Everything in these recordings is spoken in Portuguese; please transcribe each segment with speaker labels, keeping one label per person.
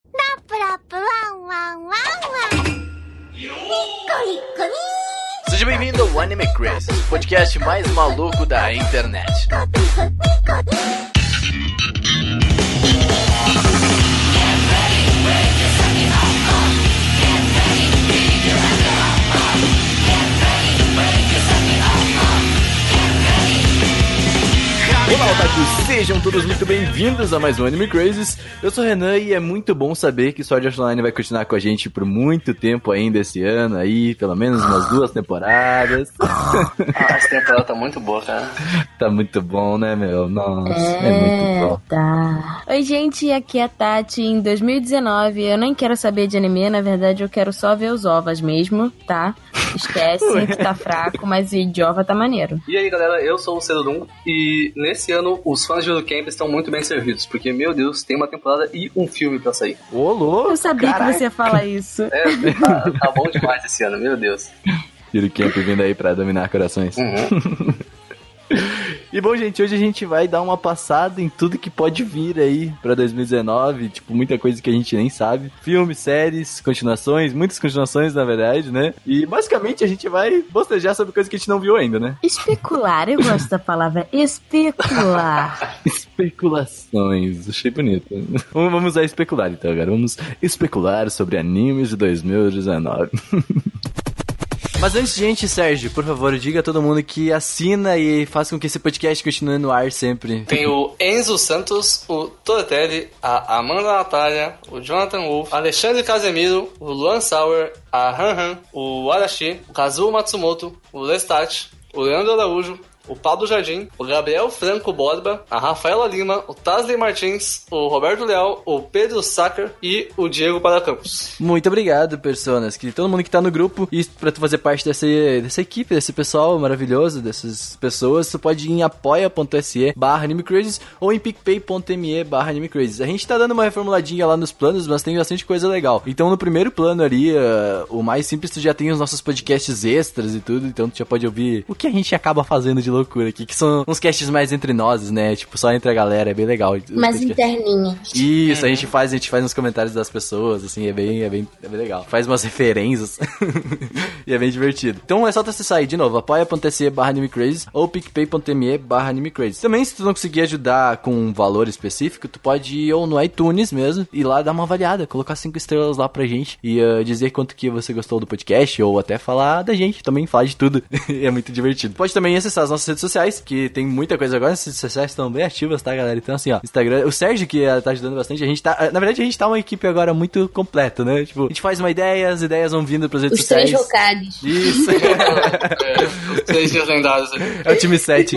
Speaker 1: カップワンワンワンワンニッコニッコニ
Speaker 2: Seja bem-vindo ao Anime Crazy, o podcast mais maluco da internet. Olá, otakus! Sejam todos muito bem-vindos a mais um Anime Crazes. Eu sou o Renan e é muito bom saber que Sword Art Online vai continuar com a gente por muito tempo ainda esse ano aí, pelo menos umas duas temporadas.
Speaker 3: Ah, essa temporada tá muito boa, cara.
Speaker 2: Tá muito bom, né, meu? Nossa, é muito bom.
Speaker 4: tá. Oi, gente, aqui é a Tati. Em 2019, eu nem quero saber de anime, na verdade, eu quero só ver os ovas mesmo, tá? Esquece que tá fraco, mas o de ova tá maneiro.
Speaker 3: E aí, galera, eu sou o Cedodum e nesse ano os fãs de Camp estão muito bem servidos, porque, meu Deus, tem uma temporada e um filme pra sair.
Speaker 2: Ô, louco!
Speaker 4: Eu sabia que você ia falar isso.
Speaker 3: É, tá, tá bom demais esse ano, meu Deus.
Speaker 2: Tiro Camp vindo aí pra dominar corações.
Speaker 3: Uhum.
Speaker 2: E bom, gente, hoje a gente vai dar uma passada em tudo que pode vir aí pra 2019, tipo, muita coisa que a gente nem sabe. Filmes, séries, continuações, muitas continuações, na verdade, né? E basicamente a gente vai bostejar sobre coisa que a gente não viu ainda, né?
Speaker 4: Especular, eu gosto da palavra especular.
Speaker 2: Especulações, achei bonito. Vamos vamos a especular então, agora. Vamos especular sobre animes de 2019. Mas antes, gente, Sérgio, por favor, diga a todo mundo que assina e faça com que esse podcast continue no ar sempre.
Speaker 3: Tem o Enzo Santos, o Toretelli, a Amanda Natália, o Jonathan Wolf, Alexandre Casemiro, o Luan Sauer, a Han Han, o Arashi, o Kazuo Matsumoto, o Lestat, o Leandro Araújo, o Pablo Jardim, o Gabriel Franco Borba, a Rafaela Lima, o Tasley Martins, o Roberto Leal, o Pedro Sacker e o Diego Paracampos.
Speaker 2: Muito obrigado, Personas, que todo mundo que tá no grupo e pra tu fazer parte dessa, dessa equipe, desse pessoal maravilhoso, dessas pessoas, tu pode ir em apoia.se barra animecrazes ou em picpay.me barra animecrazes. A gente tá dando uma reformuladinha lá nos planos, mas tem bastante coisa legal. Então no primeiro plano ali, ah, o mais simples, tu já tem os nossos podcasts extras e tudo, então tu já pode ouvir o que a gente acaba fazendo de loucura aqui, que são uns casts mais entre nós, né? Tipo, só entre a galera, é bem legal.
Speaker 1: mas
Speaker 2: Podcast.
Speaker 1: interninha.
Speaker 2: Isso, a gente faz, a gente faz nos comentários das pessoas, assim, é bem, é bem, é bem legal. Faz umas referências e é bem divertido. Então é só tu acessar aí, de novo, apoia.se barra animecrazy ou picpay.me barra animecrazy. Também, se tu não conseguir ajudar com um valor específico, tu pode ir ou no iTunes mesmo e lá dar uma avaliada, colocar cinco estrelas lá pra gente e ah, dizer quanto que você gostou do podcast ou até falar da gente, também falar de tudo. é muito divertido. Pode também acessar as nossas redes sociais, que tem muita coisa agora, as redes sociais estão bem ativas, tá, galera? Então, assim, ó, Instagram, o Sérgio que eh, tá ajudando bastante, a gente tá, na verdade, a gente tá uma equipe agora muito completa, né? Tipo, a gente faz uma ideia, as ideias vão vindo pras redes
Speaker 1: Os
Speaker 2: sociais.
Speaker 1: três jogados.
Speaker 2: Isso.
Speaker 3: é, três dias lendários.
Speaker 2: É o time 7.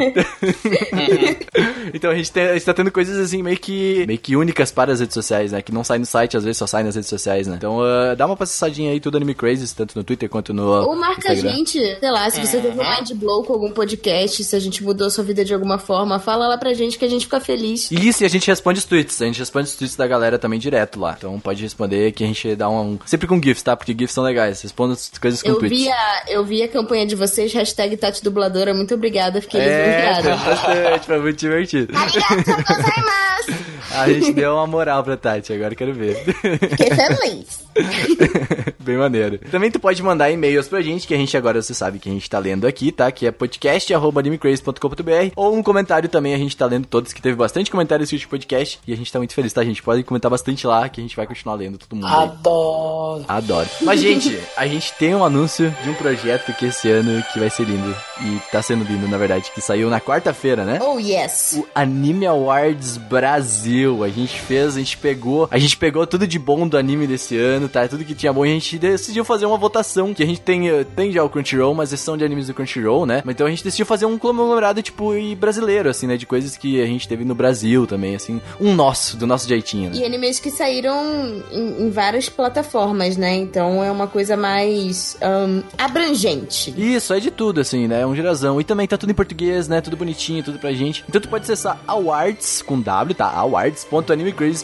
Speaker 2: então a gente, tem, a gente tá tendo coisas assim meio que meio que únicas para as redes sociais, né? Que não sai no site, às vezes só sai nas redes sociais, né? Então ah, dá uma passadinha aí, tudo Anime Crazes, tanto no Twitter quanto no.
Speaker 5: Ou marca
Speaker 2: Instagram. É.
Speaker 5: a gente, sei lá, se você teve um mind blow com algum podcast, se a gente mudou sua vida de alguma forma, fala lá pra gente que a gente fica feliz.
Speaker 2: Isso, e a gente responde os tweets. A gente responde os tweets da galera também direto lá. Então pode responder que a gente dá um. Sempre com GIFs, tá? Porque GIFs são legais. Responda as coisas com
Speaker 5: Eu
Speaker 2: tweets.
Speaker 5: vi, a, eu vi a campanha de vocês, hashtag Tati Dubladora, muito obrigada, fiquei
Speaker 2: É, foi
Speaker 5: lisonjeada.
Speaker 2: bastante, foi muito divertido. A gente deu uma moral pra Tati, agora quero ver.
Speaker 1: Fiquei feliz.
Speaker 2: Bem maneiro. Também tu pode mandar e-mails pra gente, que a gente agora você sabe que a gente tá lendo aqui, tá? Que é podcast.animecraze.com.br ou um comentário também, a gente tá lendo todos, que teve bastante comentário nesse último podcast e a gente tá muito feliz, tá, gente? Pode comentar bastante lá, que a gente vai continuar lendo todo mundo. aí.
Speaker 3: Adoro.
Speaker 2: Adoro. Mas, gente, a gente tem um anúncio de um projeto que esse ano que vai ser lindo. E tá sendo lindo, na verdade, que saiu na quarta-feira, né?
Speaker 1: Oh, yes.
Speaker 2: O Anime Awards Brasil. A gente fez, a gente pegou, a gente pegou tudo de bom do anime desse ano, tá? Tudo que tinha bom, e a gente decidiu fazer uma votação, que a gente tem, eh, tem já o Crunchyroll, mas esses são de animes do Crunchyroll, né? Mas Então a gente decidiu fazer um conglomerado tipo e brasileiro assim, né, de coisas que a gente teve no Brasil também, assim, um nosso, do nosso jeitinho, né?
Speaker 5: E animes que saíram em, em várias plataformas, né? Então é uma coisa mais ahn, abrangente.
Speaker 2: Isso, é de tudo, assim, né? É um girazão. E também tá tudo em português, né? Tudo bonitinho, tudo pra gente. Então tu pode acessar awards, com W, tá?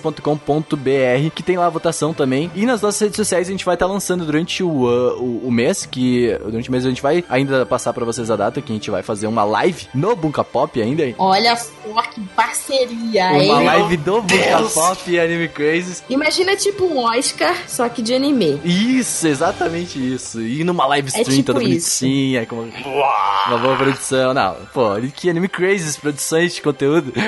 Speaker 2: sites.animecrazes.com.br, que tem lá a votação também. E nas nossas redes sociais a gente vai estar lançando durante o, uh, o, o mês, que durante o mês a gente vai ainda passar pra vocês a data que a gente vai fazer uma live no Bunka Pop ainda.
Speaker 5: Olha só que parceria,
Speaker 2: Uma
Speaker 5: hein?
Speaker 2: live do Bunka
Speaker 3: Deus!
Speaker 2: Pop e Anime Crazes.
Speaker 5: Imagina tipo um Oscar, só que de anime.
Speaker 2: Isso, exatamente isso. E numa live
Speaker 5: É
Speaker 2: stream
Speaker 5: tipo
Speaker 2: toda
Speaker 5: isso.
Speaker 2: bonitinha, com uma, uma boa produção. Não, pô, que Anime Crazes, produções de conteúdo.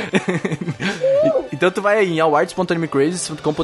Speaker 2: então tu vai em awards.animecrazes.com.br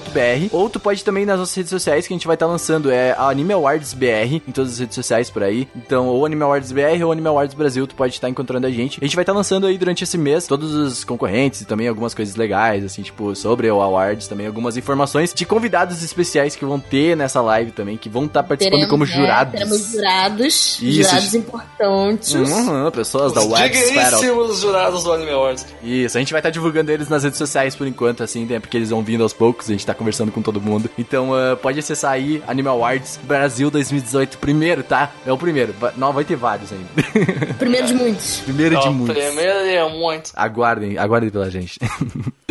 Speaker 2: ou tu pode também nas nossas redes sociais que a gente vai estar lançando, é a Anime Awards BR em todas as redes sociais por aí. Então, ou Anime Awards BR ou Anime Awards Brasil, tu pode estar encontrando a gente. A gente vai estar lançando aí durante esse mês todos os concorrentes e também algumas coisas legais, assim, tipo, sobre o Awards também, algumas informações de convidados especiais que vão ter nessa live também, que vão estar participando como
Speaker 5: é,
Speaker 2: jurados.
Speaker 5: teremos jurados,
Speaker 2: Isso.
Speaker 5: jurados importantes.
Speaker 2: Uhum, pessoas da
Speaker 3: Os
Speaker 2: Wax Battle.
Speaker 3: digníssimos jurados do Anime Awards.
Speaker 2: Isso, a gente vai estar divulgando eles nas redes sociais por enquanto, assim, né? Porque eles vão vindo aos poucos, a gente tá conversando com todo mundo. Então, ah, pode acessar aí Animal Arts Brasil 2018, primeiro, tá? É o primeiro. Vai- Não, vai ter vários ainda.
Speaker 5: Primeiro de muitos.
Speaker 2: primeiro de
Speaker 3: Ó,
Speaker 2: muitos.
Speaker 3: Primeiro é muito.
Speaker 2: Aguardem, aguardem pela gente.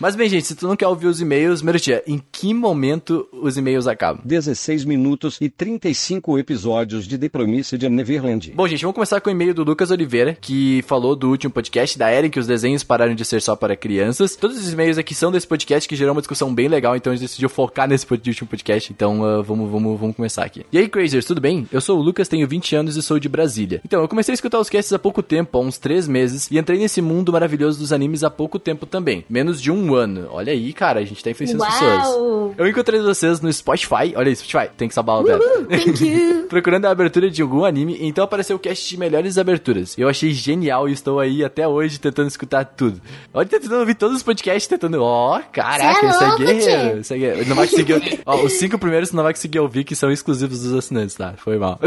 Speaker 2: Mas bem, gente, se tu não quer ouvir os e-mails, Merutia, em que momento os e-mails acabam?
Speaker 6: 16 minutos e 35 episódios de The Promise de Neverland.
Speaker 2: Bom, gente, vamos começar com o e-mail do Lucas Oliveira, que falou do último podcast da Eren que os desenhos pararam de ser só para crianças. Todos os e-mails aqui são desse podcast, que gerou uma discussão bem legal, então a gente decidiu focar nesse pod- último podcast. Então ah, vamos, vamos, vamos começar aqui. E aí, Crazers, tudo bem? Eu sou o Lucas, tenho 20 anos e sou de Brasília. Então, eu comecei a escutar os casts há pouco tempo, há uns 3 meses, e entrei nesse mundo maravilhoso dos animes há pouco tempo também. Menos de um ano. Olha aí, cara, a gente tá influenciando as pessoas.
Speaker 5: Uau!
Speaker 2: Eu encontrei vocês no Spotify. Olha aí, Spotify, tem que salvar o dela.
Speaker 5: Thank you!
Speaker 2: Procurando a abertura de algum anime, então apareceu o cast de melhores aberturas. Eu achei genial e estou aí até hoje tentando escutar tudo. Olha, tá tentando ouvir todos os podcasts, tá tentando. Ó, caraca,
Speaker 1: Cê é
Speaker 2: isso é
Speaker 1: louco,
Speaker 2: guerreiro.
Speaker 1: tio.
Speaker 2: Isso é guerreiro. Não vai conseguir. Ó, os cinco primeiros você não vai conseguir ouvir, que são exclusivos dos assinantes, tá? Foi mal.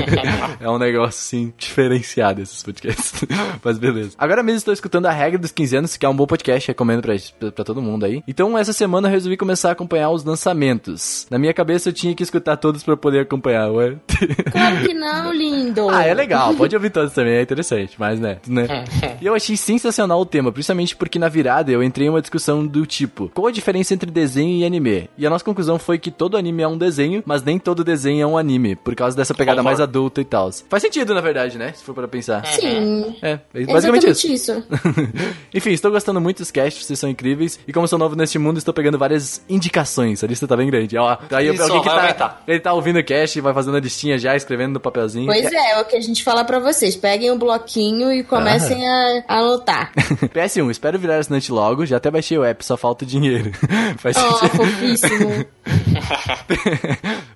Speaker 2: é um negócio, assim, diferenciado esses podcasts. Mas beleza. Agora mesmo estou escutando a regra dos 15 anos, que é um bom podcast, recomendo pra, pra- pra todo mundo aí. Então, essa semana eu resolvi começar a acompanhar os lançamentos. Na minha cabeça eu tinha que escutar todos pra poder acompanhar, ué.
Speaker 5: Claro que não, lindo!
Speaker 2: Ah, é legal, pode ouvir todos também, é interessante, mas né, né?
Speaker 3: É.
Speaker 2: E eu achei sensacional o tema, principalmente porque na virada eu entrei em uma discussão do tipo: qual a diferença entre desenho e anime? E a nossa conclusão foi que todo anime é um desenho, mas nem todo desenho é um anime, por causa dessa pegada mais adulta e tal. Faz sentido, na verdade, né? Se for pra pensar.
Speaker 5: Sim,
Speaker 2: É, é
Speaker 5: é
Speaker 2: basicamente isso.
Speaker 5: exatamente isso.
Speaker 2: Enfim, estou gostando muito dos casts, vocês são incríveis. E como sou novo neste mundo, estou pegando várias indicações. A lista tá bem grande. Ó, tá aí
Speaker 3: Isso,
Speaker 2: alguém que
Speaker 3: vai
Speaker 2: tá,
Speaker 3: aumentar.
Speaker 2: ele tá ouvindo o cast, vai fazendo a listinha já, escrevendo no papelzinho.
Speaker 5: Pois é, é o que a gente fala pra vocês. Peguem um bloquinho e comecem
Speaker 2: Ah.
Speaker 5: a a anotar.
Speaker 2: PS1, espero virar assinante logo, já até baixei o app, só falta o dinheiro. Faz
Speaker 5: Oh,
Speaker 2: sentido.
Speaker 5: fofíssimo.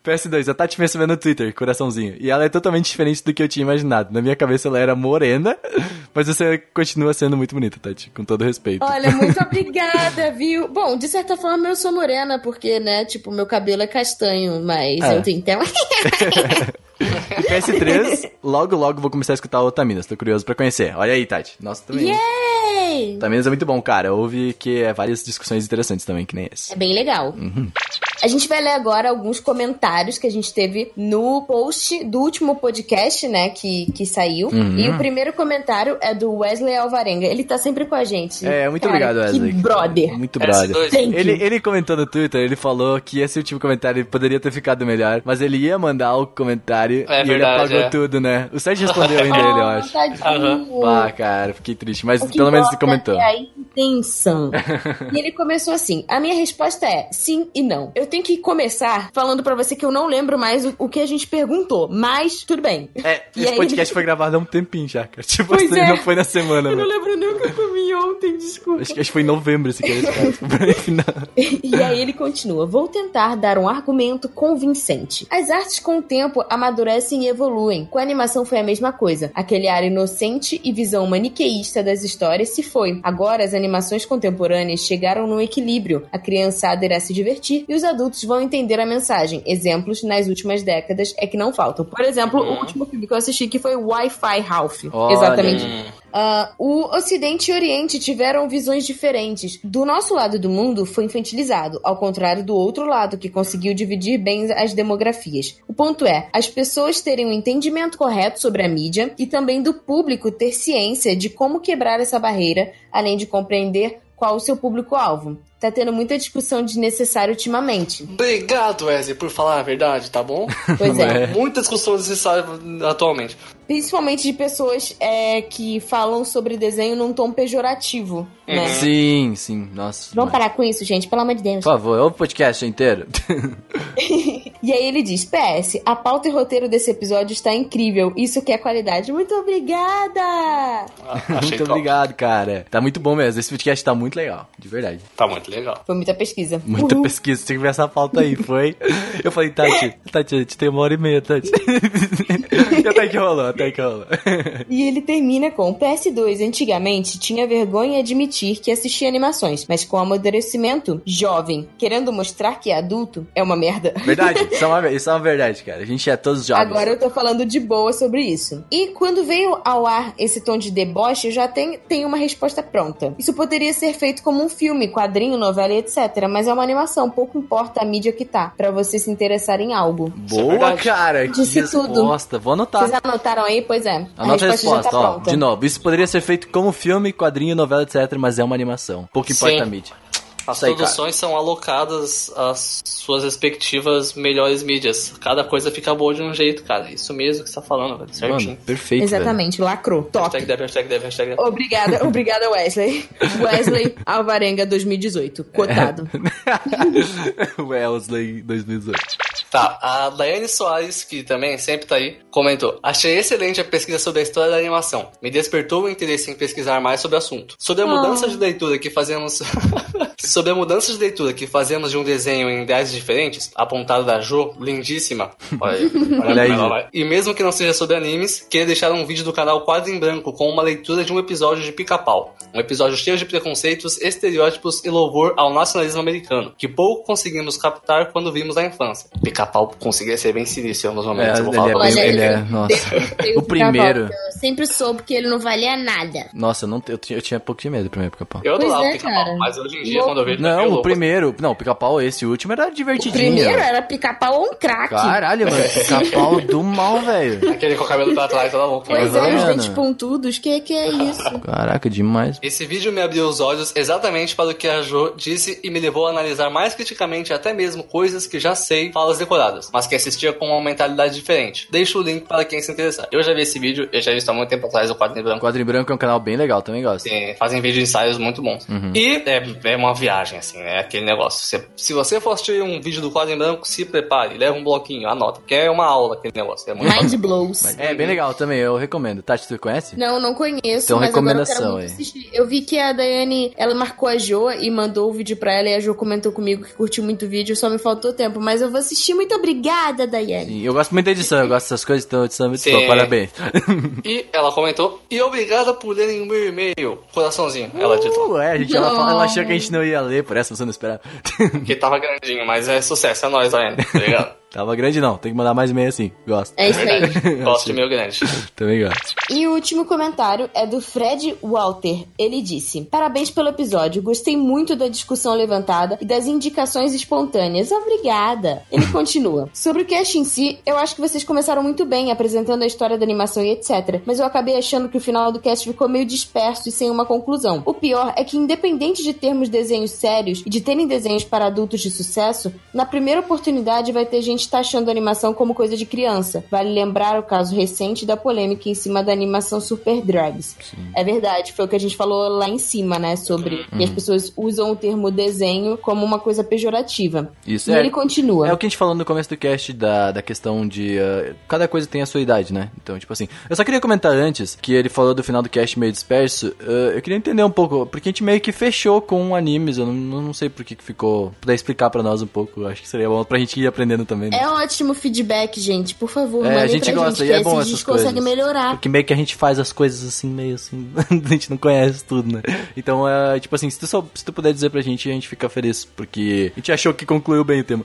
Speaker 2: PS2, a Tati me recebeu no Twitter, coraçãozinho. E ela é totalmente diferente do que eu tinha imaginado. Na minha cabeça ela era morena, mas você continua sendo muito bonita, Tati, com todo respeito.
Speaker 5: Olha, muito obrigada, viu? Bom, de certa forma eu sou morena, porque, né, tipo, meu cabelo é castanho, mas
Speaker 2: É.
Speaker 5: eu tenho então.
Speaker 2: E PS3, logo logo vou começar a escutar o Otaminas, tô curioso pra conhecer. Olha aí, Tati. Nossa, também.
Speaker 5: Yay!
Speaker 2: Otaminas é muito bom, cara. Houve que é várias discussões interessantes também, que nem esse.
Speaker 5: É bem legal. A gente vai ler agora alguns comentários que a gente teve no post do último podcast, né, que, que saiu.
Speaker 2: Uhum.
Speaker 5: E o primeiro comentário é do Wesley Alvarenga. Ele tá sempre com a gente.
Speaker 2: É, muito
Speaker 5: Cara,
Speaker 2: obrigado, Wesley.
Speaker 5: Que brother.
Speaker 2: Muito brother.
Speaker 3: S2.
Speaker 5: Thank
Speaker 2: Ele,
Speaker 5: you.
Speaker 2: ele comentou no Twitter, ele falou que esse último comentário poderia ter ficado melhor, mas ele ia mandar o comentário
Speaker 3: É
Speaker 2: e
Speaker 3: verdade,
Speaker 2: ele apagou
Speaker 3: é.
Speaker 2: tudo, né? O Sérgio respondeu ainda ele, eu acho.
Speaker 5: tadinho.
Speaker 2: Ah, cara, fiquei triste, mas
Speaker 5: O que
Speaker 2: pelo menos ele
Speaker 5: importa
Speaker 2: comentou.
Speaker 5: É a intenção. e ele começou assim: a minha resposta é sim e não. Eu tenho que começar falando pra você que eu não lembro mais o, o que a gente perguntou, mas tudo bem.
Speaker 2: É,
Speaker 5: E
Speaker 2: esse
Speaker 5: aí?
Speaker 2: podcast foi gravado há um tempinho já, cara. Tipo
Speaker 5: Pois
Speaker 2: assim,
Speaker 5: é.
Speaker 2: não foi na semana,
Speaker 5: Eu não
Speaker 2: né?
Speaker 5: lembro nem o que eu comi ontem, desculpa.
Speaker 2: Acho que, acho que foi em novembro esse Tipo, que era
Speaker 5: E aí ele continua: Vou tentar dar um argumento convincente. As artes com o tempo amadurecem e evoluem. Com a animação foi a mesma coisa. Aquele ar inocente e visão maniqueísta das histórias se foi. Agora as animações contemporâneas chegaram num equilíbrio. A criançada irá se divertir e os adultos vão entender a mensagem. Exemplos nas últimas décadas é que não faltam. Por exemplo, o último filme que eu assisti que foi Wi-Fi Ralph.
Speaker 2: Olha
Speaker 5: Exatamente
Speaker 3: Hum.
Speaker 5: ah, o Ocidente e o Oriente tiveram visões diferentes. Do nosso lado do mundo, foi infantilizado, ao contrário do outro lado, que conseguiu dividir bem as demografias. O ponto é, as pessoas terem um entendimento correto sobre a mídia e também do público ter ciência de como quebrar essa barreira, além de compreender qual o seu público-alvo. Tá tendo muita discussão desnecessária ultimamente.
Speaker 3: Obrigado, Wesley, por falar a verdade, tá bom?
Speaker 5: Pois é.
Speaker 2: É.
Speaker 3: Muita discussão desnecessária atualmente.
Speaker 5: Principalmente de pessoas é, que falam sobre desenho num tom pejorativo,
Speaker 3: Uhum.
Speaker 5: né?
Speaker 2: É. Sim, sim. Nossa.
Speaker 5: Vamos
Speaker 2: demais.
Speaker 5: parar com isso, gente, pelo amor de Deus.
Speaker 2: Por favor, é o podcast inteiro.
Speaker 5: E aí ele diz: PS, a pauta e roteiro desse episódio está incrível. Isso que é qualidade. Muito obrigada!
Speaker 3: Ah, Achei
Speaker 2: muito
Speaker 3: top.
Speaker 2: obrigado, cara. Tá muito bom mesmo. Esse podcast tá muito legal, de verdade.
Speaker 3: Tá muito legal.
Speaker 5: Foi muita pesquisa.
Speaker 2: Muita
Speaker 5: Uhul.
Speaker 2: pesquisa, tinha que ver essa pauta aí, foi? Eu falei, Tati, Tati, a gente tem uma hora e meia, Tati. E até que rolou, até que rolou.
Speaker 5: E ele termina com: PS2 antigamente tinha vergonha em admitir que assistia animações, mas com amadurecimento, jovem, querendo mostrar que é adulto, é uma merda.
Speaker 2: Verdade, isso é, uma, isso é uma verdade, cara. A gente é todos jovens.
Speaker 5: Agora eu tô falando de boa sobre isso. E quando veio ao ar esse tom de deboche, eu já tem, tenho uma resposta pronta. Isso poderia ser feito como um filme, quadrinho, novela e etc. Mas é uma animação, pouco importa a mídia que tá, pra você se interessar em algo.
Speaker 3: Isso é
Speaker 2: Boa,
Speaker 3: verdade.
Speaker 2: cara. Que
Speaker 5: Disse tudo.
Speaker 2: resposta. Vou anotar.
Speaker 5: Vocês anotaram aí? Pois é.
Speaker 2: Anota a resposta,
Speaker 5: já tá
Speaker 2: ó.
Speaker 5: pronta.
Speaker 2: De novo, isso poderia ser feito como filme, quadrinho, novela, etc, mas é uma animação. Pouco importa
Speaker 3: Sim.
Speaker 2: a mídia.
Speaker 3: As
Speaker 2: Isso aí,
Speaker 3: produções são alocadas às suas respectivas melhores mídias. Cada coisa fica boa de um jeito, cara. Isso mesmo que você tá falando, velho.
Speaker 2: Mano,
Speaker 3: Certinho.
Speaker 2: perfeito, velho. Tá
Speaker 5: Exatamente, lacrou. Top.
Speaker 3: Hashtag deve, hashtag deve, hashtag deve.
Speaker 5: Obrigada, obrigada, Wesley. Wesley Alvarenga 2018. Cotado.
Speaker 2: Wellesley 2018.
Speaker 3: Tá, a Daiane Soares, que também sempre tá aí, comentou: Achei excelente a pesquisa sobre a história da animação. Me despertou o interesse em pesquisar mais sobre o assunto.
Speaker 2: Ah.
Speaker 3: Sobre a mudança de leitura que fazemos. sobre a mudança de leitura que fazemos de um desenho em 10 diferentes, apontado da Jo, lindíssima. Olha aí,
Speaker 2: Olha aí,
Speaker 3: como ela vai. E mesmo que não seja sobre animes, queria deixar um vídeo do canal Quadro em Branco com uma leitura de um episódio de Pica-Pau. Um episódio cheio de preconceitos, estereótipos e louvor ao nacionalismo americano, que pouco conseguimos captar quando vimos na infância. Pica-Pau conseguia ser bem sinistro em alguns momentos,
Speaker 2: É,
Speaker 3: eu vou
Speaker 2: ele
Speaker 3: falar
Speaker 2: é
Speaker 3: pra
Speaker 2: bem-
Speaker 3: vocês.
Speaker 1: Olha,
Speaker 2: ele é,
Speaker 1: eu-
Speaker 2: nossa.
Speaker 1: eu-
Speaker 2: O primeiro.
Speaker 1: Eu sempre soube que ele não valia nada.
Speaker 2: Nossa, eu, não, eu, tinha, eu tinha pouco de medo do primeiro pica-pau.
Speaker 3: Eu adorava
Speaker 5: Pois é,
Speaker 3: o
Speaker 5: cara.
Speaker 3: Pica-Pau, mas hoje em dia,
Speaker 5: Louco.
Speaker 3: quando eu vejo... eu
Speaker 2: Não, o
Speaker 3: é louco.
Speaker 2: primeiro. Não, o pica-pau, esse último era divertidinho.
Speaker 5: Primeiro era pica-pau ou um craque.
Speaker 2: Caralho, mano. Pica-pau do mal, velho.
Speaker 3: Aquele com o cabelo pra trás, toda louca.
Speaker 5: Pois é,
Speaker 2: Aham,
Speaker 5: os dentes
Speaker 2: né?
Speaker 5: pontudos, que que é isso?
Speaker 2: Caraca, demais.
Speaker 3: Esse vídeo me abriu os olhos exatamente para o que a Jo disse e me levou a analisar mais criticamente até mesmo coisas que já sei, falas decoradas, mas que assistia com uma mentalidade diferente. Deixo o link para quem se interessar. Eu já vi esse vídeo, eu já vi isso há muito tempo atrás, o quadro em
Speaker 2: O
Speaker 3: branco.
Speaker 2: Quadro em Branco é um canal bem legal, também gosto.
Speaker 3: Tem- fazem vídeo de ensaios muito bons. E é, é uma viagem, assim, né? Aquele negócio. Se, se você for assistir um vídeo do quadro em branco, se prepare, leva um bloquinho, anota, porque é uma aula aquele negócio. É muito
Speaker 5: Mind blows.
Speaker 2: É, bem legal também, eu recomendo. Tati, tu conhece?
Speaker 5: Não, não conheço,
Speaker 2: Então,
Speaker 5: mas
Speaker 2: recomendação
Speaker 5: agora eu quero muito
Speaker 2: aí.
Speaker 5: assistir. Eu vi que a Daiane, ela marcou a Jo e mandou o vídeo pra ela e a Jo comentou comigo que curtiu muito o vídeo, só me faltou tempo, mas eu vou assistir. Muito obrigada, Daiane.
Speaker 2: Sim, eu gosto muito da edição, eu gosto dessas coisas, então a edição é muito
Speaker 3: Sim.
Speaker 2: boa, parabéns.
Speaker 3: E ela comentou, e obrigada por lerem o meu e-mail. Coraçãozinho, ela ditou.
Speaker 2: Ué, é, a gente, ela, fala- ela achou que a gente não ia ler, por essa você não esperava.
Speaker 3: Porque tava grandinho, mas é sucesso, é nóis, Daiane. Obrigado.
Speaker 2: Tava grande não, tem que mandar mais meia assim, gosto.
Speaker 5: É isso aí.
Speaker 3: Gosto de meio grande.
Speaker 2: Também gosto.
Speaker 5: E o último comentário é do Fred Walter. Ele disse: Parabéns pelo episódio. Gostei muito da discussão levantada e das indicações espontâneas. Obrigada. Ele continua: Sobre o cast em si, eu acho que vocês começaram muito bem apresentando a história da animação e etc. Mas eu acabei achando que o final do cast ficou meio disperso e sem uma conclusão. O pior é que, independente de termos desenhos sérios e de terem desenhos para adultos de sucesso, na primeira oportunidade vai ter gente taxando a animação como coisa de criança. Vale lembrar o caso recente da polêmica em cima da animação Super Drugs. É verdade, foi o que a gente falou lá em cima, né? Sobre
Speaker 2: Uhum.
Speaker 5: que as pessoas usam o termo desenho como uma coisa pejorativa.
Speaker 2: Isso,
Speaker 5: E
Speaker 2: é.
Speaker 5: ele continua.
Speaker 2: É o que a gente falou no começo do cast da, da questão de. ah, cada coisa tem a sua idade, né? Então, tipo assim. Eu só queria comentar antes que ele falou do final do cast meio disperso. ah, eu queria entender um pouco, porque a gente meio que fechou com animes. Eu não, não sei por que que ficou. Puder explicar pra nós um pouco, eu acho que seria bom pra gente ir aprendendo também. Né?
Speaker 5: É ótimo feedback, gente. Por favor,
Speaker 2: É, a
Speaker 5: mandem
Speaker 2: gente
Speaker 5: pra gente,
Speaker 2: gosta, e
Speaker 5: que
Speaker 2: é
Speaker 5: assim
Speaker 2: bom
Speaker 5: a gente
Speaker 2: essas
Speaker 5: consegue
Speaker 2: coisas.
Speaker 5: melhorar.
Speaker 2: Porque meio que a gente faz as coisas assim, meio assim. a gente não conhece tudo, né? Então, é, tipo assim, se tu, sou- se tu puder dizer pra gente, a gente fica feliz, porque a gente achou que concluiu bem o tema.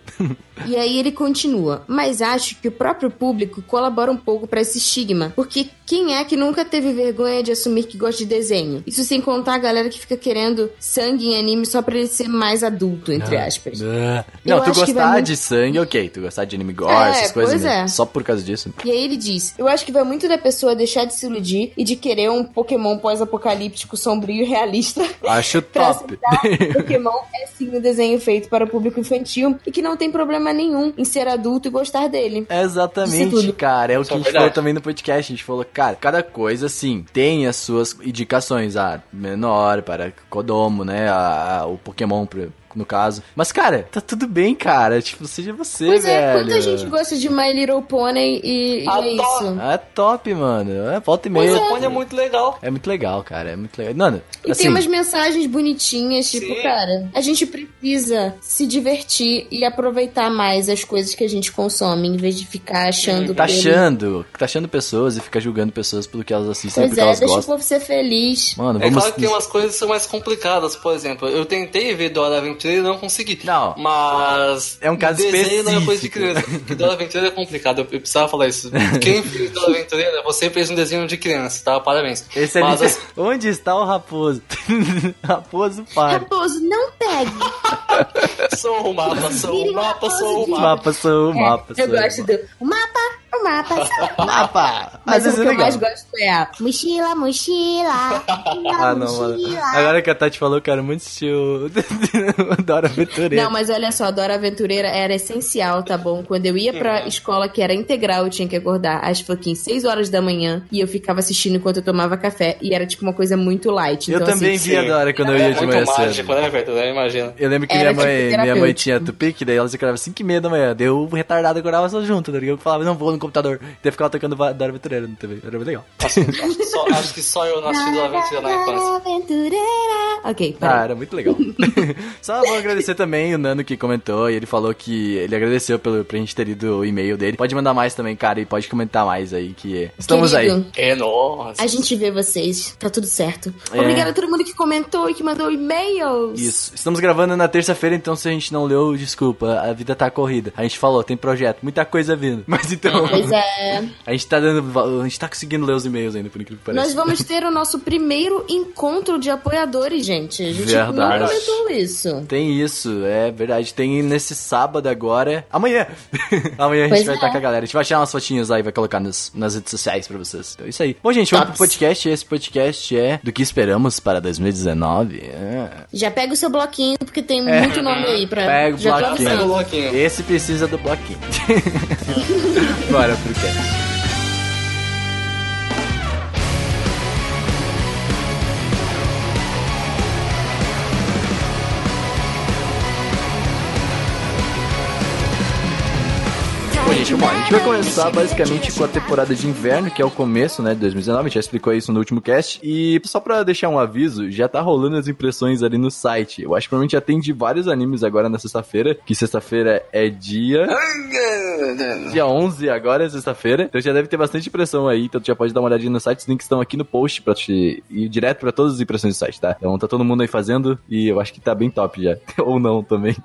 Speaker 5: E aí ele continua, mas acho que o próprio público colabora um pouco pra esse estigma, porque Quem é que nunca teve vergonha de assumir que gosta de desenho? Isso sem contar a galera que fica querendo sangue em anime só pra ele ser mais adulto, entre aspas.
Speaker 2: Ah. Não,
Speaker 5: Eu
Speaker 2: tu
Speaker 5: acho que vai
Speaker 2: gostar
Speaker 5: muito-
Speaker 2: de sangue, ok. Tu gostar de anime gore,
Speaker 5: É,
Speaker 2: essas coisas,
Speaker 5: pois
Speaker 2: né?
Speaker 5: é.
Speaker 2: só por causa disso.
Speaker 5: E aí ele diz: Eu acho que vai muito da pessoa deixar de se iludir e de querer um Pokémon pós-apocalíptico, sombrio e realista.
Speaker 2: Acho
Speaker 5: Pra
Speaker 2: top.
Speaker 5: aceitar, Pokémon é sim um desenho feito para o público infantil e que não tem problema nenhum em ser adulto e gostar dele. Isso
Speaker 2: Exatamente,
Speaker 5: tudo.
Speaker 2: cara. É o que
Speaker 3: Isso é
Speaker 2: a gente
Speaker 3: verdade.
Speaker 2: falou também no podcast. A gente falou, cara, cada coisa, assim, tem as suas indicações. Ah, menor para Kodomo, né? A- a- o Pokémon, pra- no caso. Mas, cara, tá tudo bem, cara. Tipo, seja você,
Speaker 5: Pois é,
Speaker 2: velho.
Speaker 5: quanta gente gosta de My Little Pony e, e é
Speaker 3: Adoro.
Speaker 5: isso.
Speaker 2: É top, mano. É volta e
Speaker 3: Mas
Speaker 2: meia.
Speaker 3: o Pony é muito legal.
Speaker 2: É muito legal, cara. É muito legal. Mano,
Speaker 5: E
Speaker 2: assim,
Speaker 5: tem umas mensagens bonitinhas, tipo,
Speaker 3: Sim.
Speaker 5: cara, a gente precisa se divertir e aproveitar mais as coisas que a gente consome, em vez de ficar achando
Speaker 2: tá
Speaker 5: que-
Speaker 2: achando, tá achando pessoas e fica julgando pessoas pelo que elas assistem,
Speaker 5: Pois
Speaker 2: porque
Speaker 5: é,
Speaker 2: elas
Speaker 5: deixa o
Speaker 2: gostam.
Speaker 5: povo ser feliz.
Speaker 2: Mano,
Speaker 3: É
Speaker 2: vamos.
Speaker 3: claro que tem umas coisas que são mais complicadas, por exemplo. Eu tentei ver Dora Aventureira e não consegui.
Speaker 2: Não.
Speaker 3: Mas.
Speaker 2: É um caso
Speaker 3: desenho não é coisa de
Speaker 2: específico.
Speaker 3: criança. Porque Dora Aventureira é complicado. Eu eu precisava falar isso. Quem fez Dora Aventureira, você fez um desenho de criança, tá? Parabéns.
Speaker 2: Esse é ali,
Speaker 3: Mas assim- as-
Speaker 2: Onde está o raposo? raposo para.
Speaker 5: Raposo, não pegue!
Speaker 3: Sou o mapa, sou o um mapa, sou o
Speaker 2: O
Speaker 3: mapa.
Speaker 2: mapa sou o mapa.
Speaker 5: É, eu
Speaker 2: sou o
Speaker 5: gosto
Speaker 2: mapa.
Speaker 5: do o mapa, o mapa, sabe?
Speaker 2: mapa.
Speaker 5: Mas o
Speaker 2: isso
Speaker 5: que
Speaker 2: é
Speaker 5: eu
Speaker 2: legal.
Speaker 5: mais gosto é a
Speaker 1: Mochila, mochila.
Speaker 2: Ah,
Speaker 1: mochila,
Speaker 2: não, mano.
Speaker 1: mochila.
Speaker 2: Agora que a Tati falou, cara, muito estilo Dora Aventureira.
Speaker 5: Não, mas olha só, a Dora Aventureira era essencial, tá bom? Quando eu ia pra escola que era integral, eu tinha que acordar às fucking 6 horas da manhã e eu ficava assistindo enquanto eu tomava café e era tipo uma coisa muito light.
Speaker 2: eu
Speaker 5: então,
Speaker 2: também
Speaker 5: assim,
Speaker 2: via Dora quando eu ia
Speaker 3: É
Speaker 2: de
Speaker 3: muito
Speaker 2: manhã
Speaker 3: mágico,
Speaker 2: cedo.
Speaker 3: né, velho? Eu imagino.
Speaker 2: Eu lembro que
Speaker 5: Era
Speaker 2: minha mãe,
Speaker 5: tipo
Speaker 2: minha mãe
Speaker 5: terapêutico.
Speaker 2: tinha Tupic, daí ela acordava 5 e meia da manhã. Deu retardado, acordava só junto, né? Eu falava, não, vou no computador. Daí ficava tocando va- Dora Aventureira no TV. Era bem legal.
Speaker 3: Acho que só, acho que só eu não assisti Dora Aventureira na infância.
Speaker 1: Aventureira.
Speaker 5: Ok,
Speaker 2: Ah,
Speaker 5: peraí.
Speaker 2: era muito legal. Só vou agradecer também o Nano que comentou e ele falou que ele agradeceu pelo, pra gente ter lido o e-mail dele. Pode mandar mais também, cara, e pode comentar mais aí que estamos aí.
Speaker 5: Querido,
Speaker 3: É, nossa.
Speaker 5: A gente vê vocês, tá tudo certo.
Speaker 2: É.
Speaker 5: Obrigada a todo mundo que comentou e que mandou e-mails.
Speaker 2: Isso. Estamos gravando na terça-feira, então se a gente não leu, desculpa, a vida tá corrida. A gente falou, tem projeto, muita coisa vindo. Mas então,
Speaker 5: Pois é,
Speaker 2: a gente tá dando, val- a gente tá conseguindo ler os e-mails ainda, por incrível que pareça.
Speaker 5: nós vamos ter o nosso primeiro encontro de apoiadores, gente. A gente
Speaker 2: Verdade.
Speaker 5: não comentou isso.
Speaker 2: Tem isso, é verdade. Tem nesse sábado agora. Amanhã! Amanhã a gente
Speaker 5: Pois
Speaker 2: vai
Speaker 5: é.
Speaker 2: estar com a galera. A gente vai tirar umas fotinhas lá e vai colocar nas, nas redes sociais pra vocês. Então é isso aí. Bom, gente, vamos pro
Speaker 5: Tops.
Speaker 2: podcast. Esse podcast é do que esperamos para 2019. É.
Speaker 5: Já pega o seu bloquinho, porque tem muito nome aí pra.
Speaker 2: Pega o
Speaker 5: É, já tô
Speaker 2: bloquinho.
Speaker 5: avisando.
Speaker 3: bloquinho.
Speaker 2: Esse precisa do bloquinho. Bora pro cast. Bom, gente, vamos lá. A gente vai começar basicamente com a temporada de inverno, que é o começo, né, de 2019. A gente já explicou isso no último cast. E só pra deixar um aviso, já tá rolando as impressões ali no site. Eu acho que provavelmente já tem de vários animes agora na sexta-feira, que sexta-feira é dia... Dia 11 agora é sexta-feira, então já deve ter bastante impressão aí, então tu já pode dar uma olhadinha no site, os links estão aqui no post pra te ir direto pra todas as impressões do site, tá? Então tá todo mundo aí fazendo e eu acho que tá bem top já, ou não também.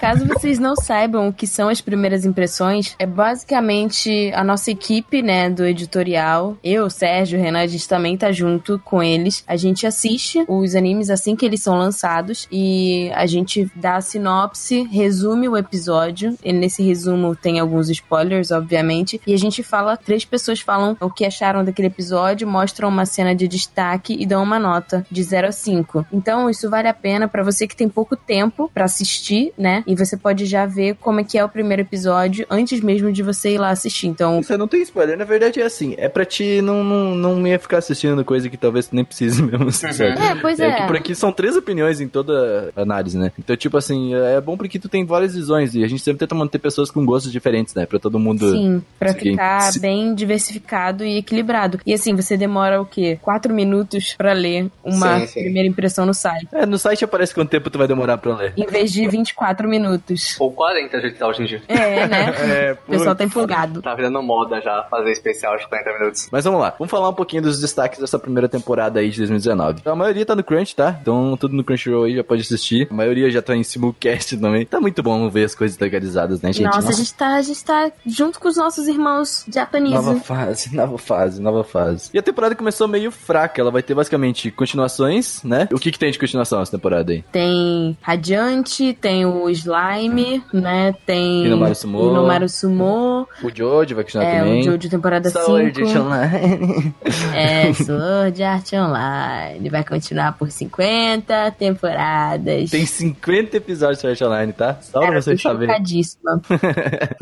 Speaker 4: Caso vocês não saibam o que são as primeiras impressões, é basicamente a nossa equipe, né, do editorial. Eu, Sérgio, Renan, a gente também tá junto com eles. A gente assiste os animes assim que eles são lançados e a gente dá a sinopse, resume o episódio. E nesse resumo tem alguns spoilers, obviamente. E a gente fala, três pessoas falam o que acharam daquele episódio, mostram uma cena de destaque e dão uma nota de 0 a 5. Então, isso vale a pena pra você que tem pouco tempo pra assistir, né? E você pode já ver como é que é o primeiro episódio antes mesmo de você ir lá assistir. Então,
Speaker 2: Você não tem spoiler, na verdade é assim, é pra ti não, não, não ia ficar assistindo coisa que talvez tu nem precise mesmo, sincero.
Speaker 4: é, pois
Speaker 2: que
Speaker 4: é.
Speaker 2: por aqui são três opiniões em toda análise, né? Então, tipo assim, é bom porque tu tem várias visões e a gente sempre tenta manter pessoas com gostos diferentes, né? Pra todo mundo.
Speaker 4: Sim, pra
Speaker 2: Sim.
Speaker 4: ficar
Speaker 2: Sim.
Speaker 4: bem diversificado e equilibrado. E assim, você demora o quê? Quatro minutos pra ler uma
Speaker 3: Sim, sim.
Speaker 4: primeira impressão no site.
Speaker 2: É, no site aparece quanto tempo tu vai demorar pra ler.
Speaker 4: Em vez de 24 minutos.
Speaker 3: Ou 40 a gente tá hoje em dia.
Speaker 4: É, né?
Speaker 2: É,
Speaker 4: O pessoal tá empolgado.
Speaker 3: Tá virando moda já fazer especial de 40 minutos.
Speaker 2: Mas vamos lá, vamos falar um pouquinho dos destaques dessa primeira temporada aí de 2019. A maioria tá no Crunch, tá? Então tudo no Crunchyroll aí já pode assistir. A maioria já tá em simulcast também. Tá muito bom ver as coisas legalizadas, né, gente?
Speaker 4: Nossa, A, gente tá, a gente tá junto com os nossos irmãos
Speaker 2: Nova
Speaker 4: japoneses.
Speaker 2: fase, nova fase, nova fase. E a temporada começou meio fraca. Ela vai ter basicamente continuações, né? O que, que tem de continuação essa temporada aí?
Speaker 4: Tem Radiante, tem o Slime, né? Tem.
Speaker 2: Inomaru Sumo.
Speaker 4: Inomaru Sumo.
Speaker 2: O Jojo vai continuar
Speaker 4: É,
Speaker 2: também.
Speaker 4: o Jojo temporada 5.
Speaker 2: Sword Art Online.
Speaker 4: É, Sword Art Online. Vai continuar por 50 temporadas.
Speaker 2: Tem 50 episódios de Sword Art Online, tá? Só pra
Speaker 4: Cara,
Speaker 2: vocês
Speaker 4: É, eu tô
Speaker 2: saberem.
Speaker 4: chocadíssima.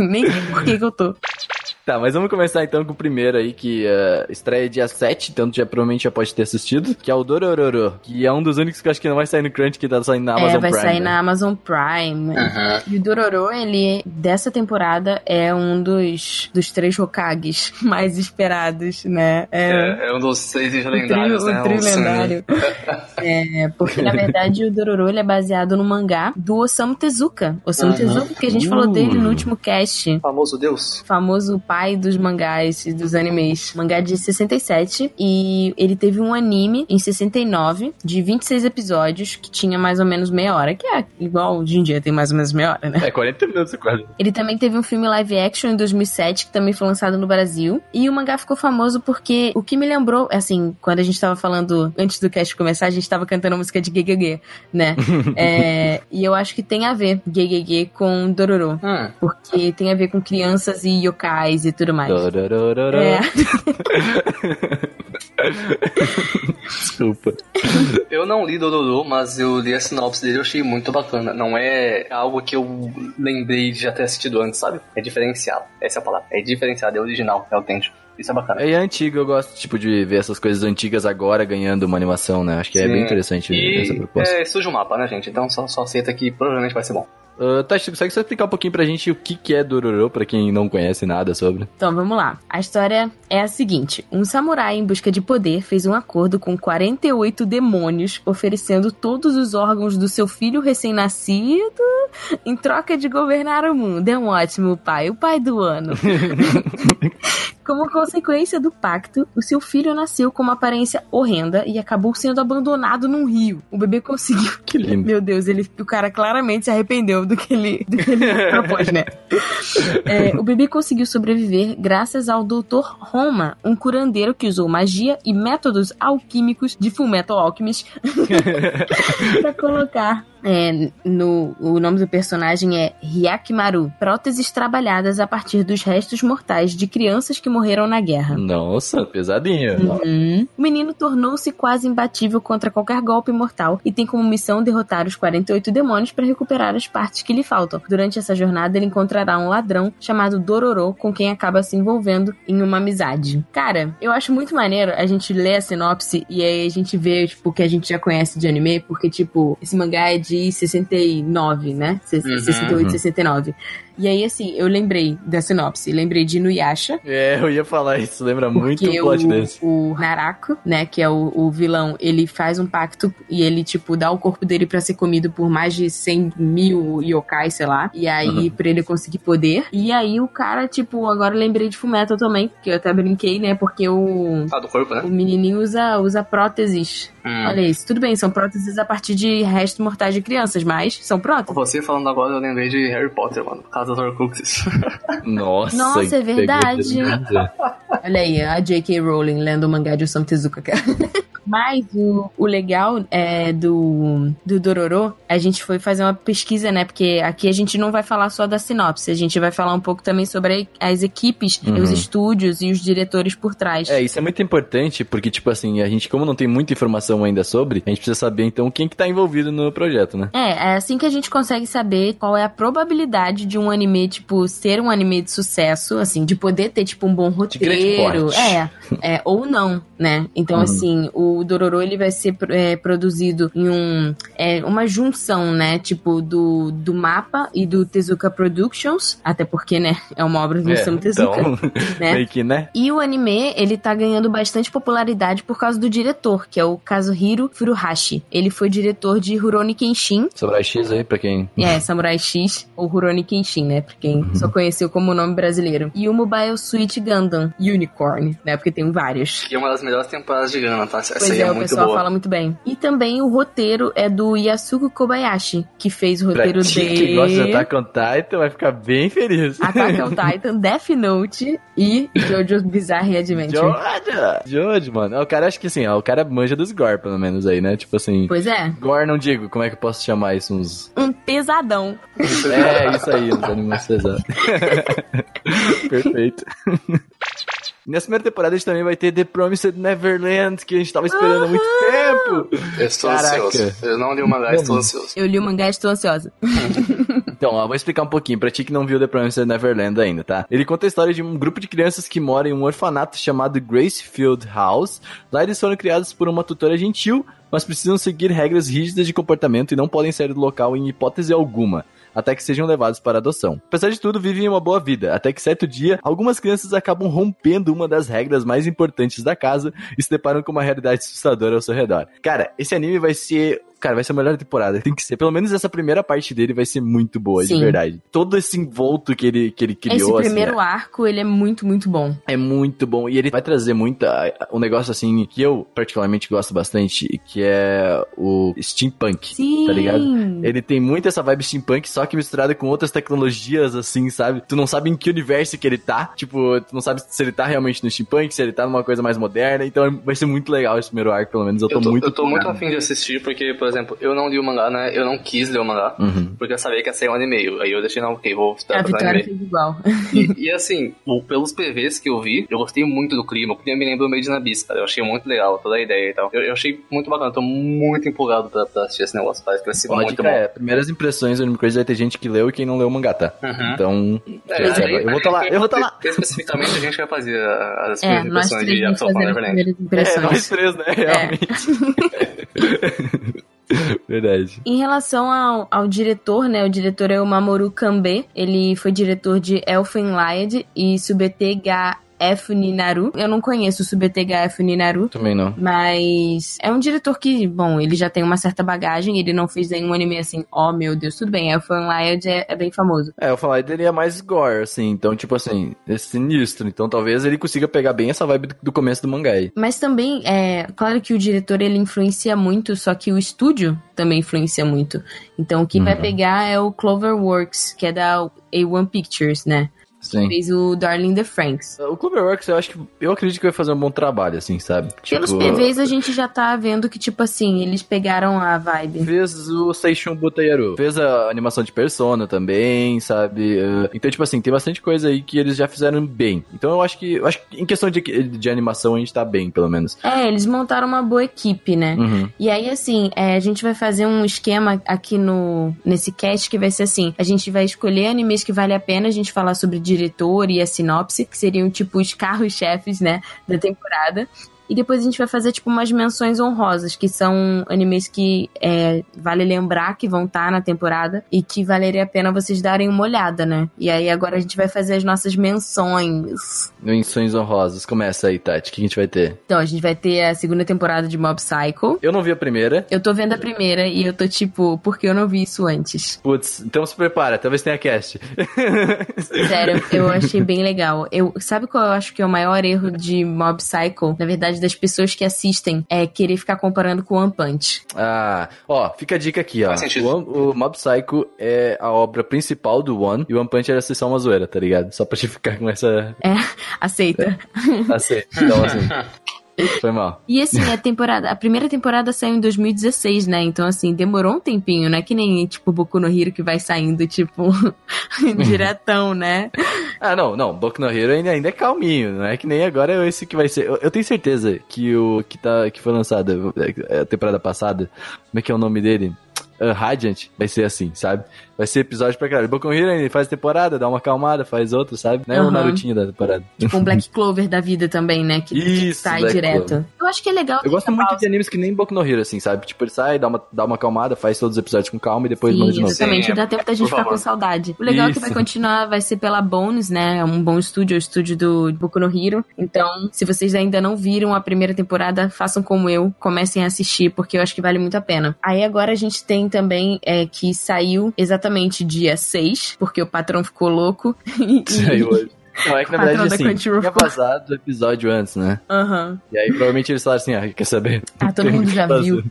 Speaker 4: Nem sei por que que eu tô.
Speaker 2: Tá, mas vamos começar então com o primeiro aí, que eh, estreia dia 7, então já provavelmente já pode ter assistido, que é o Dorororo, que é um dos únicos que eu acho que não vai sair no Crunch, que tá saindo na Amazon
Speaker 4: é, vai
Speaker 2: Prime.
Speaker 4: sair
Speaker 2: né?
Speaker 4: na Amazon Prime.
Speaker 3: Aham.
Speaker 4: E o Dororo, ele, dessa temporada, é um dos, dos três Hokages mais esperados, né? É,
Speaker 3: É, é um dos seis
Speaker 4: o trio,
Speaker 3: lendários, né?
Speaker 4: o trio
Speaker 3: Um-
Speaker 4: lendário. é, porque, na verdade, o Dororo, ele é baseado no mangá do Osamu Tezuka. Osamu
Speaker 3: Aham.
Speaker 4: Tezuka, que a gente falou dele no último cast.
Speaker 3: Famoso Deus.
Speaker 4: famoso pai dos mangás e dos animes. Mangá de 67. E ele teve um anime em 69, de 26 episódios, que tinha mais ou menos meia hora. Que é igual hoje em dia, tem mais ou menos meia hora, né?
Speaker 2: É 40 minutos quase.
Speaker 4: Ele também teve um filme live action em 2007, que também foi lançado no Brasil. E o mangá ficou famoso porque o que me lembrou, assim, quando a gente tava falando, antes do cast começar, a gente tava cantando a música de Gegege, né? É, e eu acho que tem a ver Gegege com Dororo.
Speaker 3: Hum.
Speaker 4: Porque tem a ver com crianças e yokais e tudo mais.
Speaker 2: Dorororo.
Speaker 4: É,
Speaker 2: Desculpa.
Speaker 3: Eu não li Dororo, mas eu li a sinopse dele e eu achei muito bacana. Não é algo que eu lembrei de já ter assistido antes, sabe? É diferenciado. Essa é a palavra. É diferenciado, é original, é autêntico. Isso é bacana.
Speaker 2: É antigo, eu gosto, tipo, de ver essas coisas antigas agora ganhando uma animação, né? Acho que é
Speaker 3: Sim.
Speaker 2: bem interessante essa
Speaker 3: E
Speaker 2: proposta.
Speaker 3: é, surge um mapa, né, gente? Então só, só aceita que provavelmente vai ser bom.
Speaker 2: Uh, Tati, consegue só explicar um pouquinho pra gente o que, que é Dororo, pra quem não conhece nada sobre?
Speaker 4: Então vamos lá. A história é a seguinte: um samurai em busca de poder fez um acordo com 48 demônios, oferecendo todos os órgãos do seu filho recém-nascido em troca de governar o mundo. É um ótimo pai, o pai do ano. Como consequência do pacto, o seu filho nasceu com uma aparência horrenda e acabou sendo abandonado num rio. O bebê conseguiu.
Speaker 2: Que lindo.
Speaker 4: Meu Deus, ele, o cara claramente se arrependeu do que ele, do que ele propôs, né? É, o bebê conseguiu sobreviver graças ao Dr. Roma, um curandeiro que usou magia e métodos alquímicos de Fullmetal Alchemist pra colocar. é, no, o nome do personagem é Hyakimaru. Próteses trabalhadas a partir dos restos mortais de crianças que morreram na guerra.
Speaker 2: Nossa, pesadinho.
Speaker 4: Uhum. O menino tornou-se quase imbatível contra qualquer golpe mortal e tem como missão derrotar os 48 demônios para recuperar as partes que lhe faltam. Durante essa jornada, ele encontrará um ladrão chamado Dororo, com quem acaba se envolvendo em uma amizade. Cara, eu acho muito maneiro a gente ler a sinopse e aí a gente vê, tipo, o que a gente já conhece de anime, porque, tipo, esse mangá é de 69, né? Se-
Speaker 3: Uhum.
Speaker 4: 68, 69. E aí, assim, eu lembrei da sinopse, lembrei de Inuyasha,
Speaker 2: É, eu ia falar isso, lembra muito
Speaker 4: porque
Speaker 2: um plot
Speaker 4: o,
Speaker 2: desse.
Speaker 4: o Narako, né, que é o, o vilão, ele faz um pacto e ele, tipo, dá o corpo dele pra ser comido por mais de 100 mil yokai, sei lá. E
Speaker 2: Uhum.
Speaker 4: aí, pra ele conseguir poder. E aí, o cara, tipo, agora eu lembrei de Fumeto também, que eu até brinquei, né, porque o,
Speaker 3: Ah, do corpo,
Speaker 4: o
Speaker 3: né?
Speaker 4: menininho usa, usa próteses.
Speaker 2: É.
Speaker 3: Hum.
Speaker 4: Olha isso. Tudo bem, são próteses a partir de restos mortais de crianças, mas são próteses.
Speaker 3: Você falando agora, eu lembrei de Harry Potter, mano. Por causa dos Horcruxes.
Speaker 2: Nossa,
Speaker 4: Nossa, é
Speaker 2: pegou
Speaker 4: verdade.
Speaker 2: demais.
Speaker 4: Olha aí, a J.K. Rowling lendo o mangá de Osamu Tezuka, cara. Mas o, o legal é do, do Dororo, a gente foi fazer uma pesquisa, né? Porque aqui a gente não vai falar só da sinopse, a gente vai falar um pouco também sobre a- as equipes,
Speaker 2: Uhum.
Speaker 4: os estúdios e os diretores por trás.
Speaker 2: É, isso é muito importante, porque, tipo assim, a gente, como não tem muita informação ainda sobre, a gente precisa saber, então, quem que tá envolvido no projeto, né?
Speaker 4: É, é assim que a gente consegue saber qual é a probabilidade de um anime, tipo, ser um anime de sucesso, assim, de poder ter, tipo, um bom
Speaker 2: grande
Speaker 4: roteiro.
Speaker 2: porte.
Speaker 4: É, é, ou não, né? Então,
Speaker 2: Uhum.
Speaker 4: assim, o Dororo, ele vai ser é, produzido em um, é, uma junção, né? Tipo, do, do mapa e do Tezuka Productions, até porque, né, é uma obra do
Speaker 2: É,
Speaker 4: Osamu Tezuka.
Speaker 2: então,
Speaker 4: né?
Speaker 2: meio que, né?
Speaker 4: E o anime, ele tá ganhando bastante popularidade por causa do diretor, que é o Kazuhiro Furuhashi. Ele foi diretor de Rurouni Kenshin,
Speaker 2: Sobre a X aí, pra quem...
Speaker 4: é, Samurai X ou Rurouni Kenshin, né? Pra quem só conheceu como nome brasileiro. E o Mobile Suit Gundam Unicorn, né? Porque tem vários.
Speaker 3: Que é uma das melhores temporadas de Gana, tá? Essa
Speaker 4: Pois
Speaker 3: aí
Speaker 4: é,
Speaker 3: é
Speaker 4: o
Speaker 3: muito
Speaker 4: pessoal
Speaker 3: boa.
Speaker 4: fala muito bem. E também o roteiro é do Yasuko Kobayashi, que fez o
Speaker 2: Pra
Speaker 4: roteiro
Speaker 2: ti que
Speaker 4: de
Speaker 2: gosta de Attack on Titan, vai ficar bem feliz.
Speaker 4: Attack on Titan, Death Note e JoJo's Bizarre Adventure.
Speaker 2: Georgia! George, mano. O cara acho que assim, ó, o cara manja dos gore, pelo menos aí, né? Tipo assim.
Speaker 4: Pois é,
Speaker 2: Gore não digo, como é que eu posso chamar isso? Uns.
Speaker 4: um pesadão.
Speaker 2: É, isso aí, uns animais pesados. Perfeito. Nessa primeira temporada a gente também vai ter The Promised Neverland, que a gente tava esperando há muito tempo.
Speaker 3: Eu É, estou
Speaker 2: Caraca.
Speaker 3: ansioso. Eu não li o mangá, estou ansioso.
Speaker 4: Eu li o mangá e estou ansiosa.
Speaker 2: Então, ó, vou explicar um pouquinho pra ti que não viu The Promised Neverland ainda, tá? Ele conta a história de um grupo de crianças que mora em um orfanato chamado Gracefield House. Lá eles foram criados por uma tutora gentil, mas precisam seguir regras rígidas de comportamento e não podem sair do local em hipótese alguma. Até que sejam levados para adoção. Apesar de tudo, vivem uma boa vida, até que certo dia, algumas crianças acabam rompendo uma das regras mais importantes da casa e se deparam com uma realidade assustadora ao seu redor. Cara, esse anime vai ser. Cara, vai ser a melhor temporada. Tem que ser. Pelo menos essa primeira parte dele vai ser muito boa, de
Speaker 4: Sim.
Speaker 2: verdade. Todo esse envolto que ele, que ele
Speaker 4: Esse
Speaker 2: criou, assim,
Speaker 4: primeiro
Speaker 2: é-
Speaker 4: arco, ele é muito, muito bom.
Speaker 2: é muito bom. E ele vai trazer muita. Um negócio assim que eu particularmente gosto bastante, que é o steampunk.
Speaker 4: Sim!
Speaker 2: Tá ligado? Ele tem muito essa vibe steampunk, só que misturada com outras tecnologias, assim, sabe? Tu não sabe em que universo que ele tá. Tipo, tu não sabe se ele tá realmente no steampunk, se ele tá numa coisa mais moderna. Então vai ser muito legal esse primeiro arco, pelo menos. Eu tô,
Speaker 3: Eu tô,
Speaker 2: muito.
Speaker 3: eu tô muito
Speaker 2: empolgado.
Speaker 3: afim de assistir, porque, por exemplo, eu não li o mangá, né? Eu não quis ler o mangá,
Speaker 2: Uhum.
Speaker 3: porque eu sabia que ia sair um ano e meio. Aí eu deixei, não, ok, vou esperar
Speaker 4: É A
Speaker 3: pra um
Speaker 4: Vitória
Speaker 3: anime.
Speaker 4: fez igual.
Speaker 3: E, e assim, o- pelos PVs que eu vi, eu gostei muito do clima. O clima me lembrou meio de Nabis, cara. Eu achei muito legal toda a ideia e tal. Eu, eu achei muito bacana, tô muito empolgado pra, pra assistir esse negócio. Parece que vai ser
Speaker 2: Ó, a
Speaker 3: muito
Speaker 2: dica
Speaker 3: bom.
Speaker 2: é, primeiras impressões do Anime Crazy vai é ter gente que leu e quem não leu o mangá, tá?
Speaker 3: Uhum.
Speaker 2: Então,
Speaker 3: É, aí-
Speaker 2: eu vou tá lá, eu vou tá lá.
Speaker 3: Especificamente a gente vai fazer a- as
Speaker 4: É,
Speaker 3: primeiras
Speaker 4: nós
Speaker 3: impressões
Speaker 4: três
Speaker 3: de
Speaker 4: vamos
Speaker 3: Absol
Speaker 4: fazer as
Speaker 3: Neverland.
Speaker 4: primeiras
Speaker 2: É,
Speaker 4: impressões.
Speaker 2: nós três, né? Realmente. Verdade.
Speaker 4: Em relação ao, ao diretor, né? O diretor é o Mamoru Kanbe. Ele foi diretor de Elfenlied e Subtgf Ninaru. Eu não conheço o Subtgf Ninaru.
Speaker 2: Também não.
Speaker 4: Mas é um diretor que, bom, ele já tem uma certa bagagem, ele não fez nenhum anime assim, oh meu Deus, tudo bem, Elfenlied é, é bem famoso.
Speaker 2: É, eu falar dele é mais gore, assim, então, tipo assim, é sinistro. Então talvez ele consiga pegar bem essa vibe do, do começo do mangá aí.
Speaker 4: Mas também, é claro que o diretor ele influencia muito, só que o estúdio também influencia muito. Então o que vai
Speaker 2: Uhum.
Speaker 4: pegar é o Cloverworks, que é da A1 Pictures, né?
Speaker 2: Sim.
Speaker 4: Fez o Darling the Franks.
Speaker 2: O Cloverworks, eu acho que. Eu acredito que vai fazer um bom trabalho, assim, sabe?
Speaker 4: Pelos PVs a gente já tá vendo que, tipo assim, eles pegaram a vibe.
Speaker 2: Fez o Seishun Butayaru. Fez a animação de Persona também, sabe? Eh, Então, tipo assim, tem bastante coisa aí que eles já fizeram bem. Então eu acho que. Eu acho que em questão de, de animação a gente tá bem, pelo menos.
Speaker 4: É, eles montaram uma boa equipe, né?
Speaker 2: Uhum.
Speaker 4: E aí, assim, é, a gente vai fazer um esquema aqui no nesse cast que vai ser assim: a gente vai escolher animes que vale a pena a gente falar sobre o diretor e a sinopse, que seriam tipo os carros-chefes, né, da temporada. E depois a gente vai fazer, tipo, umas menções honrosas, que são animes que é, vale lembrar que vão estar na temporada e que valeria a pena vocês darem uma olhada, né? E aí agora a gente vai fazer as nossas menções.
Speaker 2: Menções honrosas. Começa aí, Tati. O que a gente vai ter?
Speaker 4: Então, a gente vai ter a segunda temporada de Mob Psycho.
Speaker 2: Eu não vi a primeira.
Speaker 4: Eu tô vendo a primeira e eu tô tipo, por que eu não vi isso antes?
Speaker 2: Putz, então se prepara, talvez tenha cast.
Speaker 4: Sério, eu achei bem legal. Eu, sabe qual eu acho que é o maior erro de Mob Psycho? Na verdade, das pessoas que assistem, é querer ficar comparando com One Punch.
Speaker 2: Ah, ó, fica a dica aqui, ó.
Speaker 3: Faz sentido.
Speaker 2: O, One- o Mob Psycho é a obra principal do One e o One Punch era ser só uma zoeira, tá ligado? Só pra te ficar com essa.
Speaker 4: Aceita.
Speaker 2: assim, então, assim. Foi mal.
Speaker 4: E assim, a temporada, a primeira temporada saiu em 2016, né? Então, assim, demorou um tempinho, né? Que nem, tipo, Boku no Hero que vai saindo, tipo, diretão, né?
Speaker 2: Ah, não, não. Boku no Hero ainda, ainda é calminho. Não é que nem agora é esse que vai ser. Eu, eu tenho certeza que o que, tá, que foi lançado é, a temporada passada. Como é que é o nome dele? Ah, Radiant vai ser assim, sabe? Vai ser episódio pra caralho. Boku no Hero ainda faz temporada, dá uma acalmada, faz outra, sabe? Não é o
Speaker 4: Aham.
Speaker 2: Narutinho da temporada.
Speaker 4: Com Tipo, um Black Clover da vida também, né? Que, que
Speaker 2: Isso,
Speaker 4: sai
Speaker 2: Black
Speaker 4: direto.
Speaker 2: Clover.
Speaker 4: Eu acho que é legal.
Speaker 2: Eu gosto
Speaker 4: ter
Speaker 2: muito
Speaker 4: pausa.
Speaker 2: de animes que nem Boku no Hero, assim, sabe? Tipo, ele sai, dá uma, dá uma acalmada, faz todos os episódios com calma e depois
Speaker 4: Sim,
Speaker 2: manda de novo.
Speaker 4: exatamente.
Speaker 3: Sim, é,
Speaker 4: Dá tempo da gente
Speaker 3: por
Speaker 4: ficar com
Speaker 3: favor.
Speaker 4: saudade. O legal é que vai
Speaker 2: Isso.
Speaker 4: continuar, vai ser pela Bones, né? É um bom estúdio, é o estúdio do Boku no Hero. Então, se vocês ainda não viram a primeira temporada, façam como eu, comecem a assistir, porque eu acho que vale muito a pena. Aí agora a gente tem também é, que saiu exatamente dia 6, porque o patrão ficou louco. E-
Speaker 2: Saiu hoje. Não, é que na
Speaker 4: Patrão
Speaker 2: verdade,
Speaker 4: da
Speaker 2: assim,
Speaker 4: Crunchyroll.
Speaker 2: tinha vazado o episódio antes, né?
Speaker 4: Aham.
Speaker 2: E aí provavelmente eles falaram assim, ah, quer saber?
Speaker 4: Ah, todo mundo já viu.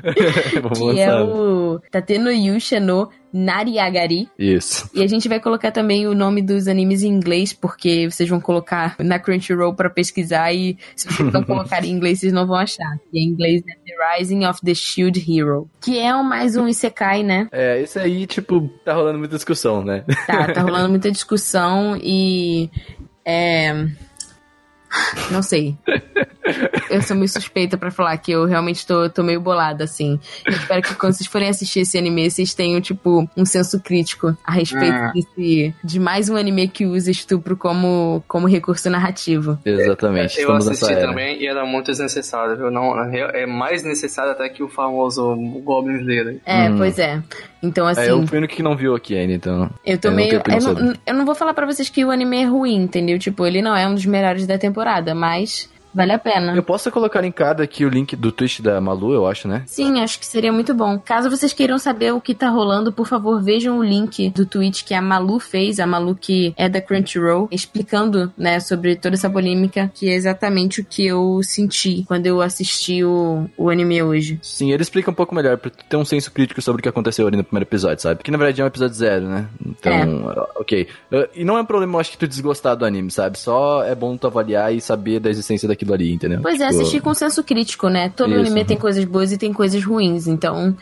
Speaker 2: Vamos
Speaker 4: Que é
Speaker 2: lançar.
Speaker 4: o Tateno Yusha no Nariagari.
Speaker 2: Isso.
Speaker 4: E a gente vai colocar também o nome dos animes em inglês, porque vocês vão colocar na Crunchyroll pra pesquisar e se vocês não colocarem em inglês, vocês não vão achar. E em inglês é The Rising of the Shield Hero, que é um- mais um Isekai, né?
Speaker 2: É, esse aí, tipo, tá rolando muita discussão, né?
Speaker 4: Tá, tá rolando muita discussão e. É. Não sei. Eu sou meio suspeita pra falar que eu realmente tô, tô meio bolada, assim. Eu espero que quando vocês forem assistir esse anime, vocês tenham, tipo, um senso crítico a respeito
Speaker 2: Ah.
Speaker 4: desse, de mais um anime que usa estupro como, como recurso narrativo.
Speaker 2: Exatamente.
Speaker 3: Eu
Speaker 2: estamos nessa
Speaker 3: assisti
Speaker 2: era.
Speaker 3: também e era muito desnecessário, viu? Não, na real, é mais necessário até que o famoso Goblin Slayer.
Speaker 4: É,
Speaker 2: Hum.
Speaker 4: pois é. Então, assim.
Speaker 2: É, eu fui o único que não viu aqui ainda, então.
Speaker 4: Eu tô
Speaker 2: Eu não
Speaker 4: meio.
Speaker 2: tenho opinião
Speaker 4: eu, não,
Speaker 2: sobre.
Speaker 4: eu não vou falar pra vocês que o anime é ruim, entendeu? Tipo, ele não é um dos melhores da temporada, mas vale a pena.
Speaker 2: Eu posso colocar linkado aqui o link do Twitch da Malu, eu acho, né?
Speaker 4: Sim, acho que seria muito bom. Caso vocês queiram saber o que tá rolando, por favor, vejam o link do tweet que a Malu fez, a Malu que é da Crunchyroll, explicando, né, sobre toda essa polêmica, que é exatamente o que eu senti quando eu assisti o, o anime hoje.
Speaker 2: Sim, ele explica um pouco melhor, pra tu ter um senso crítico sobre o que aconteceu ali no primeiro episódio, sabe? Que na verdade é um episódio zero, né? Então,
Speaker 4: É.
Speaker 2: ok. Uh, E não é um problema, eu acho que tu desgostar do anime, sabe? Só é bom tu avaliar e saber da existência daquilo ali, entendeu?
Speaker 4: Pois é,
Speaker 2: Tipo,
Speaker 4: assistir com senso crítico, né? Todo
Speaker 2: Isso,
Speaker 4: anime
Speaker 2: uhum.
Speaker 4: tem coisas boas e tem coisas ruins, então,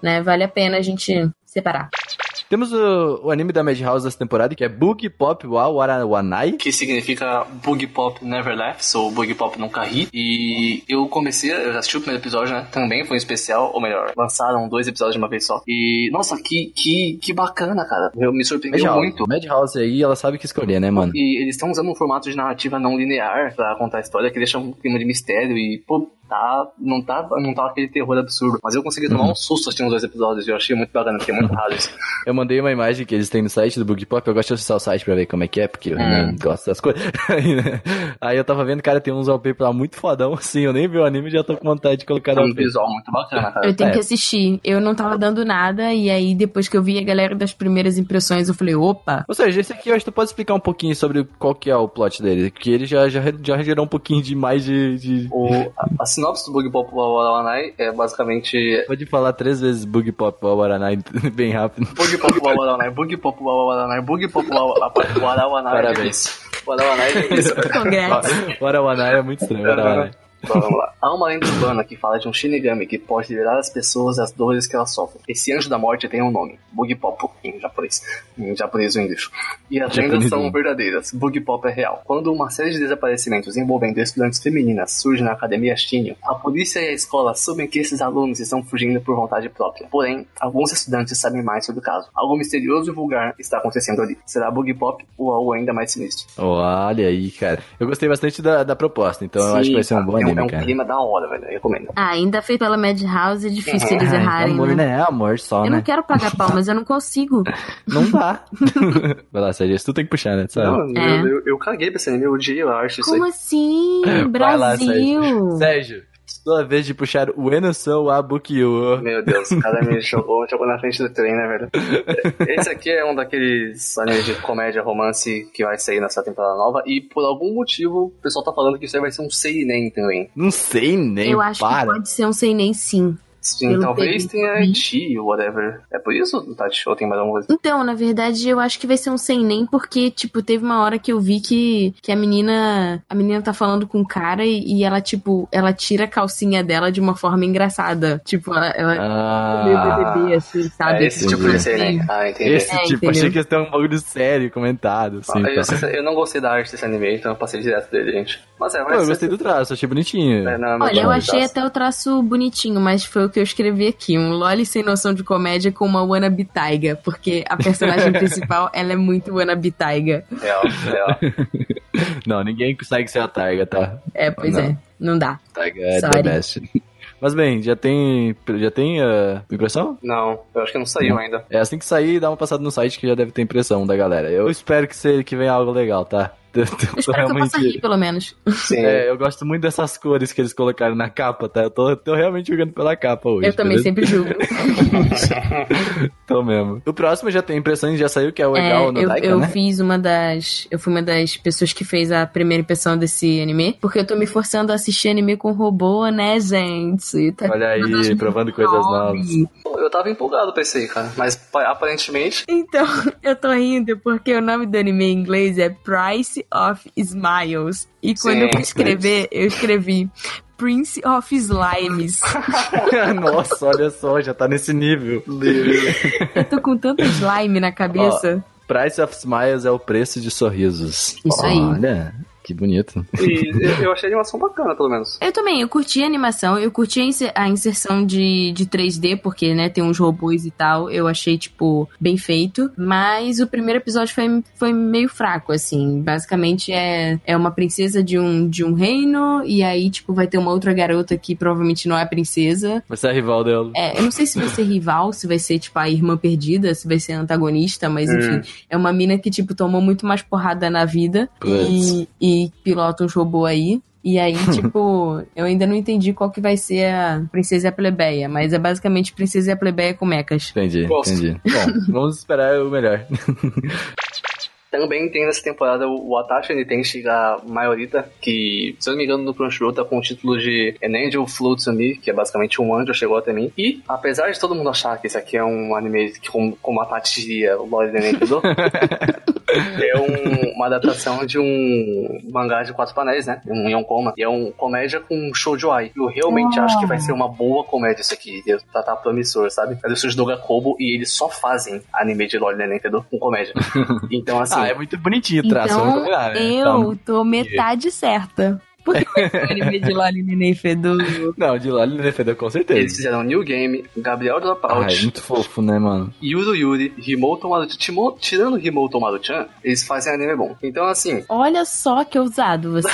Speaker 4: né, vale a pena a gente separar.
Speaker 2: Temos o, o anime da Madhouse dessa temporada, que é Boogie Pop Wa Warawanai.
Speaker 3: Que significa Bug Pop Never Laughs, ou Bug Pop Nunca Ri. E eu comecei, eu assisti o primeiro episódio, né? Também foi um especial, ou melhor, lançaram dois episódios de uma vez só. E, nossa, que, que, que bacana, cara. Eu me surpreendeu
Speaker 2: Madhouse.
Speaker 3: muito.
Speaker 2: Madhouse aí, ela sabe o que escolher, né, mano?
Speaker 3: E eles estão usando um formato de narrativa não linear pra contar a história, que deixa um clima de mistério e, pô, tá, não tá, não tá aquele terror absurdo. Mas eu consegui tomar um susto assistindo os dois episódios, e eu achei muito bacana, porque é muito raro isso.
Speaker 2: Eu mandei uma imagem que eles têm no site do Bug Pop. Eu gosto de acessar o site pra ver como é que é, porque eu não gosto das coisas. Aí, né, aí eu tava vendo, cara, tem uns wallpaper lá muito fodão, assim. Eu nem vi o anime e já tô com vontade de colocar
Speaker 3: É
Speaker 2: no
Speaker 3: um
Speaker 2: wallpaper.
Speaker 3: visual muito bacana, cara.
Speaker 4: Eu tenho
Speaker 2: É.
Speaker 4: que assistir. Eu não tava dando nada, e aí depois que eu vi a galera das primeiras impressões, eu falei, opa,
Speaker 2: Ou seja, esse aqui eu acho que tu pode explicar um pouquinho sobre qual que é o plot dele. Que ele já, já, já gerou um pouquinho de mais de. de-
Speaker 3: O, a, a sinopse do Bug Pop Wawaranai é basicamente.
Speaker 2: Pode falar três vezes Bug Pop Waraná bem rápido.
Speaker 3: Bug Pop Wawaranai, Bug Pop Wawaranai, Bug Pop Wawaranai.
Speaker 2: Parabéns.
Speaker 3: Wawaranai é isso.
Speaker 4: congrats.
Speaker 2: Waraná é muito estranho. Waraná.
Speaker 3: Bom, Então, vamos lá. Há uma lenda urbana que fala de um Shinigami que pode liberar as pessoas das dores que elas sofrem. Esse anjo da morte tem um nome, Bugpop, em japonês. Em japonês ou inglês. E as lendas
Speaker 2: Japonês.
Speaker 3: são verdadeiras. Bugpop é real. Quando uma série de desaparecimentos envolvendo estudantes femininas surge na academia Shinio, a polícia e a escola sabem que esses alunos estão fugindo por vontade própria. Porém, alguns estudantes sabem mais sobre o caso. Algo misterioso e vulgar está acontecendo ali. Será Bugpop ou algo ainda mais sinistro?
Speaker 2: Olha aí, cara. Eu gostei bastante da, da proposta, então eu
Speaker 3: Sim,
Speaker 2: acho que vai ser um
Speaker 3: cara,
Speaker 2: bom
Speaker 3: é
Speaker 2: anime,
Speaker 3: É um
Speaker 2: cara.
Speaker 3: clima da hora, velho. Eu recomendo.
Speaker 4: Ah, ainda feito pela Madhouse, é difícil eles
Speaker 2: Ah,
Speaker 4: errarem,
Speaker 2: amor,
Speaker 4: né?
Speaker 2: né? É amor só,
Speaker 4: Eu
Speaker 2: né?
Speaker 4: não quero pagar pau, mas eu não consigo.
Speaker 2: Não dá. Vai lá, Sérgio, tu tem que puxar, né? Sabe?
Speaker 3: Não,
Speaker 4: É.
Speaker 3: eu, eu, eu caguei pra esse anime, eu odiei a arte. Isso aí.
Speaker 4: Como assim?
Speaker 2: Vai lá,
Speaker 4: Brasil!
Speaker 2: Sérgio, sua vez de puxar o Enoson Abukio.
Speaker 3: Meu Deus, o cara me jogou, jogou na frente do trem, né, velho? Esse aqui é um daqueles animes de comédia, romance que vai sair nessa temporada nova. E por algum motivo, o pessoal tá falando que isso aí vai ser um seinen também.
Speaker 2: Não sei nem,
Speaker 4: eu acho
Speaker 2: para.
Speaker 4: que pode ser um sem nem sim.
Speaker 3: Sim,
Speaker 4: Pelo
Speaker 3: talvez
Speaker 4: período,
Speaker 3: tenha
Speaker 4: né?
Speaker 3: Chi, whatever. É por isso, Tati? Ou tem mais alguma coisa?
Speaker 4: Então, na verdade, eu acho que vai ser um sem nem, porque, tipo, teve uma hora que eu vi que, que a menina. A menina tá falando com o cara e, e ela, tipo, ela tira a calcinha dela de uma forma engraçada. Tipo, ela. ela
Speaker 2: Ah,
Speaker 4: Meio bebê, assim, sabe?
Speaker 3: é esse tipo de
Speaker 2: entendi.
Speaker 3: seinen. Ah, entendi.
Speaker 2: esse
Speaker 4: É,
Speaker 2: tipo,
Speaker 4: entendeu?
Speaker 2: achei que ia ter um bagulho sério comentado.
Speaker 3: Ah,
Speaker 2: Assim,
Speaker 3: eu,
Speaker 2: tá.
Speaker 3: eu não gostei da arte desse anime, então eu passei direto dele, gente. Mas é,
Speaker 2: Pô,
Speaker 3: vai
Speaker 2: eu
Speaker 3: ser-
Speaker 2: gostei do traço, achei bonitinho.
Speaker 3: É, não, é meu
Speaker 4: Olha, eu
Speaker 3: tipo de
Speaker 4: achei
Speaker 3: traço.
Speaker 4: até o traço bonitinho, mas foi o que eu escrevi aqui. Um loli sem noção de comédia com uma wannabe taiga. Porque a personagem principal, ela é muito wannabe taiga.
Speaker 3: Real, real.
Speaker 2: Não, ninguém consegue ser a Taiga, tá?
Speaker 4: É, pois
Speaker 2: Não.
Speaker 4: é. Não dá.
Speaker 2: Taiga é the
Speaker 4: Sorry.
Speaker 2: best. Mas bem, já tem. Já tem ah, impressão?
Speaker 3: Não, eu acho que não saiu ainda.
Speaker 2: É assim que sair, dá uma passada no site que já deve ter impressão da galera. Eu espero que, se, que venha algo legal, tá? Eu tô-
Speaker 4: Eu
Speaker 2: tô
Speaker 4: espero que eu possa rir,
Speaker 2: realmente.
Speaker 4: pelo menos.
Speaker 3: Sim.
Speaker 2: É, eu gosto muito dessas cores que eles colocaram na capa, tá? Eu tô, tô realmente jogando pela capa hoje.
Speaker 4: Eu também
Speaker 2: beleza?
Speaker 4: sempre julgo.
Speaker 2: Tô mesmo. O próximo já tem impressões, já saiu, que é o
Speaker 4: É,
Speaker 2: legal no
Speaker 4: eu,
Speaker 2: Daika,
Speaker 4: eu
Speaker 2: né?
Speaker 4: fiz uma das. Eu fui uma das pessoas que fez a primeira impressão desse anime. Porque eu tô me forçando a assistir anime com robô, né, gente? Tá
Speaker 2: Olha aí,
Speaker 4: tudo acho
Speaker 2: provando
Speaker 4: muito
Speaker 2: coisas
Speaker 4: nobre.
Speaker 2: novas.
Speaker 3: Pô, Eu tava empolgado pra isso aí, cara. Mas pa- aparentemente.
Speaker 4: Então, eu tô rindo porque o nome do anime em inglês é Price of Smiles. E quando eu fui
Speaker 3: Sim.
Speaker 4: escrever, eu escrevi Prince of Slimes.
Speaker 2: Nossa, olha só, já tá nesse nível.
Speaker 4: Eu tô com tanto slime na cabeça.
Speaker 2: Price of Smiles é o preço de sorrisos.
Speaker 4: Isso aí.
Speaker 2: Olha, que bonito.
Speaker 3: E eu- eu achei a animação bacana, pelo menos.
Speaker 4: Eu também, eu curti a animação, eu curti a inser- a inserção de, de 3D, porque, né, tem uns robôs e tal, eu achei, tipo, bem feito, mas o primeiro episódio foi, foi meio fraco, assim, basicamente é, é uma princesa de um, de um reino, e aí, tipo, vai ter uma outra garota que provavelmente não é princesa,
Speaker 2: Vai ser a rival dela.
Speaker 4: é, eu não sei se vai ser rival, se vai ser, tipo, a irmã perdida, se vai ser antagonista, mas enfim, é uma mina que, tipo, tomou muito mais porrada na vida e,
Speaker 2: Putz.
Speaker 4: e pilota uns robô aí. E aí, tipo, eu ainda não entendi qual que vai ser a Princesa e a Plebeia, mas é basicamente Princesa e a Plebeia com mecas.
Speaker 2: Entendi,
Speaker 3: Gosto.
Speaker 2: entendi. Bom, vamos esperar o melhor.
Speaker 3: Também tem nessa temporada o o Atashi Nitenshi da Maiorita, que, se eu não me engano, no Crunchyroll tá com o título de An Angel Flew to Me, que é basicamente um anjo chegou até mim. E, apesar de todo mundo achar que esse aqui é um anime que, como, como a Tati diria, o Lord Nenendo, é um- uma adaptação de um mangá de quatro panéis, né? Um Yonkoma. E é um comédia com shoujo ai. Eu realmente acho que vai ser uma boa comédia isso aqui. Eu- Tá, tá promissor, sabe? É do estúdio Doga Kobo e eles só fazem anime de Lord Nenendo com comédia. Então, assim...
Speaker 2: Ah, é muito bonitinho o traço, vamos
Speaker 4: Então,
Speaker 2: combinar, né? Tá-
Speaker 4: eu tô metade certa. Por que vai ser o anime de Loli Neném Fedor?
Speaker 2: Não, de lá ele defendeu com certeza.
Speaker 3: Eles fizeram New Game, Gabriel
Speaker 2: Ah, é
Speaker 3: Dropout,
Speaker 2: muito fofo, né, mano?
Speaker 3: Yuro Yuri, Himoto Maruchan. Timo- Tirando Himoto Maruchan, eles fazem anime bom. Então, assim,
Speaker 4: Olha só que ousado você.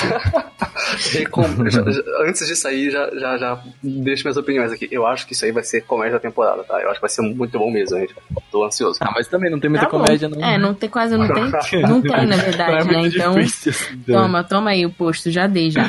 Speaker 3: recom- já- já- antes de sair, já, já, já deixo minhas opiniões aqui. Eu acho que isso aí vai ser comédia da temporada, tá? Eu acho que vai ser muito bom mesmo, gente. Tô ansioso.
Speaker 2: Ah, mas também não tem muita
Speaker 4: Tá bom.
Speaker 2: comédia, não.
Speaker 4: É, não tem quase, não tem, não tem, na verdade,
Speaker 2: Não é
Speaker 4: né?
Speaker 2: muito
Speaker 4: Então,
Speaker 2: difícil, assim, também.
Speaker 4: Toma, toma aí o posto, já dei já.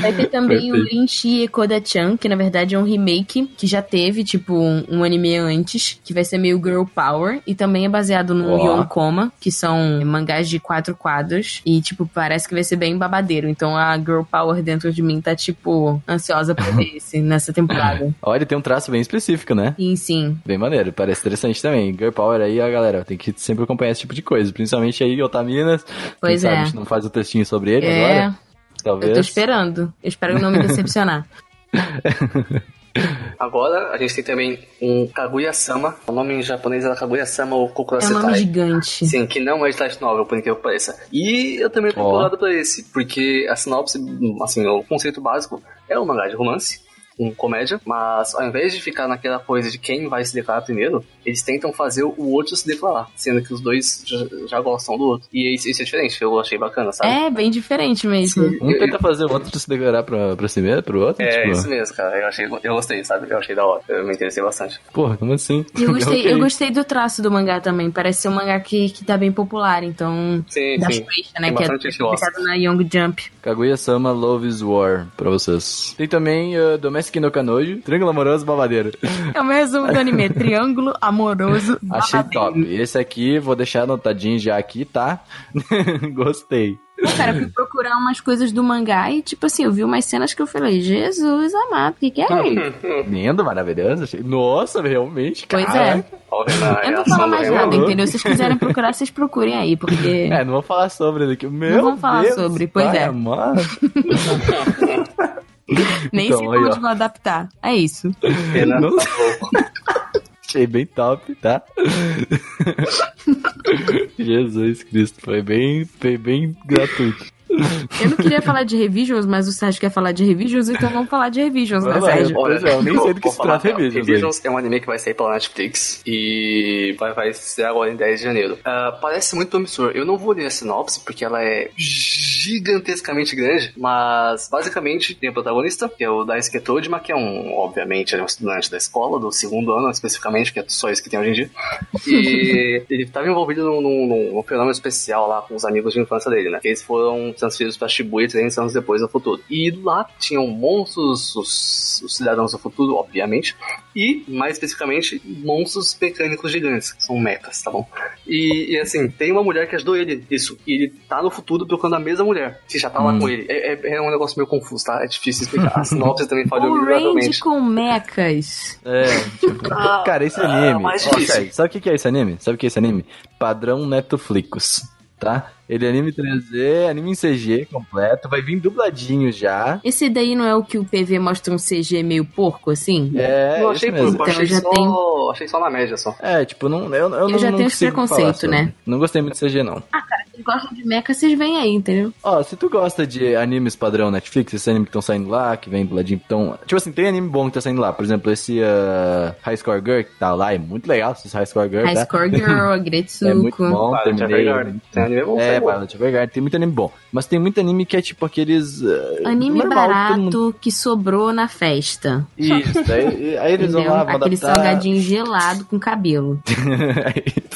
Speaker 4: Vai ter também o Rinchi Ekoda-chan, que na verdade é um remake que já teve, tipo, um, um anime antes, que vai ser meio Girl Power, e também é baseado no
Speaker 2: Ó.
Speaker 4: Yonkoma, que são mangás de quatro quadros, e, tipo, parece que vai ser bem babadeiro. Então a Girl Power dentro de mim tá, tipo, ansiosa pra ver esse nessa temporada.
Speaker 2: Olha, tem um traço bem específico, né?
Speaker 4: Sim, sim.
Speaker 2: Bem maneiro, parece interessante também. Girl Power aí, a galera tem que sempre acompanhar esse tipo de coisa. Principalmente aí, Otaminas.
Speaker 4: Pois
Speaker 2: Quem
Speaker 4: é.
Speaker 2: sabe a gente não faz o textinho sobre ele
Speaker 4: É,
Speaker 2: agora? Talvez.
Speaker 4: eu tô esperando. Eu espero não me decepcionar.
Speaker 3: Agora, a gente tem também um Kaguya-sama. O nome em japonês era Kaguya-sama ou
Speaker 4: É um
Speaker 3: Kokurasetai.
Speaker 2: tá
Speaker 4: nome gigante.
Speaker 3: Sim, que não é de light novel, por incrível que pareça. E eu também tô
Speaker 2: Ó.
Speaker 3: empolgado pra esse, porque a sinopse, assim, o conceito básico é um mangá de romance, um comédia, mas ao invés de ficar naquela coisa de quem vai se declarar primeiro, eles tentam fazer o outro se declarar, sendo que os dois já, já gostam do outro. E isso, isso é diferente, eu achei bacana, sabe?
Speaker 4: É, bem diferente mesmo.
Speaker 2: Um tenta fazer o outro se declarar pra, pra si mesmo, pro outro.
Speaker 3: É,
Speaker 2: tipo,
Speaker 3: isso mesmo, cara. Eu, achei, eu gostei, sabe? Eu achei da hora. Eu me interessei bastante.
Speaker 2: Porra, como assim?
Speaker 4: E Eu gostei,
Speaker 2: Ok.
Speaker 4: eu gostei do traço do mangá também. Parece ser um mangá que, que tá bem popular, então.
Speaker 3: Sim,
Speaker 4: Da
Speaker 3: sim.
Speaker 4: Shueisha, né?
Speaker 3: Tem
Speaker 4: Que é
Speaker 3: bastante gente que gosta.
Speaker 4: publicado na Young Jump.
Speaker 2: Kaguya-sama Love is War pra vocês. Tem também uh, Domestic no Kanojo, Triângulo Amoroso Babadeiro.
Speaker 4: É o meu resumo do anime: Triângulo Amoroso
Speaker 2: Achei
Speaker 4: Babadeiro.
Speaker 2: top. Esse aqui, vou deixar anotadinho já aqui, tá? gostei.
Speaker 4: Pô, cara, eu fui procurar umas coisas do mangá e, tipo assim, eu vi umas cenas que eu falei: Jesus amado, o que, que é isso?
Speaker 2: Lindo, maravilhoso. achei- Nossa, realmente,
Speaker 4: Pois
Speaker 2: cara.
Speaker 4: é.
Speaker 3: Olha na
Speaker 4: Eu não
Speaker 3: reação né,
Speaker 4: falo
Speaker 3: do é
Speaker 4: mais
Speaker 3: Renan.
Speaker 4: nada, entendeu? Se vocês quiserem procurar, vocês procurem aí, porque.
Speaker 2: É, não vou falar sobre ele aqui. Meu
Speaker 4: vamos falar
Speaker 2: Deus,
Speaker 4: sobre, pois
Speaker 2: pai
Speaker 4: é.
Speaker 2: amado.
Speaker 4: Nem
Speaker 2: então,
Speaker 4: sei
Speaker 2: aí,
Speaker 4: como
Speaker 2: ó.
Speaker 4: eles vão adaptar. É isso.
Speaker 3: Renan
Speaker 2: Não-
Speaker 3: tá louco.
Speaker 2: Achei bem top, tá? Jesus Cristo, foi bem, foi bem gratuito.
Speaker 4: Eu não queria falar de Revisions, mas o Sérgio quer falar de Revisions, então vamos falar de Revisions, né,
Speaker 2: Vamos lá,
Speaker 4: Sérgio?
Speaker 2: Pois é, eu nem sei do que
Speaker 3: vou
Speaker 2: se
Speaker 3: falar
Speaker 2: trata
Speaker 3: real.
Speaker 2: Revisions,
Speaker 3: Revisions é um anime que vai sair pela Netflix e vai, vai ser agora em 10 de janeiro. Ah, parece muito promissor. Eu não vou ler a sinopse porque ela é gigantescamente grande, mas basicamente tem o protagonista, que é o Daisuke Tojima, que é um, obviamente, ele é um estudante da escola, do segundo ano especificamente, que é só isso que tem hoje em dia. E ele estava envolvido num, num- num fenômeno especial lá com os amigos de infância dele, né? Que eles foram transferidos para Shibuya 300 anos depois no futuro. E lá tinham monstros, os, os cidadãos do futuro, obviamente, e, mais especificamente, monstros mecânicos gigantes, que são mechas, tá bom? E, e, assim, tem uma mulher que ajudou ele, isso. E ele tá no futuro procurando a mesma mulher, que já tá lá
Speaker 2: Hum.
Speaker 3: com ele. É, é- é um negócio meio confuso, tá? É difícil explicar. A sinopse também falhou
Speaker 4: O Randy
Speaker 3: miseravelmente.
Speaker 4: Um com Ah. mecas.
Speaker 2: É, tipo, cara, esse anime.
Speaker 3: Ah, mais
Speaker 2: Ó,
Speaker 3: difícil.
Speaker 2: cara, sabe o que que é esse anime? Sabe o que é esse anime? Padrão Netflix, tá? Ele é anime 3D, anime em CG completo, vai vir dubladinho já.
Speaker 4: Esse daí não é o que o PV mostra um CG meio porco, assim?
Speaker 2: É, isso
Speaker 3: não achei
Speaker 2: mesmo.
Speaker 3: pouco, achei,
Speaker 4: Então, já
Speaker 3: só,
Speaker 4: tem-
Speaker 3: achei só na média só.
Speaker 2: É, tipo, não, eu, eu, não,
Speaker 4: já
Speaker 2: não
Speaker 4: tenho esse
Speaker 2: consigo falar
Speaker 4: preconceito,
Speaker 2: sobre.
Speaker 4: né?
Speaker 2: Não gostei muito de CG, não.
Speaker 4: Se gostam de meca, vocês vêm aí, entendeu?
Speaker 2: Ó, se tu gosta de animes padrão Netflix, esses animes que estão saindo lá, que vem do ladinho, então... Tipo assim, tem anime bom que tá saindo lá. Por exemplo, esse ah, High Score Girl que tá lá, é muito legal, esse High Score Girl,
Speaker 4: High
Speaker 2: tá?
Speaker 4: Score Girl, Agretsuko.
Speaker 2: É muito bom,
Speaker 3: Violet
Speaker 2: terminei.
Speaker 3: Evergarden. Tem anime bom,
Speaker 2: É,
Speaker 3: tem bom.
Speaker 2: Violet Evergarden, tem muito anime bom. Mas tem muito anime que é tipo aqueles... eh,
Speaker 4: Anime
Speaker 2: normal, todo mundo-
Speaker 4: barato que sobrou na festa.
Speaker 2: Isso, daí, aí eles vão
Speaker 4: Entendeu?
Speaker 2: lá, vão
Speaker 4: Aquele
Speaker 2: adaptar...
Speaker 4: salgadinho gelado com cabelo.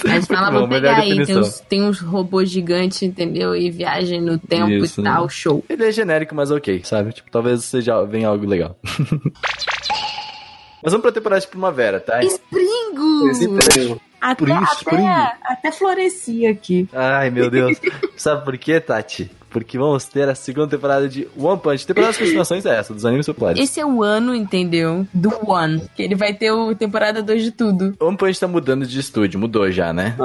Speaker 4: Mas fala, vou
Speaker 2: melhor
Speaker 4: pegar aí. Tem
Speaker 2: definição.
Speaker 4: uns, tem uns robôs gigantes, entendeu? E viagem no tempo
Speaker 2: Isso,
Speaker 4: e
Speaker 2: né?
Speaker 4: tal, show.
Speaker 2: Ele é genérico, mas ok, sabe? Tipo, talvez seja venha algo legal. mas vamos pra temporada de primavera, tá?
Speaker 3: Esse
Speaker 4: Espringo!
Speaker 3: emprego.
Speaker 4: Até,
Speaker 2: Por isso,
Speaker 4: até,
Speaker 2: Springo.
Speaker 4: até floresci aqui.
Speaker 2: Ai, meu Deus. Sabe por quê, Tati? Porque vamos ter a segunda temporada de One Punch. Temporada das continuações é essa, dos animes populares.
Speaker 4: Esse é o ano, entendeu? Do One. Que ele vai ter o temporada 2 de tudo.
Speaker 2: One Punch tá mudando de estúdio, mudou já, né?
Speaker 4: É.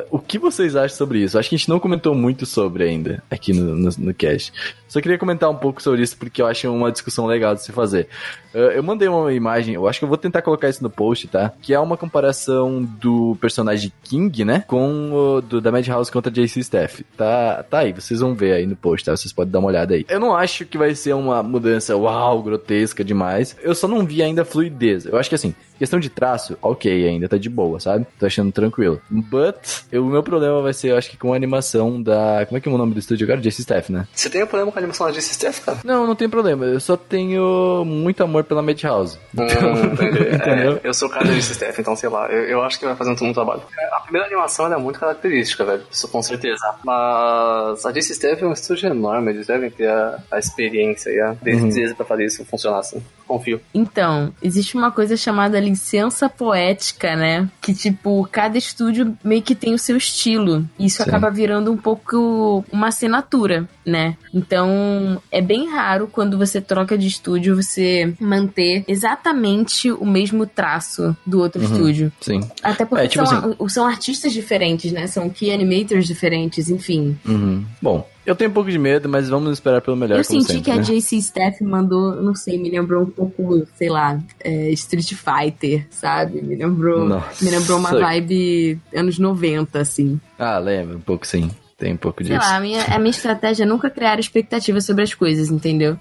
Speaker 2: Ah, o que vocês acham sobre isso? Acho que a gente não comentou muito sobre ainda aqui no, no, no cast. Só queria comentar um pouco sobre isso porque eu acho uma discussão legal de se fazer. Ah, eu mandei uma imagem, eu acho que eu vou tentar colocar isso no post, tá? Que é uma comparação do personagem King, né? Com o do, da Madhouse contra JC Staff. Tá, tá aí, vocês vão ver aí no post, tá? Vocês podem dar uma olhada aí. Eu não acho que vai ser uma mudança, uau, grotesca demais. Eu só não vi ainda a fluidez. Eu acho que assim, Questão de traço, ok, ainda tá de boa, sabe? Tô achando tranquilo. But, eu- o meu problema vai ser, eu acho que com a animação da. Como é que é o nome do estúdio agora? JC Staff, né?
Speaker 3: Você tem um problema com a animação da DC Staff, cara?
Speaker 2: Não, não tem problema. Eu só tenho muito amor pela Madhouse.
Speaker 3: Hum, entendi.
Speaker 2: Entendeu?
Speaker 3: É, eu sou o cara da DC Staff, então sei lá, eu, eu acho que vai fazer um bom trabalho. A primeira animação ela é muito característica, velho, isso com certeza. Mas a DC Staff é um estúdio enorme, eles devem ter a, a experiência e a destreza
Speaker 2: Uhum.
Speaker 3: pra fazer isso funcionar assim. Confio.
Speaker 4: Então, existe uma coisa chamada licença poética, né? Que, tipo, cada estúdio meio que tem o seu estilo. E isso
Speaker 2: Sim.
Speaker 4: acaba virando um pouco uma assinatura, né? Então, é bem raro quando você troca de estúdio você manter exatamente o mesmo traço do outro
Speaker 2: Uhum.
Speaker 4: estúdio.
Speaker 2: Sim.
Speaker 4: Até porque
Speaker 2: É, tipo
Speaker 4: são, a- são artistas diferentes, né? São key animators diferentes, enfim.
Speaker 2: Uhum. Bom, eu tenho um pouco de medo, mas vamos esperar pelo melhor.
Speaker 4: eu
Speaker 2: como
Speaker 4: senti
Speaker 2: sempre,
Speaker 4: que a
Speaker 2: né?
Speaker 4: JC Staff mandou, não sei, me lembrou um pouco, sei lá, é, Street Fighter, sabe? Me lembrou,
Speaker 2: Nossa.
Speaker 4: me lembrou uma vibe anos 90, assim.
Speaker 2: Ah, lembra um pouco sim. Tem um pouco
Speaker 4: Sei
Speaker 2: disso.
Speaker 4: lá, a minha, a minha estratégia é nunca criar expectativa sobre as coisas, entendeu?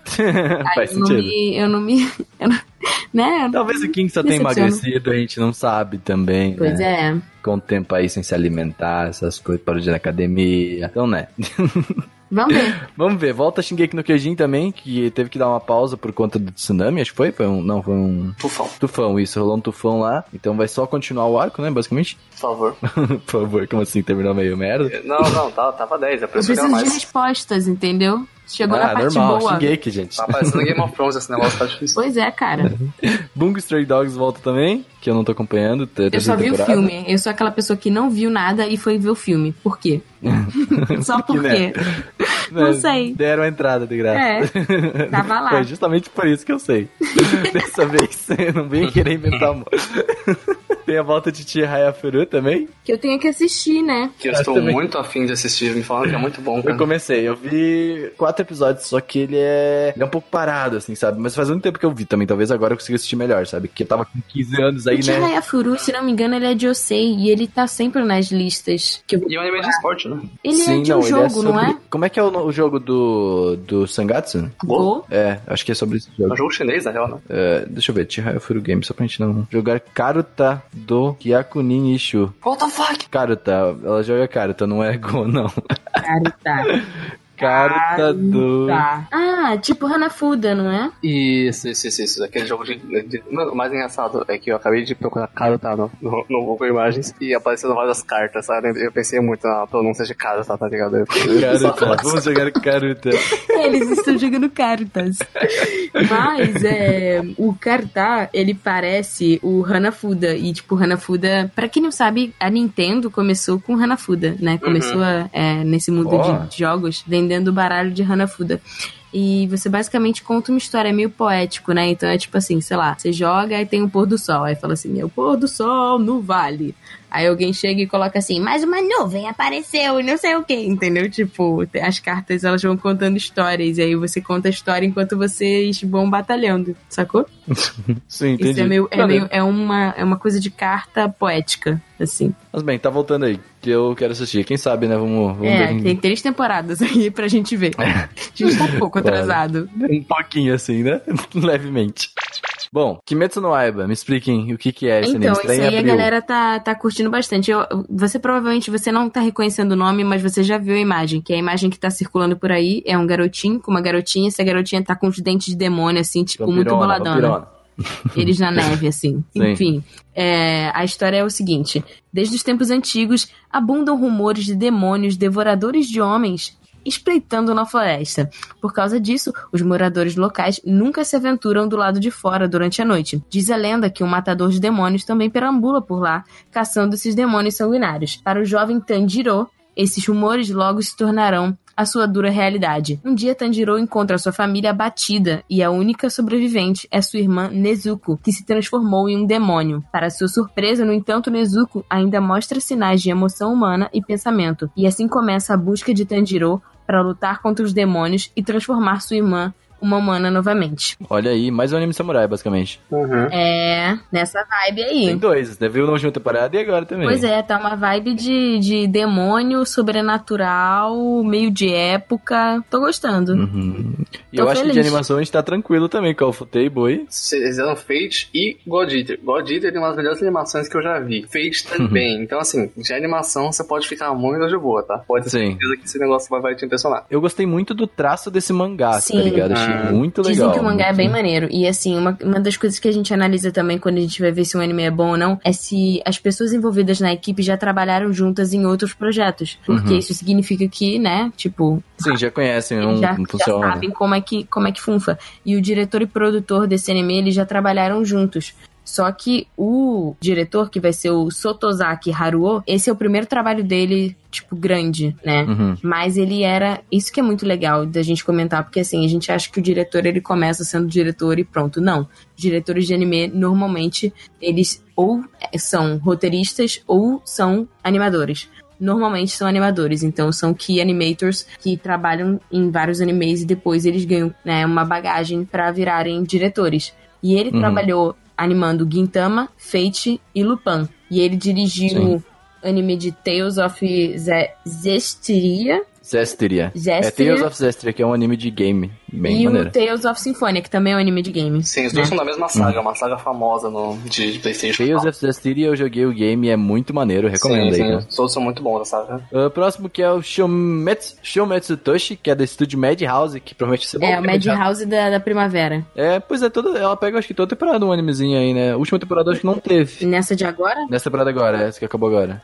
Speaker 2: Faz
Speaker 4: eu, não
Speaker 2: sentido.
Speaker 4: me, eu não me. Eu não, né?
Speaker 2: Talvez o King só tenha
Speaker 4: Decepciona.
Speaker 2: emagrecido, a gente não sabe também.
Speaker 4: Pois
Speaker 2: né?
Speaker 4: é.
Speaker 2: Com o tempo aí sem se alimentar, essas coisas, parou de ir na academia. Então, né?
Speaker 4: Vamos ver.
Speaker 2: Vamos ver, volta Shingeki no Kyojin também, que teve que dar uma pausa por conta do tsunami, acho que foi, foi um, não, foi um
Speaker 3: Tufão,
Speaker 2: tufão, isso, rolou um tufão lá, então vai só continuar o arco, né, basicamente?
Speaker 3: por favor.
Speaker 2: por favor, como assim, terminou meio merda?
Speaker 3: Não, não, tá- tava 10, é por
Speaker 4: Eu
Speaker 3: isso que era
Speaker 4: preciso de
Speaker 3: mais.
Speaker 4: respostas, entendeu? Chegou na
Speaker 2: ah,
Speaker 4: parte
Speaker 2: normal,
Speaker 4: boa.
Speaker 2: Shingeki, gente.
Speaker 3: Tá parecendo Game of Thrones esse negócio, tá difícil.
Speaker 4: Pois é, cara.
Speaker 2: Bungo Stray Dogs volta também, que eu não tô acompanhando, ter-
Speaker 4: Eu só
Speaker 2: terceira
Speaker 4: vi o
Speaker 2: temporada.
Speaker 4: filme. Eu sou aquela pessoa que não viu nada e foi ver o filme. Por quê? só por
Speaker 2: né?
Speaker 4: quê? Não sei.
Speaker 2: Deram a entrada de graça.
Speaker 4: É, tava lá.
Speaker 2: Foi justamente por isso que eu sei. Dessa vez, não venho querer inventar amor. Tem a volta de Tia Hayafuru também,
Speaker 4: Que eu tenho que assistir, né?
Speaker 3: Que eu
Speaker 2: Eu
Speaker 3: estou
Speaker 2: também.
Speaker 3: muito afim de assistir, me falando que é muito bom,
Speaker 4: Ah.
Speaker 2: Eu
Speaker 3: cara.
Speaker 2: comecei, eu vi quatro episódios, só que ele é. Ele é um pouco parado, assim, sabe? Mas faz muito tempo que eu vi também, talvez agora eu consiga assistir melhor, sabe? Porque eu tava com 15 anos aí,
Speaker 4: o Tihaya
Speaker 2: né?
Speaker 4: Furu, se não me engano, ele é de Osei e ele tá sempre nas listas. Que eu-
Speaker 3: E é um anime de esporte, né?
Speaker 4: Ele é de um
Speaker 2: ele
Speaker 4: jogo, não é?
Speaker 2: Como é que é o, no- o jogo do. do Sangatsu?
Speaker 4: Go.
Speaker 2: É, acho que é sobre esse
Speaker 3: É um
Speaker 2: jogo.
Speaker 3: jogo chinês, na real, né?
Speaker 2: É, deixa eu ver, Tihaya Furu Game, só pra gente não. Jogar Karuta do Kyakunin Ishu.
Speaker 3: What the fuck?
Speaker 2: Karuta, ela joga Karuta, não é Go, não.
Speaker 4: Cara, tá.
Speaker 2: Carutador.
Speaker 4: Tá. Ah, tipo Hanafuda, não é?
Speaker 3: Isso, isso, isso, isso. Aquele jogo de. de- Mano, o mais engraçado é que eu acabei de procurar tá? Karuta no, no, no Google Imagens e apareceram várias cartas, sabe? Eu pensei muito na pronúncia de Karuta, tá ligado? Eu-
Speaker 2: Caruta. Vamos jogar Caruta.
Speaker 4: Eles estão jogando cartas. Mas é, o Kartá, ele parece o Hanafuda. E, tipo, o Hanafuda, pra quem não sabe, a Nintendo começou com o Hanafuda, né? Começou a- é, nesse mundo
Speaker 2: Ó.
Speaker 4: de jogos vendendo baralho de Hanafuda. E você basicamente conta uma história é meio poético, né? Então é tipo assim, sei lá, você joga e tem um pôr do sol. Aí fala assim, é o pôr do sol no vale. Aí alguém chega e coloca assim, mais uma nuvem apareceu e não sei o que, entendeu? Tipo, te- as cartas elas vão contando histórias. E aí você conta a história enquanto vocês vão batalhando, sacou?
Speaker 2: Sim,
Speaker 4: Isso é
Speaker 2: entendi.
Speaker 4: meio. É,
Speaker 2: Valeu.
Speaker 4: meio- é uma, é uma coisa de carta poética, assim.
Speaker 2: Mas bem, tá voltando aí, que eu quero assistir. Quem sabe, né? Vamos, vamos
Speaker 4: é,
Speaker 2: ver. É.
Speaker 4: tem três temporadas aí pra gente ver. A gente tá um pouco
Speaker 2: Claro.
Speaker 4: atrasado.
Speaker 2: Um pouquinho assim, né? Levemente. Bom, Kimetsu no Aiba, me expliquem o que, que é esse
Speaker 4: Então,
Speaker 2: anime.
Speaker 4: isso
Speaker 2: Estreia em
Speaker 4: aí a
Speaker 2: abril.
Speaker 4: galera tá, tá curtindo bastante. Eu- você provavelmente você não tá reconhecendo o nome, mas você já viu a imagem, que é a imagem que tá circulando por aí. É um garotinho com uma garotinha. Essa garotinha tá com os dentes de demônio, assim, tipo, muito
Speaker 2: Vampirona,
Speaker 4: boladona.
Speaker 2: vampirona.
Speaker 4: Eles na neve, assim.
Speaker 2: Sim.
Speaker 4: Enfim, é, a história é o seguinte: desde os tempos antigos, abundam rumores de demônios devoradores de homens espreitando na floresta. Por causa disso, os moradores locais nunca se aventuram do lado de fora durante a noite. Diz a lenda que um matador de demônios também perambula por lá, caçando esses demônios sanguinários. Para o jovem Tanjiro, esses rumores logo se tornarão a sua dura realidade. Um dia, Tanjiro encontra sua família abatida e a única sobrevivente é sua irmã Nezuko, que se transformou em um demônio. Para sua surpresa, no entanto, Nezuko ainda mostra sinais de emoção humana e pensamento, e assim começa a busca de Tanjiro para lutar contra os demônios e transformar sua irmã uma humana novamente.
Speaker 2: Olha aí, mais um anime samurai, basicamente.
Speaker 4: É, nessa vibe aí.
Speaker 2: Tem dois, né? Viu na última temporada e agora também.
Speaker 4: Pois é, tá uma vibe de, de demônio, sobrenatural, meio de época. Tô gostando.
Speaker 2: Uhum. E
Speaker 4: Tô
Speaker 2: eu acho que de
Speaker 4: feliz.
Speaker 2: animação a gente tá tranquilo também, com o Futebol aí.
Speaker 3: Eles eram Fate e God Eater. God Eater é uma das melhores animações que eu já vi. Fate
Speaker 2: Uhum.
Speaker 3: também. Então, assim, de animação você pode ficar muito de boa, tá? Pode ter
Speaker 2: Sim.
Speaker 3: certeza que esse negócio vai, vai te impressionar.
Speaker 2: Eu gostei muito do traço desse mangá,
Speaker 4: Sim.
Speaker 2: tá ligado? Achei
Speaker 3: Ah.
Speaker 2: muito legal.
Speaker 4: Dizem que o mangá é
Speaker 2: muito-
Speaker 4: bem maneiro. E assim, uma, uma das coisas que a gente analisa também quando a gente vai ver se um anime é bom ou não é se as pessoas envolvidas na equipe já trabalharam juntas em outros projetos. Porque
Speaker 2: Uhum.
Speaker 4: isso significa que, né, tipo,
Speaker 2: Sim, já conhecem,
Speaker 4: eles
Speaker 2: não,
Speaker 4: já,
Speaker 2: não
Speaker 4: já
Speaker 2: funciona.
Speaker 4: sabem como é, que, como é que funfa. E o diretor e produtor desse anime, eles já trabalharam juntos. Só que o diretor, que vai ser o Sotozaki Haruo, esse é o primeiro trabalho dele, tipo, grande, né?
Speaker 2: Uhum.
Speaker 4: Mas ele era. Isso que é muito legal da gente comentar, porque assim, a gente acha que o diretor ele começa sendo diretor e pronto. Não. Diretores de anime, normalmente, eles ou eh, são roteiristas ou são animadores. Normalmente são animadores, então são key animators que trabalham em vários animes e depois eles ganham né, uma bagagem pra virarem diretores. E ele
Speaker 2: Uhum.
Speaker 4: trabalhou animando Gintama, Fate e Lupin. E ele dirigiu
Speaker 2: Sim.
Speaker 4: anime de Tales of Ze- Zestiria,
Speaker 2: Zestiria. É
Speaker 4: Zestiria
Speaker 2: Tales of Zestiria, que é um anime de game. Bem
Speaker 4: e
Speaker 2: maneiro.
Speaker 4: o Tales of Symphonia, que também é um anime de games.
Speaker 3: Sim, os dois são da
Speaker 2: Uhum.
Speaker 3: mesma saga, uma saga famosa no, de, de PlayStation.
Speaker 2: Tales of Zestiria, eu joguei o game, é muito maneiro, recomendo
Speaker 3: sim,
Speaker 2: aí.
Speaker 3: sim,
Speaker 2: né?
Speaker 3: Os outros são muito bons, sabe?
Speaker 2: Uh, próximo que é o Shometsu, Shometsu Toshi, que é do estúdio Madhouse, que promete ser bom.
Speaker 4: É, o
Speaker 2: porque
Speaker 4: Madhouse da, da primavera.
Speaker 2: É, pois é, toda, ela pega acho que toda temporada um animezinho aí, né? A última temporada acho que não teve.
Speaker 4: E nessa de agora?
Speaker 2: Nessa temporada agora, essa que acabou agora.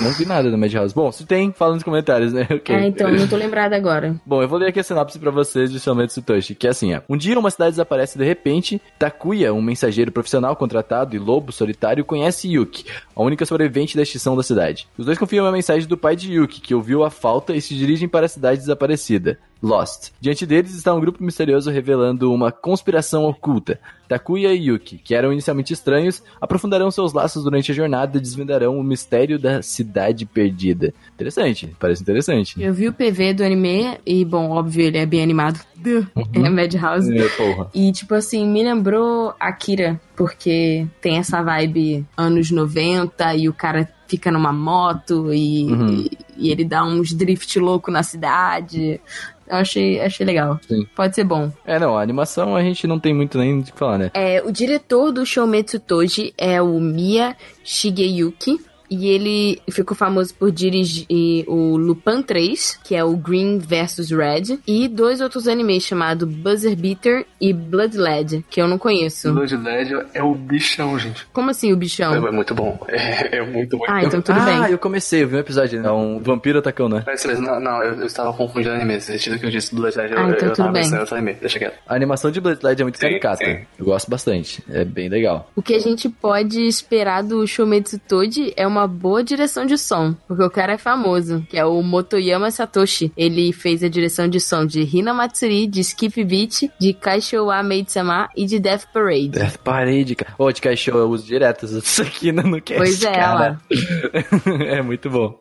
Speaker 2: Não vi nada do Madhouse. Bom, se tem, fala nos comentários, né? Ok.
Speaker 4: Ah, então, não tô lembrada agora.
Speaker 2: Bom, eu vou ler aqui a sinopse pra vocês de Shometsu Toshi, que é assim, ó. Um dia uma cidade desaparece de repente, Takuya, um mensageiro profissional contratado e lobo solitário, conhece Yuki, a única sobrevivente da extinção da cidade. Os dois confiam a mensagem do pai de Yuki, que ouviu a falta e se dirigem para a cidade desaparecida, Lost. Diante deles está um grupo misterioso revelando uma conspiração oculta. Takuya e Yuki, que eram inicialmente estranhos, aprofundarão seus laços durante a jornada e desvendarão o mistério da cidade perdida. Interessante, parece interessante.
Speaker 4: Eu vi o PV do anime, e bom, óbvio, ele é bem animado. Duh, É Madhouse.
Speaker 2: É, porra.
Speaker 4: E, tipo assim, me lembrou Akira, porque tem essa vibe anos 90 e o cara fica numa moto e,
Speaker 2: Uhum.
Speaker 4: e ele dá uns drift louco na cidade. Eu achei, achei legal.
Speaker 2: Sim.
Speaker 4: Pode ser bom.
Speaker 2: É, não, a animação a gente não tem muito nem o que falar, né?
Speaker 4: É, o diretor do Shoumetsu Toji é o Miya é Shigeyuki. E ele ficou famoso por dirigir o Lupin 3, que é o Green vs Red, e dois outros animes chamado Buzzer Beater e Blood Led, que eu não conheço.
Speaker 3: Blood Led é o bichão, gente.
Speaker 4: Como assim o bichão?
Speaker 3: É, é muito bom. É, é muito bom.
Speaker 4: Ah, então tudo
Speaker 2: ah,
Speaker 4: bem.
Speaker 2: eu comecei, eu vi um episódio. É um vampiro atacando, né?
Speaker 3: É isso mesmo. Não, não, eu, eu estava confundindo anime. Esse sentido que eu disse do Blood Led, eu,
Speaker 4: Ah, então
Speaker 3: eu
Speaker 4: tudo
Speaker 3: estava
Speaker 4: bem.
Speaker 3: pensando em outro anime. Deixa quieto.
Speaker 2: A animação de Blade Light é muito
Speaker 3: Sim,
Speaker 2: caricata.
Speaker 3: sim.
Speaker 2: Eu gosto bastante. É bem legal.
Speaker 4: O que a gente pode esperar do Shometsu Toji é uma boa direção de som, porque o cara é famoso, que é o Motoyama Satoshi. Ele fez a direção de som de Hina Matsuri, de Skip Beat, de Kaishowa Maid-sama e de Death Parade.
Speaker 2: Death Parade, É cara. Ô, de caixão eu uso direto isso aqui no, no cast,
Speaker 4: Pois é,
Speaker 2: cara. é muito bom.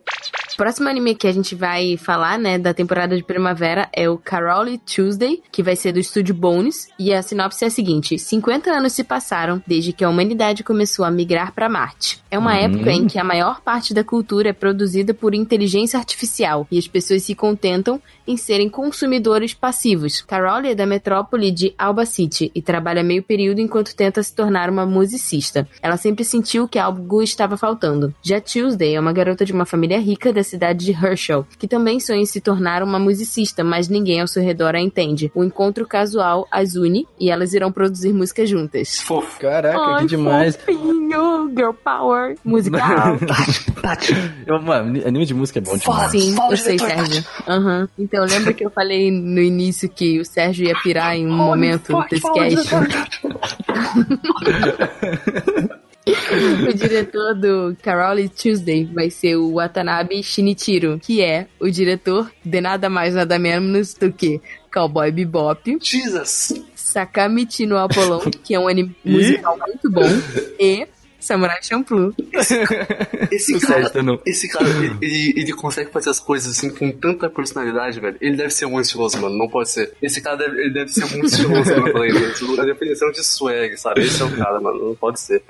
Speaker 4: Próximo anime que a gente vai falar, né, da temporada de primavera é o Caroli Tuesday, que vai ser do estúdio Bones, e a sinopse é a seguinte: 50 anos se passaram desde que a humanidade começou a migrar para Marte. É uma época em que a maior parte da cultura é produzida por inteligência artificial e as pessoas se contentam em serem consumidores passivos. Carole é da metrópole de Alba City e trabalha meio período enquanto tenta se tornar uma musicista. Ela sempre sentiu que algo estava faltando. Já Tuesday é uma garota de uma família rica da cidade de Herschel, que também sonha em se tornar uma musicista, mas ninguém ao seu redor a entende. O encontro casual as une e elas irão produzir música juntas.
Speaker 3: Fofo.
Speaker 2: Caraca, que demais.
Speaker 4: fofinho, girl power, musical.
Speaker 2: Eu, mano, anime de música é bom demais.
Speaker 4: Sim, eu sei, é Sérgio. Aham. Então, lembra que eu falei no início que o Sérgio ia pirar em um momento desse cast? o diretor do Carole Tuesday vai ser o Watanabe Shinichiro, que é o diretor de nada mais, nada menos do que Cowboy Bebop,
Speaker 3: Jesus.
Speaker 4: Sakamichi no Apollon, que é um anime musical muito bom, e Samurai Champloo.
Speaker 3: Esse cara,
Speaker 2: Sérgio tá no-
Speaker 3: esse cara ele, ele- ele consegue fazer as coisas assim com tanta personalidade, velho. Ele deve ser muito estiloso, mano. Não pode ser. Esse cara deve, ele deve ser muito um estiloso, mano. Eu falei, velho. A definição de swag, sabe? Esse é o cara, mano. Não pode ser.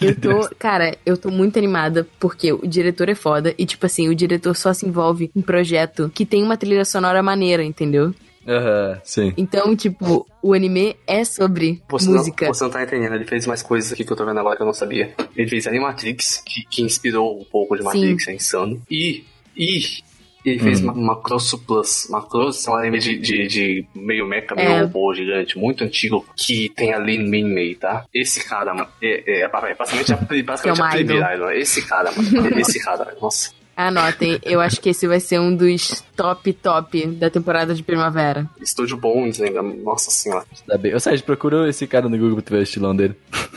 Speaker 4: Eu tô, cara, eu tô muito animada porque o diretor é foda e, tipo assim, o diretor só se envolve em projeto que tem uma trilha sonora maneira, entendeu?
Speaker 2: Aham, sim.
Speaker 4: Então, tipo, o anime é sobre
Speaker 3: Você
Speaker 4: música.
Speaker 3: Não, você não tá entendendo, ele fez mais coisas aqui que eu tô vendo agora que eu não sabia. Ele fez Animatrix, que, que inspirou um pouco de Matrix, é insano. E. E. Ele fez uma Macross Plus. Macross é um anime de, de, de meio mecha, meio
Speaker 4: É.
Speaker 3: robô gigante, muito antigo, que tem a Lin Min Mei, tá? Esse cara, mano, é, é, é basicamente a, pri- basicamente
Speaker 4: É um
Speaker 3: a
Speaker 4: idol.
Speaker 3: primeira idol. Esse cara, mano, é esse cara, nossa.
Speaker 4: Anotem, eu acho que esse vai ser um dos top, top da temporada de primavera.
Speaker 3: Estúdio Bones ainda, nossa senhora.
Speaker 2: Tá bem. Ô, Sérgio, procura esse cara no Google pra tu ver o estilão dele.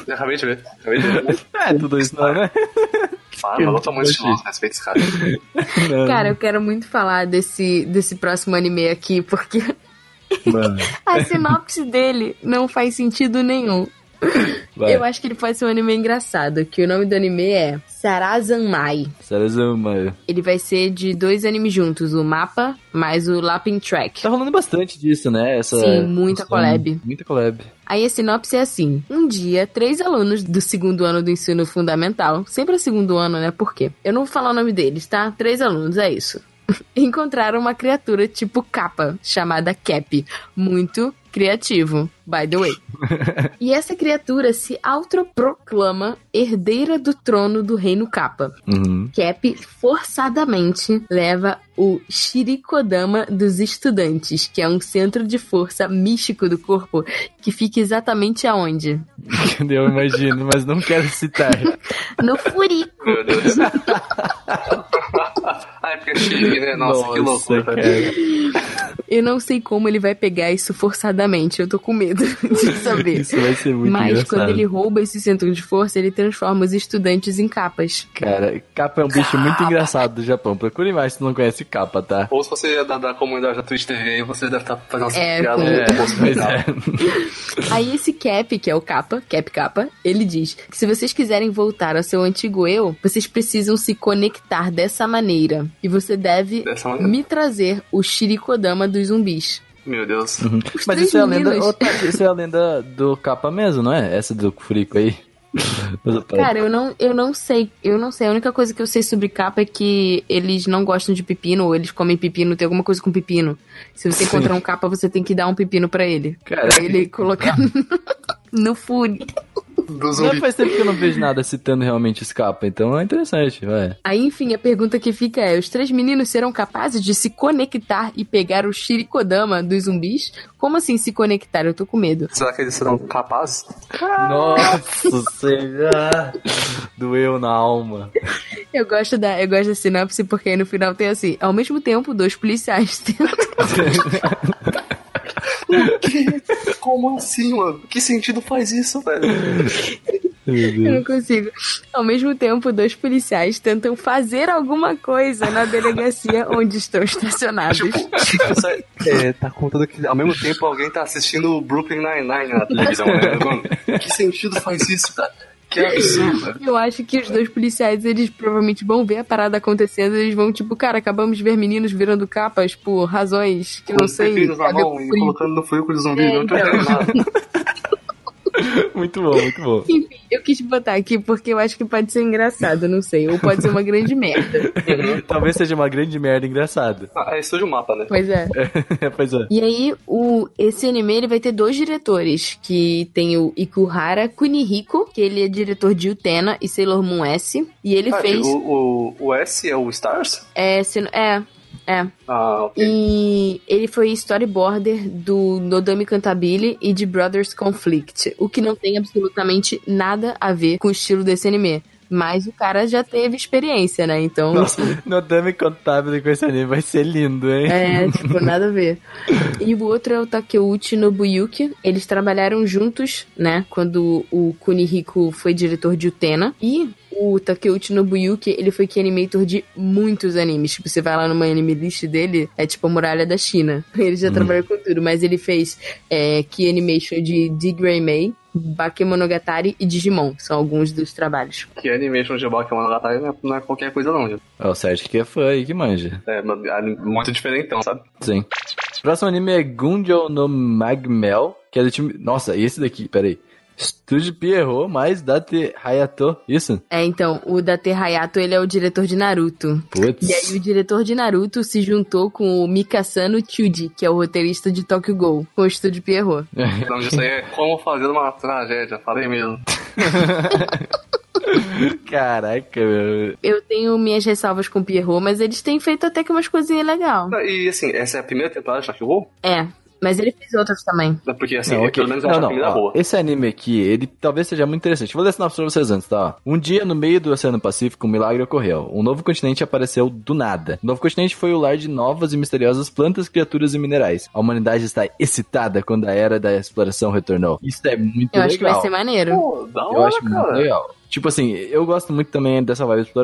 Speaker 3: Eu acabei de ver, acabei de ver.
Speaker 2: É, tudo isso não, né?
Speaker 3: Fala, eu não tô muito estiloso, respeito esse cara.
Speaker 2: Não,
Speaker 4: Cara, eu quero muito falar desse, desse próximo anime aqui, porque
Speaker 2: mano.
Speaker 4: a sinopse dele não faz sentido nenhum.
Speaker 2: Vai.
Speaker 4: Eu acho que ele pode ser um anime engraçado, que o nome do anime é Sarazanmai.
Speaker 2: Sério, mano.
Speaker 4: Ele vai ser de dois animes juntos, o Mapa mais o Lapping Track.
Speaker 2: Tá rolando bastante disso, né? Essa,
Speaker 4: Sim, muita
Speaker 2: essa-
Speaker 4: collab.
Speaker 2: Muita collab.
Speaker 4: Aí a sinopse é assim: um dia, três alunos do segundo ano do ensino fundamental, sempre é segundo ano, né? Por quê? Eu não vou falar o nome deles, tá? Três alunos, é isso. Encontraram uma criatura tipo capa, chamada Cap. Muito criativo, by the way. e essa criatura se autoproclama herdeira do trono do reino capa.
Speaker 2: Uhum.
Speaker 4: Cap forçadamente leva o Shirikodama dos estudantes, que é um centro de força místico do corpo que fica exatamente aonde?
Speaker 2: Eu imagino, mas não quero citar.
Speaker 4: No Furi.
Speaker 3: Meu Deus. Ai, porque eu cheguei, né? Nossa, que loucura.
Speaker 2: cara.
Speaker 4: Eu não sei como ele vai pegar isso forçadamente, eu tô com medo de saber.
Speaker 2: Isso vai ser muito
Speaker 4: Mas
Speaker 2: engraçado.
Speaker 4: quando ele rouba esse centro de força, ele transforma os estudantes em capas.
Speaker 2: Cara, capa é um bicho muito engraçado do Japão. Procure mais se tu não conhece capa, tá?
Speaker 3: Ou se você é da, da comunidade da Twitch TV, aí você deve estar fazendo umas
Speaker 4: É,
Speaker 3: piadas
Speaker 4: com-
Speaker 3: muito boas pra
Speaker 2: Pois
Speaker 3: cá.
Speaker 2: é.
Speaker 4: Aí esse Cap, que é o Capa, Cap Capa, ele diz que se vocês quiserem voltar ao seu antigo eu, vocês precisam se conectar dessa maneira. E você deve
Speaker 3: Dessa maneira.
Speaker 4: me trazer o Shirikodama dos zumbis.
Speaker 3: Meu Deus.
Speaker 4: Os
Speaker 2: Mas
Speaker 4: três
Speaker 2: isso é a lenda.
Speaker 4: meninos-
Speaker 2: Ô, Tati, isso é a lenda do capa mesmo, não é? Essa do Furico aí.
Speaker 4: Cara, eu não, eu não sei, eu não sei. A única coisa que eu sei sobre capa é que eles não gostam de pepino, ou eles comem pepino, tem alguma coisa com pepino. Se você encontrar um capa, você tem que dar um pepino pra ele.
Speaker 2: Caraca.
Speaker 4: Pra ele colocar no fone.
Speaker 3: do
Speaker 2: Não
Speaker 3: zumbi.
Speaker 2: faz tempo que eu não vejo nada citando realmente esse capa, então é interessante, vai.
Speaker 4: Aí, enfim, a pergunta que fica é: os três meninos serão capazes de se conectar e pegar o Shirikodama dos zumbis? Como assim se conectar? Eu tô com medo.
Speaker 3: Será que eles serão capazes?
Speaker 2: Nossa senhora! Doeu na alma.
Speaker 4: Eu gosto da, eu gosto da sinopse porque aí no final tem assim: ao mesmo tempo, dois policiais tentam.
Speaker 3: Como assim, mano? Que sentido faz isso, velho?
Speaker 4: Eu não consigo. Ao mesmo tempo, dois policiais tentam fazer alguma coisa na delegacia onde estão
Speaker 3: É,
Speaker 4: estacionados.
Speaker 3: tipo, Isso aí, é, tá contando que ao mesmo tempo alguém tá assistindo o Brooklyn Nine-Nine na televisão, né? Mano, que sentido faz isso, cara? Que absurdo, velho.
Speaker 4: Eu acho que os dois policiais, eles provavelmente vão ver a parada acontecendo. Eles vão, tipo, cara, acabamos de ver meninos virando capas por razões que não
Speaker 3: Com
Speaker 4: sei.
Speaker 3: pepinos na
Speaker 4: cadê o
Speaker 3: mão e
Speaker 4: frio? É, então.
Speaker 3: colocando no frio de zumbi, não tô entendendo nada.
Speaker 2: Muito bom, muito bom.
Speaker 4: Enfim, eu quis botar aqui porque eu acho que pode ser engraçado, não sei. Ou pode ser uma grande merda.
Speaker 2: Talvez seja uma grande merda engraçada.
Speaker 3: Ah, aí surge o mapa, né?
Speaker 4: Pois é.
Speaker 2: pois é.
Speaker 4: E aí, o, esse anime ele vai ter dois diretores, que tem o Ikuhara Kunihiko, que ele é diretor de Utena e Sailor Moon S, e ele
Speaker 3: Ah,
Speaker 4: fez...
Speaker 3: o, o, o S é o Stars?
Speaker 4: É, se- é, é.
Speaker 3: Ah, ok.
Speaker 4: E ele foi storyboarder do Nodami Cantabile e de Brothers Conflict, o que não tem absolutamente nada a ver com o estilo desse anime. Mas o cara já teve experiência, né? Então,
Speaker 2: No Dame Contábil com esse anime vai ser lindo, hein?
Speaker 4: É, tipo, nada a ver. E o outro é o Takeuchi Nobuyuki. Eles trabalharam juntos, né? Quando o Kunihiko foi diretor de Utena. E o Takeuchi Nobuyuki, ele foi que animator de muitos animes. Tipo, você vai lá numa anime list dele, é tipo a Muralha da China. Ele já trabalhou com tudo, mas ele fez é, Key Animation de D-Gray May, Bakemonogatari e Digimon. São alguns dos trabalhos.
Speaker 3: Que é animation de Bakken Monogatari não é- não é qualquer coisa, não, gente.
Speaker 2: É o Sérgio que é fã aí que manja.
Speaker 3: É mano, é muito diferentão, sabe?
Speaker 2: Sim. Próximo anime é Gunjo no Magmel, que é do time. Nossa, esse daqui, peraí. Studio Pierrot mais Date Hayato. Isso?
Speaker 4: É, então, o Date Hayato, ele é o diretor de Naruto. E aí
Speaker 2: Putz.
Speaker 4: o diretor de Naruto se juntou com o Mikasano Chuji, que é o roteirista de Tokyo Ghoul, com o estúdio Pierrot.
Speaker 3: O nome disso aí é Como Fazer uma Tragédia, falei mesmo.
Speaker 2: Caraca, meu.
Speaker 4: Eu tenho minhas ressalvas com o Pierrot, mas eles têm feito até que umas coisinhas É, legais.
Speaker 3: E assim, essa é a primeira temporada de É Shakiro? assim,
Speaker 2: tá? Um é Tipo assim, tá? Então, tipo assim, eh, um
Speaker 3: Tipo,
Speaker 2: é assim, tipo, assim, é Tipo, é,
Speaker 3: um é, Ah, então, um tá, assim.
Speaker 2: um assim, né?
Speaker 3: Ah, tá.
Speaker 2: tipo, ah,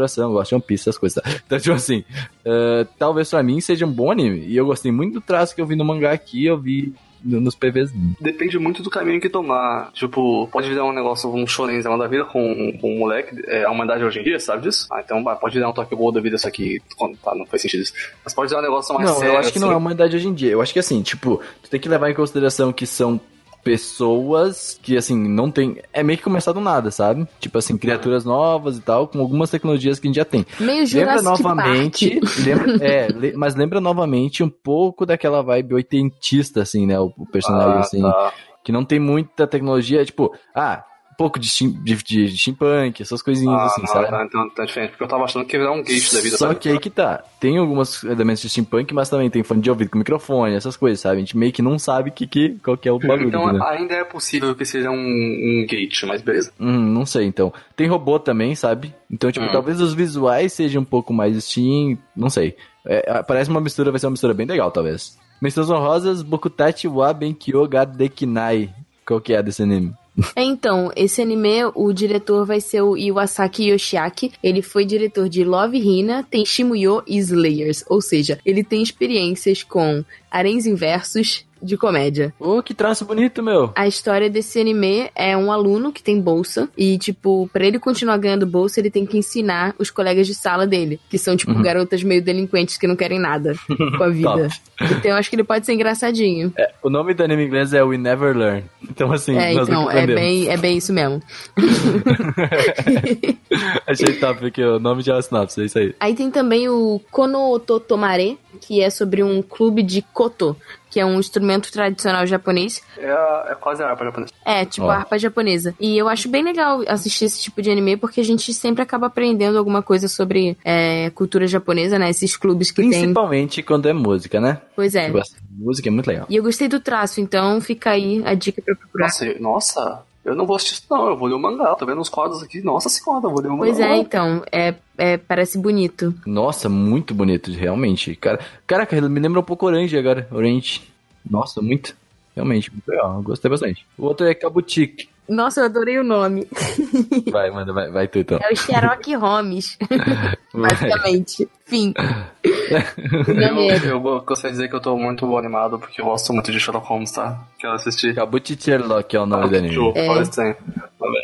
Speaker 2: um assim, tá. é né? Uhum, então. tipo, um É, é É, Então, assim, é é
Speaker 3: Ah, tá, então é um Então é um,
Speaker 4: É, então, é um tipo, tipo, Então, É, então, que é sobre um clube de koto, que é um instrumento tradicional japonês.
Speaker 3: É, é quase a harpa japonesa.
Speaker 4: É, tipo
Speaker 2: Ó.
Speaker 4: harpa japonesa. E eu acho bem legal assistir esse tipo de anime, porque a gente sempre acaba aprendendo alguma coisa sobre é, cultura japonesa, né? Esses clubes que tem.
Speaker 2: Principalmente quando é música, né?
Speaker 4: Pois é.
Speaker 2: Eu gosto de música, é muito legal.
Speaker 4: E eu gostei do traço, então fica aí a dica pra procurar.
Speaker 3: Nossa, eu- nossa, eu não vou assistir isso não, eu vou ler o mangá. Tô vendo os quadros aqui, nossa senhora, eu vou ler o mangá.
Speaker 4: Pois é, então. É, é, parece bonito.
Speaker 2: Nossa, muito bonito, realmente. Cara, caraca, me lembra um pouco Orange agora. Orange. Nossa, muito. Realmente, muito legal. eu Gostei bastante. O outro é Kabutique.
Speaker 4: Nossa, eu adorei o nome.
Speaker 2: Vai, manda, vai, vai tu então.
Speaker 4: É o Xerox Holmes,
Speaker 2: Vai.
Speaker 4: basicamente. Fim. O nome é-
Speaker 3: Eu, eu go- gostaria de dizer que eu tô muito animado porque eu gosto muito de Sherlock Holmes, tá? Quero assistir. Tipo,
Speaker 2: Kabuki Sherlock é o nome do anime.
Speaker 4: É.
Speaker 3: Paulistano.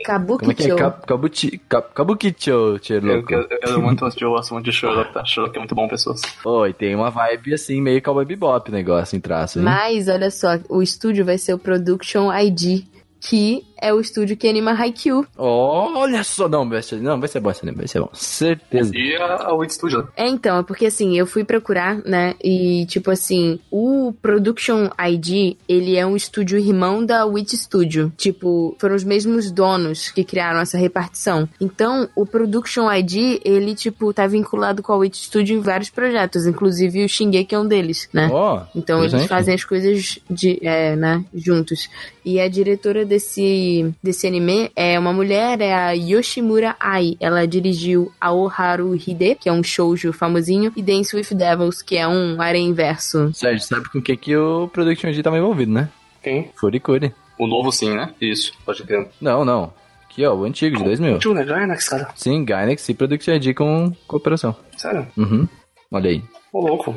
Speaker 4: Kabuki
Speaker 2: Como é que é?
Speaker 4: Joe.
Speaker 2: Kab- Kabuki Kab- Kabukicho
Speaker 3: Eu,
Speaker 2: Sherlock.
Speaker 3: quero- eu quero muito assistir, eu gosto muito de Sherlock, tá? Sherlock é muito bom, pessoas.
Speaker 2: Oi, tem uma vibe assim, meio cowboy bebop negócio em traço, hein?
Speaker 4: Mas, olha só, o estúdio vai ser o Production ID, que é o estúdio que anima Haikyuu.
Speaker 2: Olha só, não, vai ser, não, vai ser bom esse anime, vai ser bom. Certeza.
Speaker 3: E a, a Wit Studio.
Speaker 4: É, então, é porque assim, eu fui procurar, né? E, tipo assim, o Production ID, ele é um estúdio irmão da Witch Studio. Tipo, foram os mesmos donos que criaram essa repartição. Então, o Production ID, ele, tipo, tá vinculado com a Witch Studio em vários projetos, inclusive o Shingeki é um deles, né?
Speaker 2: Ó,
Speaker 4: Então eles
Speaker 2: interessante.
Speaker 4: fazem as coisas de, é, né, juntos. E a diretora desse, desse anime é uma mulher, é a Yoshimura Ai. Ela dirigiu Aoharu Hide, que é um shoujo famosinho, e Dance with Devils, que é um área inverso.
Speaker 2: Sérgio, sabe com o que, que o Production G tava envolvido, né?
Speaker 3: Quem?
Speaker 2: Furikuri.
Speaker 3: O novo sim, né? Isso, pode crer.
Speaker 2: Não, não. Aqui, ó, o antigo, de 2000.
Speaker 3: Tio, né? Gainax, cara.
Speaker 2: Sim, Gainax e Production ID com cooperação.
Speaker 3: Sério?
Speaker 2: Uhum. Olha aí.
Speaker 3: Ô, louco.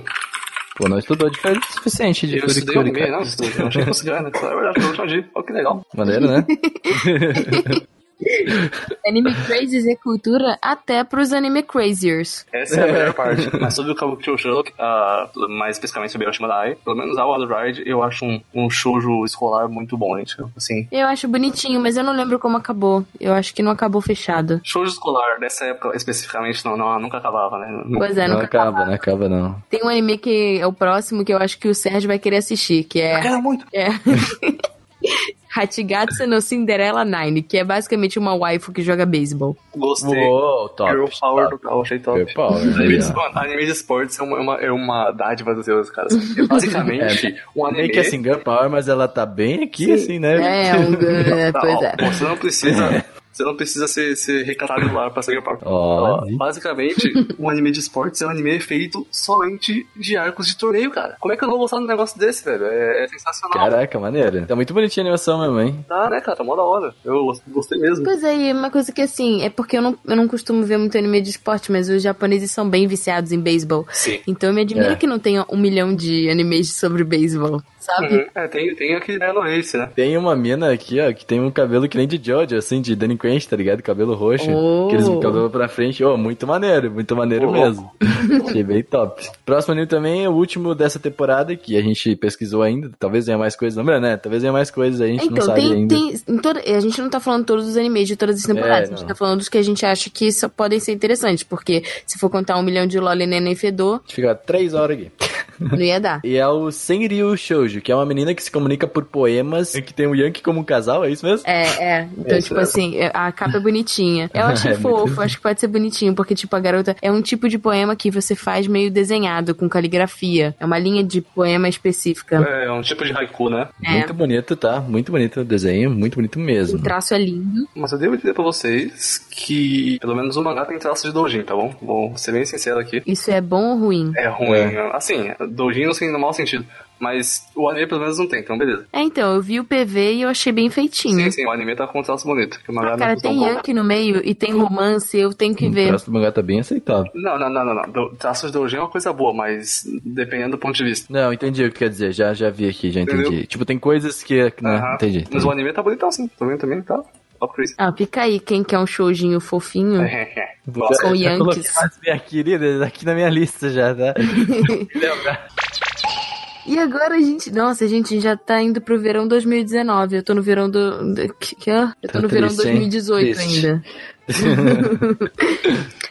Speaker 2: Pô, não estudou de férias o suficiente de
Speaker 3: Eu estudei
Speaker 2: Furikuri,
Speaker 3: anime,
Speaker 2: cara.
Speaker 3: né? Eu estudei- eu achei que fosse Gainax. É verdade, eu não entendi. Olha que legal.
Speaker 2: Maneiro, né?
Speaker 4: Anime Crazies é cultura até pros anime craziers.
Speaker 3: Essa é a melhor parte. Mas sobre o Kabukicho Sherlock, ah, mais especificamente sobre Yoshima Dai, pelo menos a Wild Ride, eu acho um, um shoujo escolar muito bom, gente. Assim,
Speaker 4: Eu acho bonitinho, mas eu não lembro como acabou. Eu acho que não acabou fechado.
Speaker 3: shoujo escolar, nessa época especificamente, não, não, nunca acabava, né?
Speaker 4: Pois é,
Speaker 2: não
Speaker 4: nunca
Speaker 2: acaba, não acaba, não.
Speaker 4: Tem um anime que é o próximo que eu acho que o Sérgio vai querer assistir, que é
Speaker 3: Era muito.
Speaker 4: É. Hatigatsu no Cinderella Nine, que é basicamente uma waifu que joga beisebol.
Speaker 3: Gostei.
Speaker 2: Uou, top.
Speaker 3: Girl Power
Speaker 2: top.
Speaker 3: total, achei top.
Speaker 2: Girl Power, né?
Speaker 3: Anime de esportes- Anime de esportes é uma, é uma, é uma dádiva dos deuses, cara. Porque, Basicamente, um anime...
Speaker 2: Meio que assim, Girl Power, mas ela tá bem aqui, assim, né?
Speaker 4: É, um... é,
Speaker 3: Tá,
Speaker 4: pois
Speaker 3: ó,
Speaker 4: é.
Speaker 3: Você não precisa... Você não precisa ser, ser recatado do lar pra ser Girl Power.
Speaker 2: Ó, aí.
Speaker 3: Então, basicamente, um anime de esportes é um anime feito somente de arcos de torneio, cara. Como é que eu não vou gostar de um negócio desse, velho? É, é sensacional.
Speaker 2: Caraca, maneiro. Tá muito bonitinha a animação mesmo, hein?
Speaker 3: Tá, né, cara? Tá mó da hora. Eu gostei mesmo.
Speaker 4: Pois é, e uma coisa que assim, é porque eu não, eu não costumo ver muito anime de esporte, mas os japoneses são bem viciados em beisebol.
Speaker 3: Sim.
Speaker 4: Então me admira
Speaker 2: É.
Speaker 4: que não tenha um milhão de animes sobre beisebol, sabe?
Speaker 3: Uhum. É, tem, tem aquele Nelo Ace, né?
Speaker 2: Tem uma mina aqui, ó, que tem um cabelo que nem de Jojo, assim, de delinquente, tá ligado? Cabelo roxo.
Speaker 4: Oh.
Speaker 2: Aqueles cabelo pra frente. Ô, muito maneiro, muito maneiro
Speaker 3: Oh.
Speaker 2: mesmo. Achei bem top. Próximo anime também é o último dessa temporada, que a gente pesquisou ainda. Talvez venha mais coisas, lembra, né? Talvez venha mais coisas, a gente não
Speaker 4: Então,
Speaker 2: sabe
Speaker 4: tem,
Speaker 2: ainda. É,
Speaker 4: tem em toda- a gente não tá falando todos os animes de todas as temporadas. a gente
Speaker 2: não.
Speaker 4: tá falando dos que a gente acha que só podem ser interessantes, porque se for contar um milhão de Loli Neném Fedor,
Speaker 2: A gente fica três horas aqui.
Speaker 4: não ia dar.
Speaker 2: E é o Senryu Shoujo, que é uma menina que se comunica por poemas e que tem o Yankee como um casal, é isso mesmo?
Speaker 4: É, é. Então,
Speaker 2: É,
Speaker 4: tipo
Speaker 2: certo.
Speaker 4: assim, é- a capa é bonitinha. Eu achei
Speaker 2: É,
Speaker 4: fofo,
Speaker 2: muito.
Speaker 4: acho que pode ser bonitinho, porque, tipo, a garota é um tipo de poema que você faz meio desenhado, com caligrafia. É uma linha de poema específica.
Speaker 3: É, é um tipo de haiku, né?
Speaker 4: É.
Speaker 2: Muito bonito, tá? Muito bonito o desenho, muito bonito
Speaker 4: O
Speaker 2: mesmo.
Speaker 4: traço é lindo.
Speaker 3: Mas eu devo dizer pra vocês que pelo menos o mangá tem traço de doujin, tá bom? Vou ser bem sincero aqui.
Speaker 4: Isso é bom ou ruim?
Speaker 3: É ruim, né? assim, doujin no, sen- no mau sentido. Mas o anime pelo menos não tem, então beleza.
Speaker 4: É, então, eu vi o PV e eu achei bem feitinho.
Speaker 3: Sim, sim, o anime tá com um traço bonito, que o mangá
Speaker 4: Ah,
Speaker 3: não
Speaker 4: cara,
Speaker 3: é tão
Speaker 4: tem
Speaker 3: bom.
Speaker 4: Yankee no meio e tem romance, eu tenho que
Speaker 2: O
Speaker 4: ver.
Speaker 2: traço do mangá tá bem aceitável.
Speaker 3: Não, não, não, não, não. Do- Traço de doujin é uma coisa boa, mas dependendo do ponto de vista.
Speaker 2: Não, entendi o que tu quer dizer, já, já vi aqui, já entendi.
Speaker 3: Entendeu?
Speaker 2: Tipo, tem coisas que. Né?
Speaker 3: Aham.
Speaker 2: Entendi.
Speaker 3: Mas
Speaker 2: entendi.
Speaker 3: o anime tá bonitão sim, tô vendo também, tá? Ó, Chris.
Speaker 4: Ah, fica aí, quem quer um showzinho fofinho?
Speaker 3: É, Nossa,
Speaker 4: Com
Speaker 2: Já- já
Speaker 4: Yankees.
Speaker 2: coloquei mais minha querida aqui na minha lista já, tá?
Speaker 4: E agora a gente. Nossa, gente, a gente já tá indo pro verão 2019. Eu tô no verão do. do- que- que- Eu tô
Speaker 2: Tá
Speaker 4: no verão
Speaker 2: triste, hein?
Speaker 4: 2018
Speaker 2: Triste.
Speaker 4: ainda.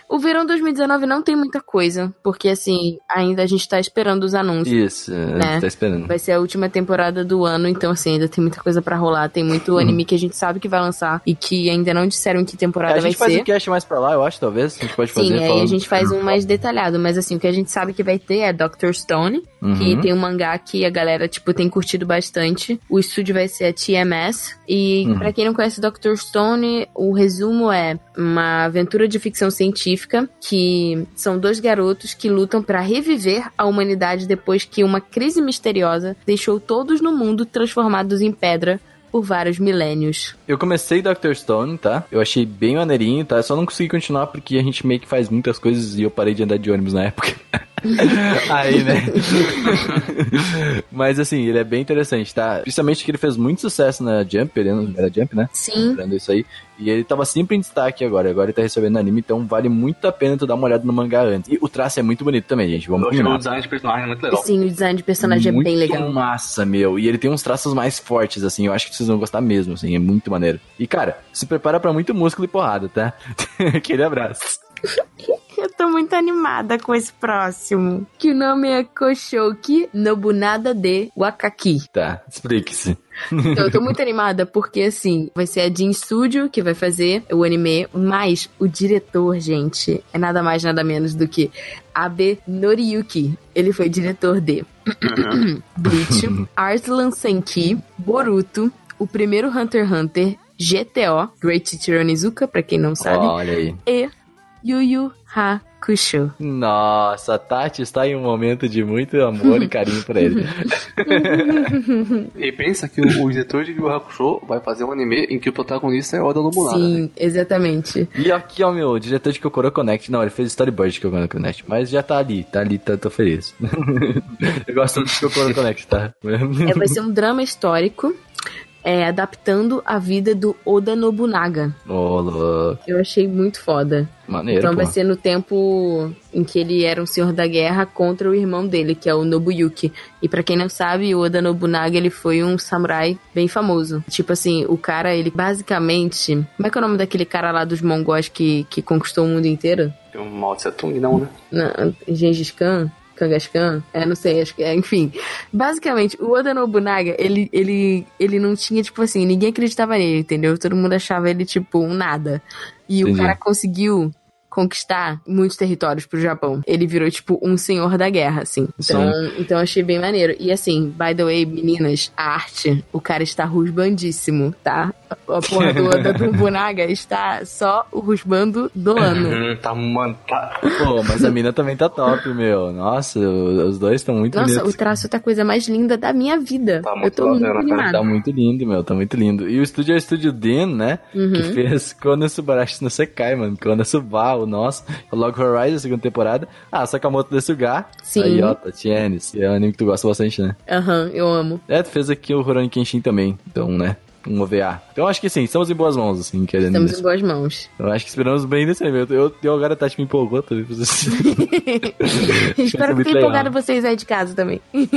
Speaker 4: O verão 2019 não tem muita coisa, porque assim, ainda a gente tá esperando os anúncios.
Speaker 2: Isso, a gente tá esperando.
Speaker 4: né? Vai ser a última temporada do ano, então assim, ainda tem muita coisa pra rolar, tem
Speaker 2: Uhum.
Speaker 4: muito anime que a gente sabe que vai lançar e que ainda não disseram que temporada
Speaker 2: É, a gente
Speaker 4: vai
Speaker 2: faz
Speaker 4: ser.
Speaker 2: o cast mais pra lá, eu acho, talvez. A gente pode fazer.
Speaker 4: Sim, aí a
Speaker 2: falando-
Speaker 4: gente faz um mais detalhado, mas assim, o que a gente sabe que vai ter é Doctor Stone, que
Speaker 2: Uhum.
Speaker 4: tem um mangá que a galera, tipo, tem curtido bastante. O estúdio vai ser a TMS. E
Speaker 2: Uhum.
Speaker 4: pra quem não conhece Doctor Stone, o resumo é uma aventura de ficção científica que são dois garotos que lutam pra reviver a humanidade depois que uma crise misteriosa deixou todos no mundo transformados em pedra por vários milênios.
Speaker 2: Eu comecei Dr. Stone, tá? Eu achei bem maneirinho, tá? Eu só não consegui continuar porque a gente meio que faz muitas coisas e eu parei de andar de ônibus na época. Aí, né? Mas assim, ele é bem interessante, tá? Principalmente que ele fez muito sucesso na Jump, ele não era Jump, né?
Speaker 4: Sim.
Speaker 2: Lembrando isso aí. E ele tava sempre em destaque agora. Agora ele tá recebendo anime, então vale muito a pena tu dar uma olhada no mangá antes. E o traço é muito bonito também, gente. Vamos
Speaker 7: Hoje o
Speaker 2: combinar.
Speaker 7: design de personagem é muito legal.
Speaker 4: Sim, o design de personagem
Speaker 2: Então, muito
Speaker 4: é bem legal.
Speaker 2: massa, meu. E ele tem uns traços mais fortes, assim. Eu acho que vocês vão gostar mesmo, assim. É muito maneiro. E, cara, se prepara pra muito músculo e porrada, tá? Aquele abraço.
Speaker 4: Eu tô muito animada com esse próximo. Que o nome é Koshoki Nobunada de Wakaki.
Speaker 2: Tá, explique-se.
Speaker 4: Então, eu tô muito animada porque, assim, vai ser a Jin Studio que vai fazer o anime, mas o diretor, gente, é nada mais, nada menos do que Abe Noriyuki. Ele foi diretor de Bleach, Arslan Senki, Boruto, o primeiro Hunter x Hunter, GTO, Great Teacher Onizuka, pra quem não sabe,
Speaker 2: Olha aí.
Speaker 4: e Yu Yu Hakusho.
Speaker 2: Nossa, a Tati está em um momento de muito amor e carinho pra ele.
Speaker 7: E pensa que o, o diretor de Yu Yu Hakusho vai fazer um anime em que o protagonista é Oda Nobunaga. né?
Speaker 4: Sim, exatamente.
Speaker 2: E aqui, ó, meu, o diretor de Kokoro Connect. Não, ele fez storyboard de Kokoro Connect, mas já tá ali, tá ali, tá, tô feliz. Eu gosto muito de Kokoro Connect, tá?
Speaker 4: É, vai ser um drama histórico. é, adaptando a vida do Oda Nobunaga.
Speaker 2: Ô, louco.
Speaker 4: Eu achei muito foda.
Speaker 2: Maneiro,
Speaker 4: então
Speaker 2: pô.
Speaker 4: vai ser no tempo em que ele era um senhor da guerra contra o irmão dele, que é o Nobuyuki. E pra quem não sabe, o Oda Nobunaga, ele foi um samurai bem famoso. Tipo assim, o cara, ele basicamente... Como é que é o nome daquele cara lá dos mongóis que, que conquistou o mundo inteiro?
Speaker 7: Tem um Mao Tse Tung, não, né?
Speaker 4: na Gengis Khan, Kangaskhan, é, não sei, acho que é, enfim. Basicamente, o Oda Nobunaga, ele, ele, ele não tinha, tipo assim, ninguém acreditava nele, entendeu? Todo mundo achava ele, tipo, um nada. E
Speaker 2: Entendi.
Speaker 4: o cara conseguiu conquistar muitos territórios pro Japão. Ele virou, tipo, um senhor da guerra, assim. Então, então eu achei bem maneiro. E assim, by the way, meninas, a arte, o cara está rusbandíssimo, tá? A porra do Oda Nobunaga está só o rusbando do ano.
Speaker 7: Hum, tá, mano, tá.
Speaker 2: Pô, mas a mina também tá top, meu. Nossa, o- os dois estão muito
Speaker 4: Nossa, o
Speaker 2: bonitos.
Speaker 4: traço tá a coisa mais linda da minha vida.
Speaker 7: Tá
Speaker 4: eu
Speaker 7: muito
Speaker 4: tô muito
Speaker 7: bacana, cara.
Speaker 4: animada.
Speaker 2: Tá muito lindo, meu. Tá muito lindo. E o estúdio é o estúdio Dean, né?
Speaker 4: Uhum.
Speaker 2: Que fez Konosubarashi no Sekai, mano. Konosubaru, nossa. Log Horizon, segunda temporada. Ah, Sakamoto Desuga.
Speaker 4: Sim.
Speaker 2: Aí, ó, Tienes. É um anime que tu gosta bastante, né?
Speaker 4: Aham, eu amo.
Speaker 2: É, tu fez aqui o Rurouni Kenshin também. Então, né? Um OVA. Então, acho que sim, estamos em boas mãos, assim, querendo
Speaker 4: Estamos
Speaker 2: isso.
Speaker 4: em boas mãos.
Speaker 2: Eu acho que esperamos bem nesse anime. Eu, eu, eu agora a Tati me empolgou também. pra assistir.
Speaker 4: Espero que
Speaker 2: muito
Speaker 4: tenha
Speaker 2: legal.
Speaker 4: empolgado vocês aí de casa também.
Speaker 2: E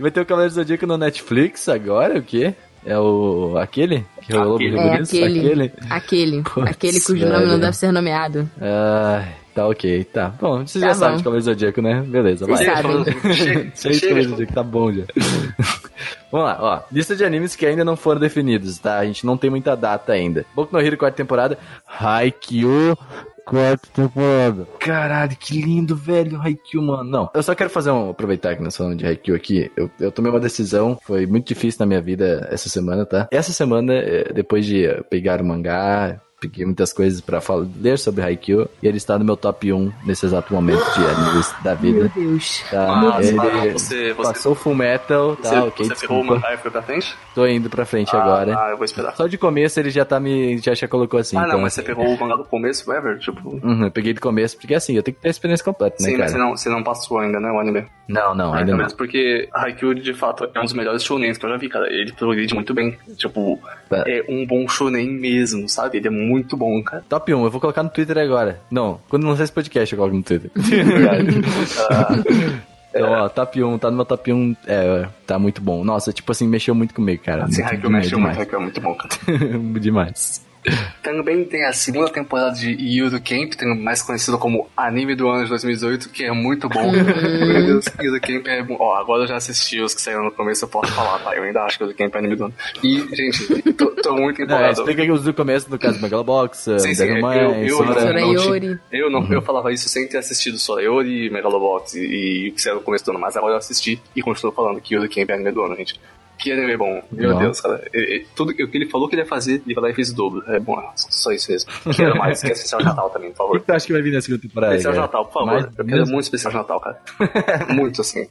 Speaker 2: Vai ter o Cavaleiro do Zodíaco no Netflix agora, o quê? É o... aquele? Que rolou
Speaker 7: Aquele.
Speaker 2: no
Speaker 4: É,
Speaker 2: Rebuliço?
Speaker 4: aquele. Aquele.
Speaker 2: Putz,
Speaker 4: aquele cujo nome
Speaker 2: velho.
Speaker 4: não deve ser nomeado.
Speaker 2: Ai, tá ok, tá. Bom, vocês
Speaker 4: Tá
Speaker 2: já sabem
Speaker 4: bom.
Speaker 2: de Cavaleiro do Zodíaco, né? Beleza, vai.
Speaker 4: Vocês
Speaker 7: Chega,
Speaker 4: sabem.
Speaker 7: falando- chega,
Speaker 2: Isso aí de
Speaker 7: chega,
Speaker 2: Cavaleiro do Zodíaco, tá bom já. Vamos lá, ó. Lista de animes que ainda não foram definidos, tá? A gente não tem muita data ainda. Boku no Hero, quarta temporada. Haikyuu, quarta temporada. Caralho, que lindo, velho, Haikyuu, mano. Não, eu só quero fazer um... Aproveitar que nós falamos de Haikyuu aqui. Eu, eu tomei uma decisão, foi muito difícil na minha vida essa semana, tá? Essa semana, eh, depois de eh, pegar o mangá... Peguei muitas coisas pra falar, ler sobre Haikyuu e ele está no meu top 1 nesse exato momento de animes da
Speaker 4: Meu
Speaker 2: vida.
Speaker 4: Deus.
Speaker 2: Tá?
Speaker 7: Mas,
Speaker 2: Ele-
Speaker 7: mano, você, você,
Speaker 2: Passou o Full Metal, tá,
Speaker 7: você,
Speaker 2: ok,
Speaker 7: você ferrou
Speaker 2: desculpa.
Speaker 7: uma aí foi pra frente?
Speaker 2: Tô indo pra frente agora.
Speaker 7: Ah, eu vou esperar.
Speaker 2: Só de começo ele já tá me. Já, já colocou assim.
Speaker 7: ah,
Speaker 2: então,
Speaker 7: não, mas você
Speaker 2: assim,
Speaker 7: pegou o mangá do começo, ever? Tipo.
Speaker 2: Uhum, eu peguei do começo, porque assim, eu tenho que ter a experiência completa, né,
Speaker 7: Sim, mas
Speaker 2: cara?
Speaker 7: você não, você não passou ainda, né, o anime.
Speaker 2: Não, não,
Speaker 7: Ah,
Speaker 2: ainda
Speaker 7: então,
Speaker 2: não.
Speaker 7: mas porque Haikyuu, de fato, é um dos melhores shounens que eu já vi, cara. Ele progride muito bem. Tipo,
Speaker 2: Tá.
Speaker 7: é um bom shounen mesmo, sabe? Ele é muito bom, cara.
Speaker 2: Top 1, eu vou colocar no Twitter agora. Não, quando não sei esse podcast, eu coloco no Twitter. Então,
Speaker 7: Ah, é.
Speaker 2: ó, top 1, tá no meu top 1. É, tá muito bom. Nossa, tipo assim, mexeu muito comigo, cara.
Speaker 7: Assim,
Speaker 2: muito,
Speaker 3: um
Speaker 7: Haikyuu mexeu muito,
Speaker 2: demais.
Speaker 7: Haikyuu é muito bom, cara.
Speaker 2: demais.
Speaker 3: Também tem a segunda temporada de Yudo Camp, também mais conhecido como Anime do Ano de 2018, que é muito bom. Meu Deus, Yudo Camp é bom. Ó, agora eu já assisti os que saíram no começo, eu posso falar, tá? Eu ainda acho que Yudo Camp é anime do ano. E, gente, tô, tô muito
Speaker 2: É,
Speaker 3: empolgado.
Speaker 2: explica que os do começo, no caso, Bangala Box,
Speaker 3: Sim, sim, eu,
Speaker 2: Devilman,
Speaker 3: eu, eu,
Speaker 2: Sora.
Speaker 4: Sora
Speaker 3: não, não,
Speaker 4: Yori.
Speaker 3: ti- eu não
Speaker 2: Uhum.
Speaker 3: eu falava isso sem ter assistido Sora Yori, Megalobox e, e o que saiu no começo do ano, mas agora eu assisti e continuo falando que Yuri Camp é anime do ano, gente. Que anime é bom, meu
Speaker 2: Não.
Speaker 3: Deus, cara. E- e tudo que ele falou que ele ia fazer, ele foi lá e fez o dobro. É bom, só isso mesmo. Quero mais, quero especial de Natal também, por
Speaker 2: O
Speaker 3: favor.
Speaker 2: que tu acha que vai vir na segunda temporada?
Speaker 3: Especial de
Speaker 2: cara?
Speaker 3: Natal, por favor.
Speaker 2: Mais-
Speaker 3: eu quero muito especial de Natal, cara. muito, assim.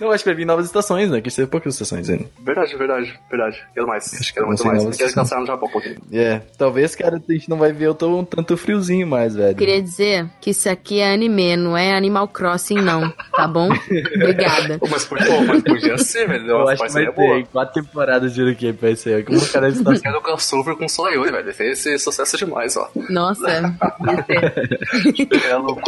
Speaker 2: Eu acho que vai vir novas estações, né? Que a gente teve poucas estações ainda.
Speaker 3: Verdade, verdade, verdade. Quero mais, quero
Speaker 2: Não
Speaker 3: muito
Speaker 2: sei
Speaker 3: mais.
Speaker 2: não,
Speaker 3: Quero
Speaker 2: sim.
Speaker 3: descansar no Japão um pouquinho.
Speaker 2: É, talvez, cara, a gente não vai ver eu tô um tanto friozinho mais, velho.
Speaker 4: Queria dizer que isso aqui é anime, não é Animal Crossing, não. Tá bom? Obrigada.
Speaker 3: Pô, Mas, pô, mas podia ser, velho.
Speaker 2: Eu
Speaker 3: Nossa,
Speaker 2: acho que vai
Speaker 3: parceria
Speaker 2: ter
Speaker 3: boa.
Speaker 2: quatro temporadas de Uruguay pra isso aí. Como o cara está
Speaker 3: Quero crossover com o Solayuri, velho. Deve ser sucesso demais, ó.
Speaker 4: Nossa.
Speaker 3: É louco.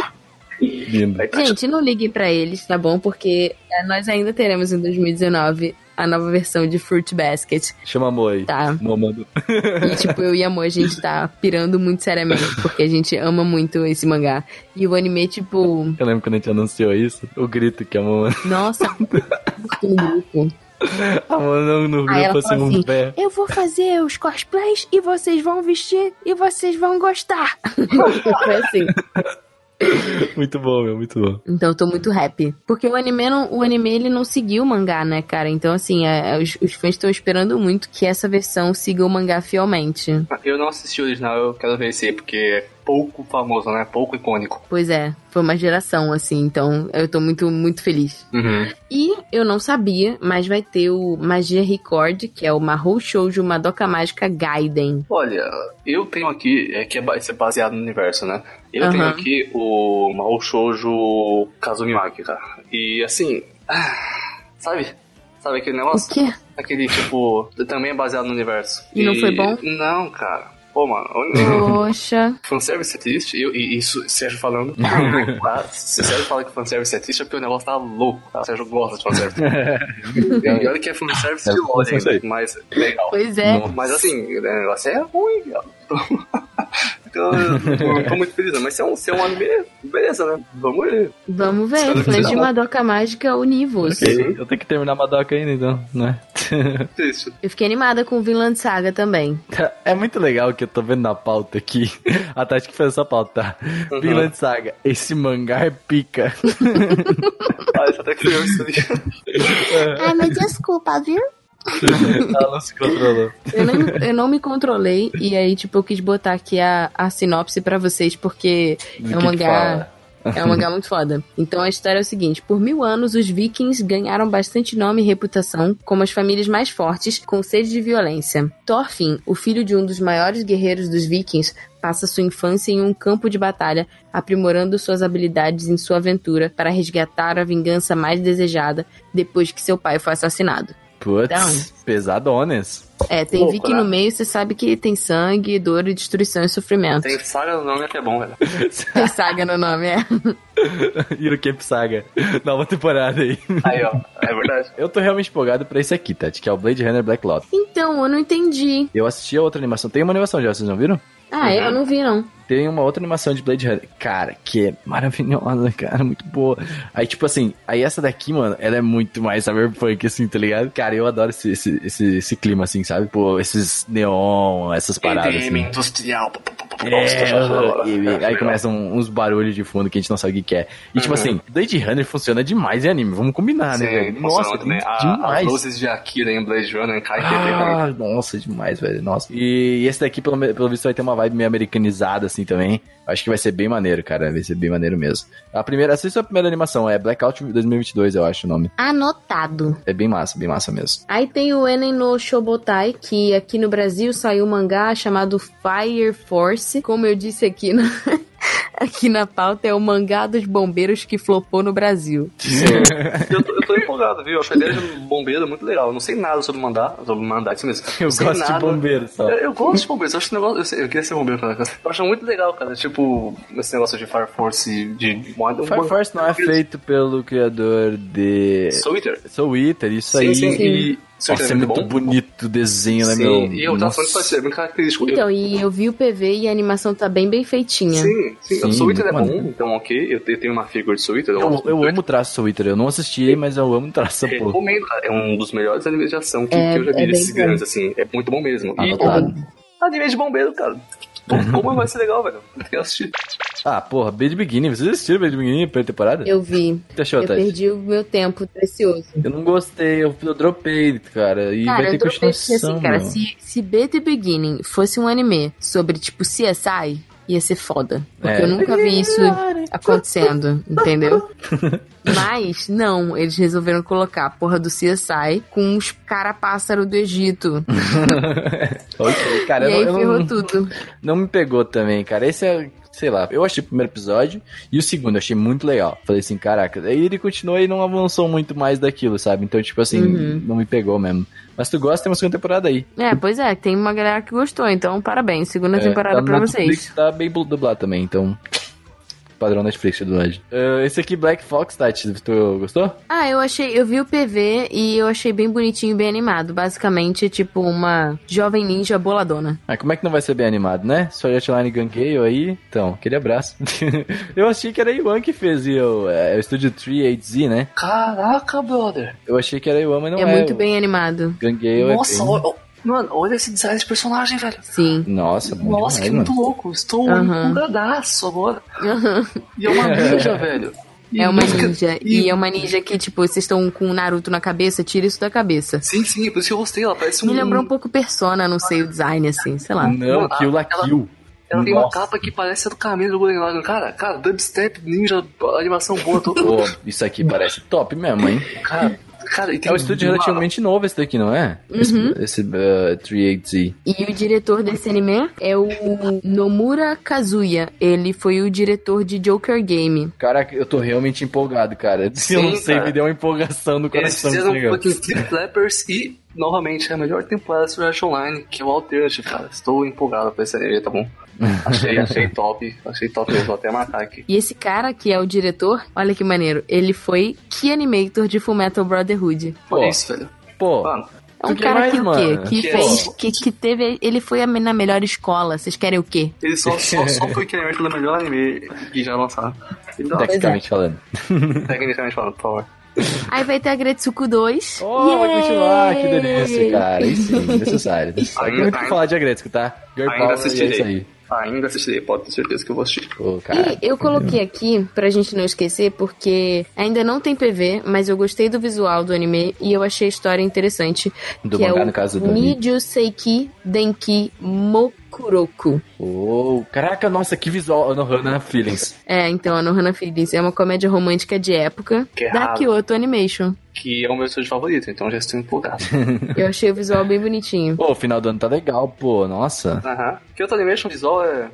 Speaker 2: subindo.
Speaker 3: Aí tá,
Speaker 4: Gente, não liguem pra eles, tá bom? Porque é, nós ainda teremos em 2019 a nova versão de Fruit Basket,
Speaker 2: Chama a Moe.
Speaker 4: tá?
Speaker 2: Momando.
Speaker 4: E, tipo, eu e a Mo, a gente tá pirando muito seriamente, porque a gente ama muito esse mangá. E o anime, tipo,
Speaker 2: Eu lembro quando a gente anunciou isso, o grito que a Mona.
Speaker 4: nossa, muito no grupo.
Speaker 2: A Mona no
Speaker 4: Aí ela
Speaker 2: grupo assim,
Speaker 4: fala
Speaker 2: um
Speaker 4: assim,
Speaker 2: pé.
Speaker 4: eu vou fazer os cosplays e vocês vão vestir e vocês vão gostar. Foi assim.
Speaker 2: Muito bom, meu, muito bom.
Speaker 4: Então eu tô muito happy. Porque o anime, não, o anime ele não seguiu o mangá, né, cara? Então, assim, é- é, os, os fãs estão esperando muito que essa versão siga o mangá fielmente.
Speaker 3: tipo, Eu não assisti o original, eu quero ver esse aí, porque é pouco famoso, né? Pouco icônico.
Speaker 4: Pois é, foi uma geração, assim, então eu tô muito, muito feliz.
Speaker 3: Uhum.
Speaker 4: E eu não sabia, mas vai ter o Magia Record, que é o Mahou Shoujo Madoka Mágica Gaiden.
Speaker 3: Olha, eu tenho aqui, é que é ba- isso é baseado no universo, né? Eu tenho
Speaker 4: Aham.
Speaker 3: aqui o Mahou Shoujo Kazumi Maki, cara. E assim. ah, Sabe? Sabe aquele negócio?
Speaker 4: O quê?
Speaker 3: Aquele tipo. Também é baseado no universo.
Speaker 4: E não foi bom?
Speaker 3: Não, cara. Pô, mano. eu-
Speaker 4: Poxa.
Speaker 3: Fanservice é triste, eu, e isso, Sérgio falando. Ah, se o Sérgio fala que fanservice é triste, é porque o negócio tá louco. tá? O Sérgio gosta de fanservice. e olha que é fanservice de ódio ainda, mas legal.
Speaker 4: Pois é.
Speaker 3: Mas assim, o negócio é ruim, cara. Então, então, eu tô muito feliz, né? mas se é um, se é um anime, beleza, né? Vamos ver. É
Speaker 4: Vamos
Speaker 3: Espero
Speaker 4: ver.
Speaker 3: que
Speaker 4: Fãs
Speaker 3: seja
Speaker 4: de
Speaker 3: bom.
Speaker 4: Madoka Mágica Univos.
Speaker 2: Eu tenho que terminar a Madoka ainda, então, né?
Speaker 3: Triste.
Speaker 4: Eu fiquei animada com o Vinland Saga também.
Speaker 2: É muito legal que eu tô vendo na pauta aqui. A Tati que fez essa pauta. Uhum. Vinland Saga, esse mangá é pica.
Speaker 3: Ah, isso até né? que foi eu que escolhi.
Speaker 8: Ai, mas desculpa, viu?
Speaker 2: Ela não se controlou.
Speaker 4: Eu não, eu não me controlei e aí, tipo, eu quis botar aqui a, a sinopse pra vocês, porque
Speaker 2: Do
Speaker 4: é
Speaker 2: que
Speaker 4: um
Speaker 2: que
Speaker 4: mangá.
Speaker 2: fala?
Speaker 4: É um mangá muito foda. Então a história é o seguinte: por mil anos, os vikings ganharam bastante nome e reputação como as famílias mais fortes, com sede de violência. Thorfinn, o filho de um dos maiores guerreiros dos vikings, passa sua infância em um campo de batalha, aprimorando suas habilidades em sua aventura para resgatar a vingança mais desejada depois que seu pai foi assassinado.
Speaker 2: Putz,
Speaker 4: Então.
Speaker 2: pesadones.
Speaker 4: É, tem
Speaker 3: Louco,
Speaker 4: Viking
Speaker 3: né?
Speaker 4: no meio, você sabe que tem sangue, dor, e destruição e sofrimento.
Speaker 3: Tem
Speaker 4: Tem,
Speaker 3: saga no nome é que é bom, velho.
Speaker 4: saga no nome, é.
Speaker 2: Irokep Saga, nova temporada aí.
Speaker 3: Aí, ó, é verdade.
Speaker 2: Eu tô realmente empolgado pra esse aqui, Tati, que é o Blade Runner Black Lotus.
Speaker 4: Então, eu não entendi.
Speaker 2: Eu assisti a outra animação. Tem uma animação já, vocês não viram?
Speaker 4: Ah, é?
Speaker 3: Uhum.
Speaker 4: eu não vi, não.
Speaker 2: Tem uma outra animação de Blade Runner. Cara, que é maravilhosa, cara, muito boa. Aí, tipo assim, aí essa daqui, mano, ela é muito mais cyberpunk, assim, tá ligado? Cara, eu adoro esse, esse, esse, esse clima, assim, sabe? Pô, esses neon, essas paradas,
Speaker 3: EDM
Speaker 2: assim.
Speaker 3: industrial.
Speaker 2: É,
Speaker 3: Nossa,
Speaker 2: e-
Speaker 3: é
Speaker 2: e- aí
Speaker 3: legal. Uhum.
Speaker 2: começam uns barulhos de fundo que a gente não sabe o que que é. E tipo assim, Blade Runner funciona demais em anime, vamos combinar, né?
Speaker 3: Sim,
Speaker 2: velho? Nossa,
Speaker 3: funcionando, né? A- As
Speaker 2: demais.
Speaker 3: luzes de Akira em Blade Runner caem
Speaker 2: Ah,
Speaker 3: perfeitamente.
Speaker 2: nossa, demais, velho. Nossa. E esse daqui, pelo, me- pelo visto, vai ter uma vibe meio americanizada, assim, também. Acho que vai ser bem maneiro, cara. Vai ser bem maneiro mesmo. A primeira, assista a primeira animação, é Blackout 2022, eu acho o nome.
Speaker 4: Anotado.
Speaker 2: É bem massa, bem massa mesmo.
Speaker 4: Aí tem o Enen no Shobotai, que aqui no Brasil saiu um mangá chamado Fire Force. Como eu disse aqui na, aqui na pauta, é o mangá dos bombeiros que flopou no Brasil.
Speaker 3: eu, tô, eu tô empolgado, viu? Eu achei a ideia de um bombeiro muito legal. Eu não sei nada sobre mandar, sobre mandar, isso mesmo.
Speaker 2: Eu
Speaker 3: Sei
Speaker 2: gosto
Speaker 3: nada.
Speaker 2: de bombeiro só.
Speaker 3: Eu, eu gosto de bombeiros, eu acho um negócio. Eu, sei- eu queria ser bombeiro quando era criança. Eu acho muito legal, cara. Tipo, esse negócio de Fire Force de moda.
Speaker 2: Fire Force não é feito pelo criador de.
Speaker 3: Sou Eater.
Speaker 2: Soul Eater, isso
Speaker 3: Sim,
Speaker 2: aí.
Speaker 3: sim.
Speaker 4: Sim.
Speaker 3: E Seu
Speaker 2: Nossa, é
Speaker 3: treinamento
Speaker 2: muito
Speaker 3: bom?
Speaker 2: bonito o desenho, né,
Speaker 3: Sim,
Speaker 2: meu?
Speaker 3: e eu tava falando
Speaker 2: Nossa.
Speaker 3: isso pra você, é muito característico. Eu-
Speaker 4: Então, e eu vi o PV e a animação tá bem bem feitinha.
Speaker 3: Sim, sim,
Speaker 2: Então, Sim,
Speaker 3: o Twitter é
Speaker 2: muito
Speaker 3: bom,
Speaker 2: maneiro.
Speaker 3: então ok. Eu te- eu tenho uma figura de Twitter.
Speaker 2: Eu, eu amo o traço do Twitter. Eu não assisti, mas eu amo o traço, pô.
Speaker 3: Recomendo, cara. é um dos melhores animes de ação que,
Speaker 4: É,
Speaker 3: que eu já vi
Speaker 4: é
Speaker 3: desses
Speaker 4: bem bom.
Speaker 3: grandes, assim. É muito bom mesmo. E
Speaker 2: Anotado.
Speaker 3: anime de bombeiro, cara.
Speaker 2: Uhum.
Speaker 3: Como- Como vai ser legal, velho? Eu quero assistir.
Speaker 2: Ah, porra, Bad Beginning. Vocês assistiram Bad Beginning pra temporada?
Speaker 4: Eu vi.
Speaker 2: O que achou,
Speaker 4: eu
Speaker 2: Tati?
Speaker 4: perdi o meu tempo precioso.
Speaker 2: Eu não gostei, eu, eu dropei, cara. E
Speaker 4: Cara,
Speaker 2: vai ter
Speaker 4: eu dropei porque
Speaker 2: continuação,
Speaker 4: assim, cara,
Speaker 2: meu.
Speaker 4: se, se BT Beginning fosse um anime sobre, tipo, CSI, ia ser foda. Porque
Speaker 2: É.
Speaker 4: eu nunca vi isso acontecendo, entendeu? Mas, não, eles resolveram colocar a porra do CSI com os cara-pássaro do Egito.
Speaker 2: Ok, cara,
Speaker 4: e
Speaker 2: eu,
Speaker 4: aí
Speaker 2: não- eu
Speaker 4: ferrou
Speaker 2: não,
Speaker 4: tudo.
Speaker 2: não me pegou também, cara. Esse é, sei lá, eu achei o primeiro episódio e o segundo eu achei muito legal. Falei assim, caraca. Aí ele continuou e não avançou muito mais daquilo, sabe? Então, tipo assim,
Speaker 4: Uhum.
Speaker 2: não me pegou mesmo. Mas tu gosta, tem uma segunda temporada aí.
Speaker 4: É, pois é, tem uma galera que gostou, então parabéns. Segunda
Speaker 2: É,
Speaker 4: temporada
Speaker 2: tá
Speaker 4: pra
Speaker 2: na
Speaker 4: vocês.
Speaker 2: Netflix, tá bem blu- dublado também, então. Padrão Netflix do Lodge. esse aqui, Black Fox, Tati, tu gostou?
Speaker 4: Ah, eu achei, eu vi o PV e eu achei bem bonitinho, bem animado. Basicamente, é tipo uma jovem ninja boladona.
Speaker 2: Ah, como é que não vai ser bem animado, né? Sword Art Online Gangueio aí. Então, aquele abraço. eu achei que era a Iwan que fez e eu, é, é o estúdio 38Z, né?
Speaker 3: Caraca, brother.
Speaker 2: Eu achei que era a Iwan, mas não é.
Speaker 4: é muito
Speaker 2: o
Speaker 4: bem animado.
Speaker 2: Gangueio
Speaker 3: Nossa,
Speaker 2: é bem...
Speaker 3: olha, ó, mano, olha esse design de personagem, velho.
Speaker 4: Sim.
Speaker 2: Nossa, bom demais,
Speaker 3: Nossa, que
Speaker 2: mano.
Speaker 3: muito louco. Estou
Speaker 4: Aham.
Speaker 3: empolgadaço agora. E é uma ninja, velho. E
Speaker 4: É uma
Speaker 3: música-
Speaker 4: ninja. E é uma ninja que, tipo, vocês estão com o Naruto na cabeça, tira isso da cabeça.
Speaker 3: Sim, sim, por isso que eu gostei. Ela parece um...
Speaker 4: Me lembrou um pouco Persona, não sei, o design, assim, sei lá.
Speaker 2: Não,
Speaker 3: Ela-
Speaker 2: Kill la
Speaker 3: Ah, ela-
Speaker 2: Kill.
Speaker 3: Ela tem uma
Speaker 2: Nossa.
Speaker 3: capa que parece a do caminho do Golden Lagoon. Cara, cara, dubstep, ninja, animação boa. Tô...
Speaker 2: Pô, isso aqui parece top mesmo, hein?
Speaker 3: Cara, cara, e tem
Speaker 2: É um estúdio
Speaker 3: uma-
Speaker 2: relativamente novo esse daqui, não é? Esse,
Speaker 3: Uhum.
Speaker 2: esse uh, 38Z.
Speaker 4: E o diretor desse anime é o Nomura Kazuya. Ele foi o diretor de Joker Game.
Speaker 2: Caraca, eu tô realmente empolgado, cara. Se eu
Speaker 3: Sim,
Speaker 2: não sei,
Speaker 3: cara.
Speaker 2: me deu uma empolgação no
Speaker 3: Eles
Speaker 2: coração.
Speaker 3: fizeram
Speaker 2: tá ligado?
Speaker 3: fucking Flip Flappers e, novamente, é a melhor temporada de Surge Online, que é o Alternative, cara. Estou empolgado pra esse anime, tá bom? Achei, achei top. Achei top mesmo, vou até marcar aqui.
Speaker 4: E esse cara, que é o diretor, olha que maneiro, ele foi Key Animator de Fullmetal Brotherhood.
Speaker 3: Por
Speaker 2: Pô.
Speaker 3: é isso, velho.
Speaker 2: Pô,
Speaker 3: Mano,
Speaker 4: É
Speaker 2: Tu
Speaker 4: um
Speaker 2: que
Speaker 4: cara
Speaker 2: mais,
Speaker 4: que o
Speaker 2: mano?
Speaker 4: quê? Que,
Speaker 3: Que
Speaker 4: fez.
Speaker 3: isso?
Speaker 4: Que, que teve. Ele foi a- na melhor escola. Vocês querem o quê?
Speaker 3: ele só, só, só foi criador do melhor anime que já lançaram. Então,
Speaker 2: tecnicamente falando.
Speaker 3: tecnicamente falando, por favor.
Speaker 4: Aí vai ter a Gretsuko 2.
Speaker 2: Oh, vai continuar, que delícia, cara. Isso sim, necessário. necessário.
Speaker 3: Ainda-
Speaker 2: Como é que falar de Agresco, tá? Girl
Speaker 3: Ainda
Speaker 2: Power, é
Speaker 3: assistirei.
Speaker 2: isso aí.
Speaker 3: Ainda assistirei, pode ter certeza que eu vou assistir.
Speaker 2: Pô, cara.
Speaker 4: E eu coloquei aqui, pra gente não esquecer, porque ainda não tem PV, mas eu gostei do visual do anime e eu achei a história interessante.
Speaker 2: Do
Speaker 4: que
Speaker 2: mangá,
Speaker 4: é o
Speaker 2: no caso do anime.
Speaker 4: Niju Seiki Denki Mokuroku.
Speaker 2: Oh, caraca, nossa, que visual. Ano Hannah Feelings.
Speaker 4: É, então, a Nohana Feelings é uma comédia romântica de época
Speaker 3: Que
Speaker 4: da
Speaker 3: errado.
Speaker 4: Kyoto Animation.
Speaker 3: Que é o meu estúdio favorito, então já estou empolgado.
Speaker 4: Eu achei o visual bem bonitinho.
Speaker 2: Pô, o final do ano tá legal, pô, nossa.
Speaker 3: Aham. Que outro animation visual é.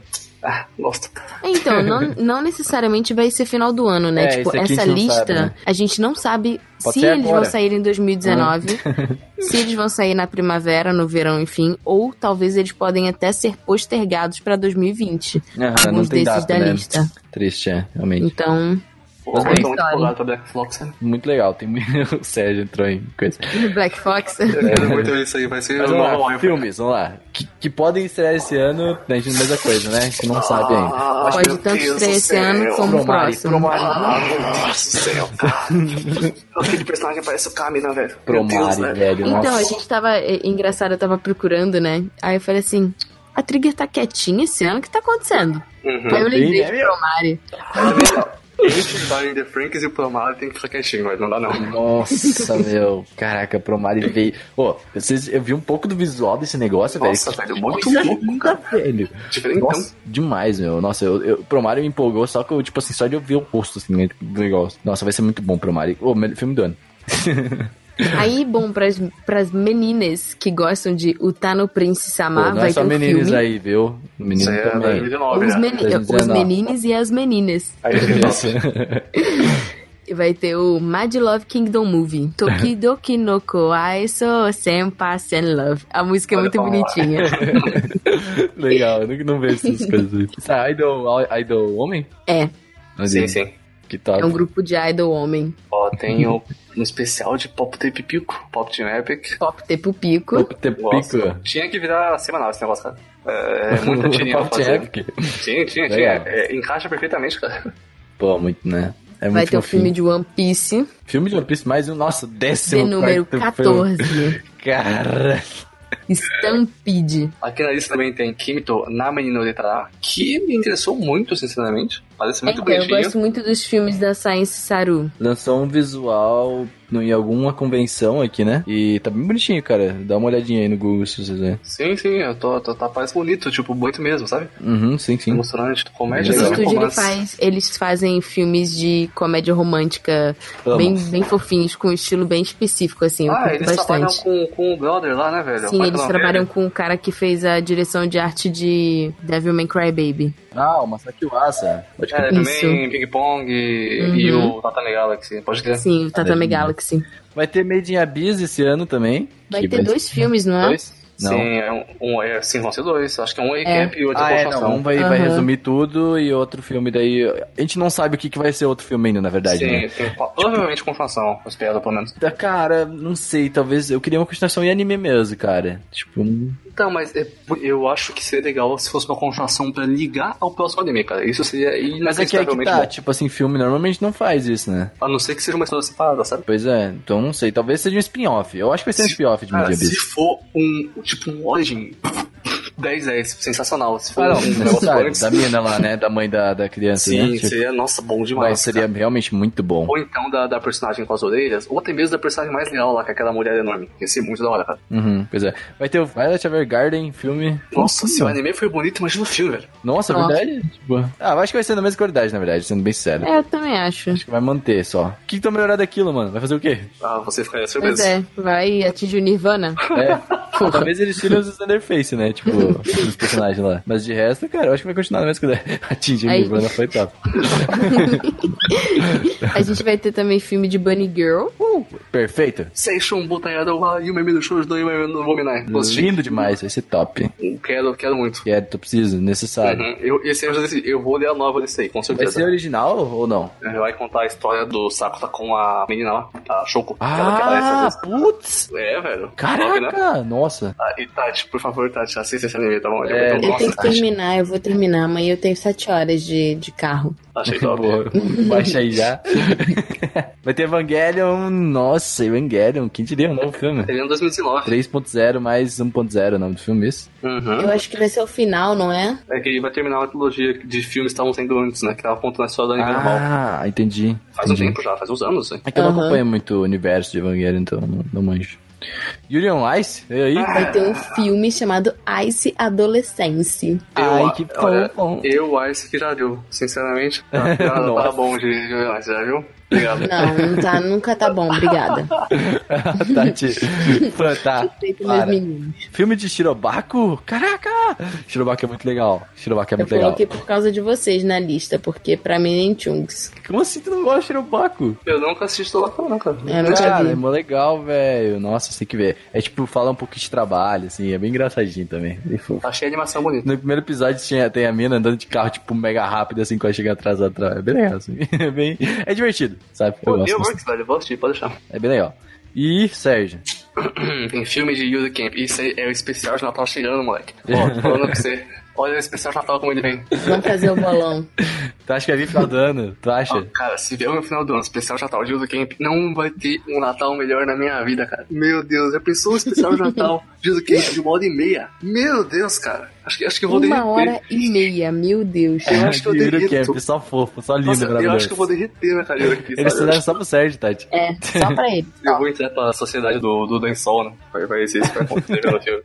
Speaker 3: Ah, gosto.
Speaker 4: Então, não, não necessariamente vai ser final do ano, né?
Speaker 2: É, isso
Speaker 4: tipo,
Speaker 2: aqui a
Speaker 4: essa
Speaker 2: gente não
Speaker 4: lista,
Speaker 2: sabe, né?
Speaker 4: a gente não sabe
Speaker 2: Pode
Speaker 4: se
Speaker 2: ser
Speaker 4: eles
Speaker 2: agora. Hum.
Speaker 4: vão sair em 2019, se eles vão sair na primavera, no verão, enfim, ou talvez eles podem até ser postergados pra 2020.
Speaker 2: Aham, Ah, não
Speaker 4: alguns
Speaker 2: tem
Speaker 4: desses
Speaker 2: data,
Speaker 4: da
Speaker 2: né?
Speaker 4: lista.
Speaker 2: Triste, é, realmente.
Speaker 4: Então,
Speaker 3: Pô, eu
Speaker 2: bem.
Speaker 3: tô muito
Speaker 4: História.
Speaker 3: empolgado pra Black Fox, né?
Speaker 2: Muito legal, tem o Sérgio entrou em coisa.
Speaker 4: Black Fox.
Speaker 3: Eu quero muito ver isso aí, vai ser
Speaker 2: Mas
Speaker 3: o
Speaker 2: vamos
Speaker 3: novo
Speaker 2: lá,
Speaker 3: Lion.
Speaker 2: filmes, vamos lá. Que, que podem estrear esse ano, né, a gente não mesma coisa, né? Que não sabe ainda.
Speaker 3: Ah,
Speaker 4: Pode
Speaker 3: meu
Speaker 4: tanto
Speaker 3: Deus
Speaker 4: estrear
Speaker 3: do
Speaker 4: esse ano
Speaker 3: céu.
Speaker 4: como o próximo.
Speaker 3: Ah, meu Deus do céu, cara. Aquele personagem parece o Kamina, velho. Meu Deus, né?
Speaker 2: Promare, velho.
Speaker 4: Então,
Speaker 2: nossa.
Speaker 4: a gente tava. é, Engraçado, eu tava procurando, né? Aí eu falei assim: a Trigger tá quietinha esse ano, o que tá acontecendo?
Speaker 3: Uhum.
Speaker 4: Aí eu lembrei
Speaker 2: Bem,
Speaker 4: de Promare.
Speaker 3: Entre o Darling tá the Franks e o Promare tem que ficar quietinho, mas não dá não.
Speaker 2: Nossa, meu. Caraca, Promare veio. Ô, vocês, eu vi um pouco do visual desse negócio,
Speaker 3: Nossa, tá
Speaker 2: velho.
Speaker 3: velho,
Speaker 2: Que
Speaker 3: muito
Speaker 2: coisa
Speaker 3: louco,
Speaker 2: linda, velho.
Speaker 3: Diferentão.
Speaker 2: Nossa, demais, meu. Nossa, eu, eu, Promare me empolgou, só que eu, tipo assim, só de eu ver o rosto assim, né, do negócio. Nossa, vai ser muito bom, Promare. Ô, melhor filme do ano.
Speaker 4: Aí, bom, pras, pras meninas que gostam de Utano Prince
Speaker 2: Pô,
Speaker 4: Samar,
Speaker 2: não
Speaker 4: vai
Speaker 2: é só
Speaker 4: ter um
Speaker 2: meninos
Speaker 4: filme.
Speaker 2: aí, viu? Meninos
Speaker 3: Isso aí é
Speaker 2: também.
Speaker 3: 2019,
Speaker 4: Os,
Speaker 3: né?
Speaker 4: meni-
Speaker 2: Dezenove.
Speaker 4: os meninos e as meninas. E vai ter o Mad Love Kingdom Movie. Tokidoki no koai so senpa sen love. A música é
Speaker 3: Olha
Speaker 4: muito
Speaker 3: pra lá.
Speaker 4: bonitinha.
Speaker 2: Legal, eu nunca- não vejo essas coisas. aí. Tá, Idol, Idol Homem?
Speaker 4: É,
Speaker 2: Olha aí,
Speaker 3: Sim, sim.
Speaker 4: um
Speaker 2: Que top.
Speaker 4: é um grupo de idol homem.
Speaker 3: Ó, tem o no especial de Pop Tape Pico, Pop Team Epic.
Speaker 4: Pop Tepo Pico.
Speaker 2: Pop Te
Speaker 3: Nossa,
Speaker 2: Pico.
Speaker 3: Tinha que virar semanal esse negócio, cara. É, é muita tirinha pra
Speaker 2: Pop Team
Speaker 3: fazer.
Speaker 2: Epic.
Speaker 3: Tinha, tinha, tinha.
Speaker 2: Legal.
Speaker 3: É, encaixa perfeitamente, cara.
Speaker 2: Pô, muito, né? É
Speaker 4: Vai
Speaker 2: muito
Speaker 4: ter o
Speaker 2: fofinho.
Speaker 4: filme de One Piece,
Speaker 2: Filme de One Piece mais um, nossa, décimo
Speaker 4: de número
Speaker 2: quarto filme.
Speaker 4: 14.
Speaker 2: Cara,
Speaker 4: Stampede.
Speaker 3: Aqui na lista também tem Kimito na Menino Letra que me interessou muito, sinceramente. Parece muito
Speaker 4: Então, eu
Speaker 3: bonitinho.
Speaker 4: gosto muito dos filmes da Science Saru.
Speaker 2: lançou um visual no- em alguma convenção aqui, né? E tá bem bonitinho, cara. Dá uma olhadinha aí no Google se vocês verem.
Speaker 3: Sim, sim, eu tô, tô, tá, parece bonito, tipo, bonito mesmo, sabe?
Speaker 2: Uhum, sim, sim.
Speaker 3: Emocionante, comédia,
Speaker 4: Esse
Speaker 2: Legal.
Speaker 3: drama e
Speaker 4: estúdio ele
Speaker 3: romance.
Speaker 4: faz, eles fazem filmes de comédia romântica
Speaker 2: Amo.
Speaker 4: bem, bem fofinhos, com um estilo bem específico, assim. Eu
Speaker 3: Ah,
Speaker 4: curto
Speaker 3: eles trabalham
Speaker 4: bastante.
Speaker 3: com, com o brother lá, né, velho?
Speaker 4: Sim,
Speaker 3: Como é que é
Speaker 4: eles
Speaker 3: o nome
Speaker 4: trabalham
Speaker 3: dele?
Speaker 4: com o cara que fez a direção de arte de Devilman Crybaby.
Speaker 2: Ah, o Masaki Uasa. Pode
Speaker 3: É,
Speaker 2: crer.
Speaker 3: também Ping Pong e,
Speaker 4: Uhum.
Speaker 3: e o Tatame Galaxy, pode crer.
Speaker 4: Sim, o Tatame
Speaker 2: Devilman.
Speaker 4: Galaxy.
Speaker 2: Vai ter Made in Abyss esse ano também.
Speaker 4: Vai
Speaker 2: Que
Speaker 4: ter dois filmes, não é?
Speaker 2: Dois? Não.
Speaker 3: Sim, é um, um, é, sim, vão ser dois. Acho que é um recap e outro
Speaker 2: Ah, é, não. Um
Speaker 3: construção.
Speaker 2: vai, vai
Speaker 4: Aham.
Speaker 2: resumir tudo e outro filme daí... A gente não sabe o que, que vai ser outro filme ainda, na verdade, né?
Speaker 3: sim, sim, provavelmente continuação, eu espero, pelo menos.
Speaker 2: Tá, Cara, não sei, talvez eu queria uma continuação em anime mesmo, cara. Tipo, um-
Speaker 3: Então, mas é- eu acho que seria legal se fosse uma continuação pra ligar ao próximo anime, cara. Isso seria
Speaker 2: mas é que é que
Speaker 3: inacreditavelmente
Speaker 2: tá,
Speaker 3: bom.
Speaker 2: tipo assim, filme normalmente não faz isso, né?
Speaker 3: A não ser que seja uma história separada, sabe?
Speaker 2: Pois é, então não sei, talvez seja um spin-off. Eu acho que vai ser um
Speaker 3: Se-
Speaker 2: spin-off de
Speaker 3: Cara,
Speaker 2: Media
Speaker 3: se
Speaker 2: Beast.
Speaker 3: for um, tipo, um Origin 10 10, sensacional. Se for
Speaker 2: Ah, não,
Speaker 3: um negócio
Speaker 2: necessário,
Speaker 3: antes,
Speaker 2: da mina lá, né? Da mãe da, da criança, né?
Speaker 3: sim,
Speaker 2: Tipo,
Speaker 3: seria, nossa, bom demais.
Speaker 2: mas seria
Speaker 3: cara.
Speaker 2: realmente muito bom.
Speaker 3: Ou então da, da personagem com as orelhas, ou até mesmo da personagem mais legal lá, com aquela mulher enorme. Ia ser muito da hora, cara.
Speaker 2: Uhum, pois é. Vai ter o Violet Evergarden, filme.
Speaker 3: Nossa,
Speaker 2: Hum,
Speaker 3: se o anime foi bonito, imagina o filme, velho.
Speaker 2: Nossa,
Speaker 4: Nossa.
Speaker 2: verdade? Tipo, ah, eu acho que vai ser da mesma qualidade, na verdade, sendo bem sério.
Speaker 4: É, eu também acho.
Speaker 2: Acho que vai manter só. O que que tá melhorado daquilo, mano? Vai fazer o quê?
Speaker 3: Ah, você ficaria
Speaker 4: Pois
Speaker 3: surpreso.
Speaker 4: é, vai atingir o Nirvana.
Speaker 2: É. Pô, talvez eles tirem os Thunderface, né? Tipo, os personagens lá. Mas de resto, cara, eu acho que vai continuar na mesma coisa. Atingir o
Speaker 4: Aí-
Speaker 2: Nirvana foi top.
Speaker 4: A gente vai ter também filme de Bunny Girl.
Speaker 2: Uh, Perfeito.
Speaker 3: Seishun Butayado wa Yumemi do Shoujo do Yumemi no Wominai. Gostei.
Speaker 2: Lindo demais, vai ser top.
Speaker 3: Quero, quero muito.
Speaker 2: E é, tu precisa, necessário.
Speaker 3: Uhum. Eu, esse eu já decidi. Eu vou ler a nova desse aí, com
Speaker 2: Vai ser
Speaker 3: certeza.
Speaker 2: original ou não?
Speaker 3: Vai contar a história do Sakuta com a menina lá, a Shoko. Ela que aparece às
Speaker 2: Ah,
Speaker 3: vezes.
Speaker 2: putz!
Speaker 3: É, velho. Top, né?
Speaker 2: Caraca! Nossa.
Speaker 3: Ah, e Tati, por favor, Tati, assista esse anime, tá bom?
Speaker 2: É,
Speaker 3: É,
Speaker 4: Eu
Speaker 3: muito
Speaker 4: tenho
Speaker 3: nossa,
Speaker 4: que
Speaker 3: Tati,
Speaker 4: terminar, eu vou terminar. Amanhã eu tenho sete horas de, de carro.
Speaker 3: achei top.
Speaker 2: Boa, baixa aí já. Vai ter Evangelion. Nossa, Evangelion. Quem diria um novo filme?
Speaker 3: Ele é em 2019.
Speaker 2: 3.0 mais 1.0 o nome do filme, isso?
Speaker 3: Uhum.
Speaker 4: Eu acho que vai ser o final, não é?
Speaker 3: É que ele vai terminar uma trilogia de filmes que estavam sendo antes, né? Que tava contando a história do anime normal.
Speaker 2: Ah, entendi.
Speaker 3: Faz um
Speaker 2: entendi.
Speaker 3: tempo já, faz uns anos, hein?
Speaker 2: É que eu não
Speaker 4: Aham.
Speaker 2: acompanho muito o universo de Evangelho, então não, não manjo. Yuri on Ice? E aí?
Speaker 3: Ah,
Speaker 4: Vai ter um filme chamado Ice Adolescence.
Speaker 2: Ai, que
Speaker 3: olha,
Speaker 2: bom.
Speaker 3: Eu acho que já viu, sinceramente. Tá, já tá
Speaker 2: Então- Nossa.
Speaker 3: bom de de olhar, já viu? Obrigado.
Speaker 4: Não, não tá, nunca tá bom, obrigada.
Speaker 2: Tati. Fã, tá.
Speaker 4: Feito meus
Speaker 2: Para.
Speaker 4: meninos.
Speaker 2: Filme de Shirobaku? Caraca! Shirobaku é muito legal. Shirobaku é
Speaker 4: Eu
Speaker 2: muito legal.
Speaker 4: coloquei por causa de vocês na lista, porque pra mim nem Chunks.
Speaker 2: Como assim tu não gosta de Shirobaku?
Speaker 3: Eu nunca assisto lá não, cara.
Speaker 4: É, nunca
Speaker 2: Cara,
Speaker 4: vi.
Speaker 2: é mó legal, velho. Nossa, você tem que ver. É tipo, fala um pouco de trabalho, assim. É bem engraçadinho também. Bem fofo.
Speaker 3: Achei a animação bonita.
Speaker 2: No primeiro episódio tinha, tem a mina andando de carro, tipo, mega rápido, assim, quando chega atrasada. atrás. É bem legal, assim. É, bem... é divertido, sabe? Eu
Speaker 3: Pô,
Speaker 2: gosto
Speaker 3: New
Speaker 2: bastante.
Speaker 3: Works, velho, vou assistir, pode deixar.
Speaker 2: É bem legal. E, Sérgio,
Speaker 3: Tem filme de Yuzu Camp. Isso aí é o especial de Natal chegando, moleque. Ó, falando pra você. Olha o especial de Natal como ele vem.
Speaker 4: Vamos fazer o bolão.
Speaker 2: tu acha que vai vir final do ano? Tu
Speaker 3: Ó,
Speaker 2: acha?
Speaker 3: cara, se vier no final do ano, especial de Natal de Yuzu Camp, não vai ter um Natal melhor na minha vida, cara. Meu Deus, já pensou um especial de Natal de Yuzu Camp de uma hora e meia? Meu Deus, cara. Acho que, acho que eu vou
Speaker 4: Uma
Speaker 3: derreter.
Speaker 4: hora é e meia, meu Deus.
Speaker 3: eu acho que eu
Speaker 2: Yuri
Speaker 3: derrito.
Speaker 2: Camp, é só fofo, só lindo,
Speaker 3: Nossa, eu acho
Speaker 2: maravilhoso.
Speaker 3: que eu vou derreter né, na cadeira aqui.
Speaker 2: Eles
Speaker 3: sabe?
Speaker 2: fizeram só pro Sérgio, Tati.
Speaker 4: É, só pra ele.
Speaker 3: Eu vou entrar pra sociedade do, do Densol, né? Vai parecer isso que vai acontecer pelo filme.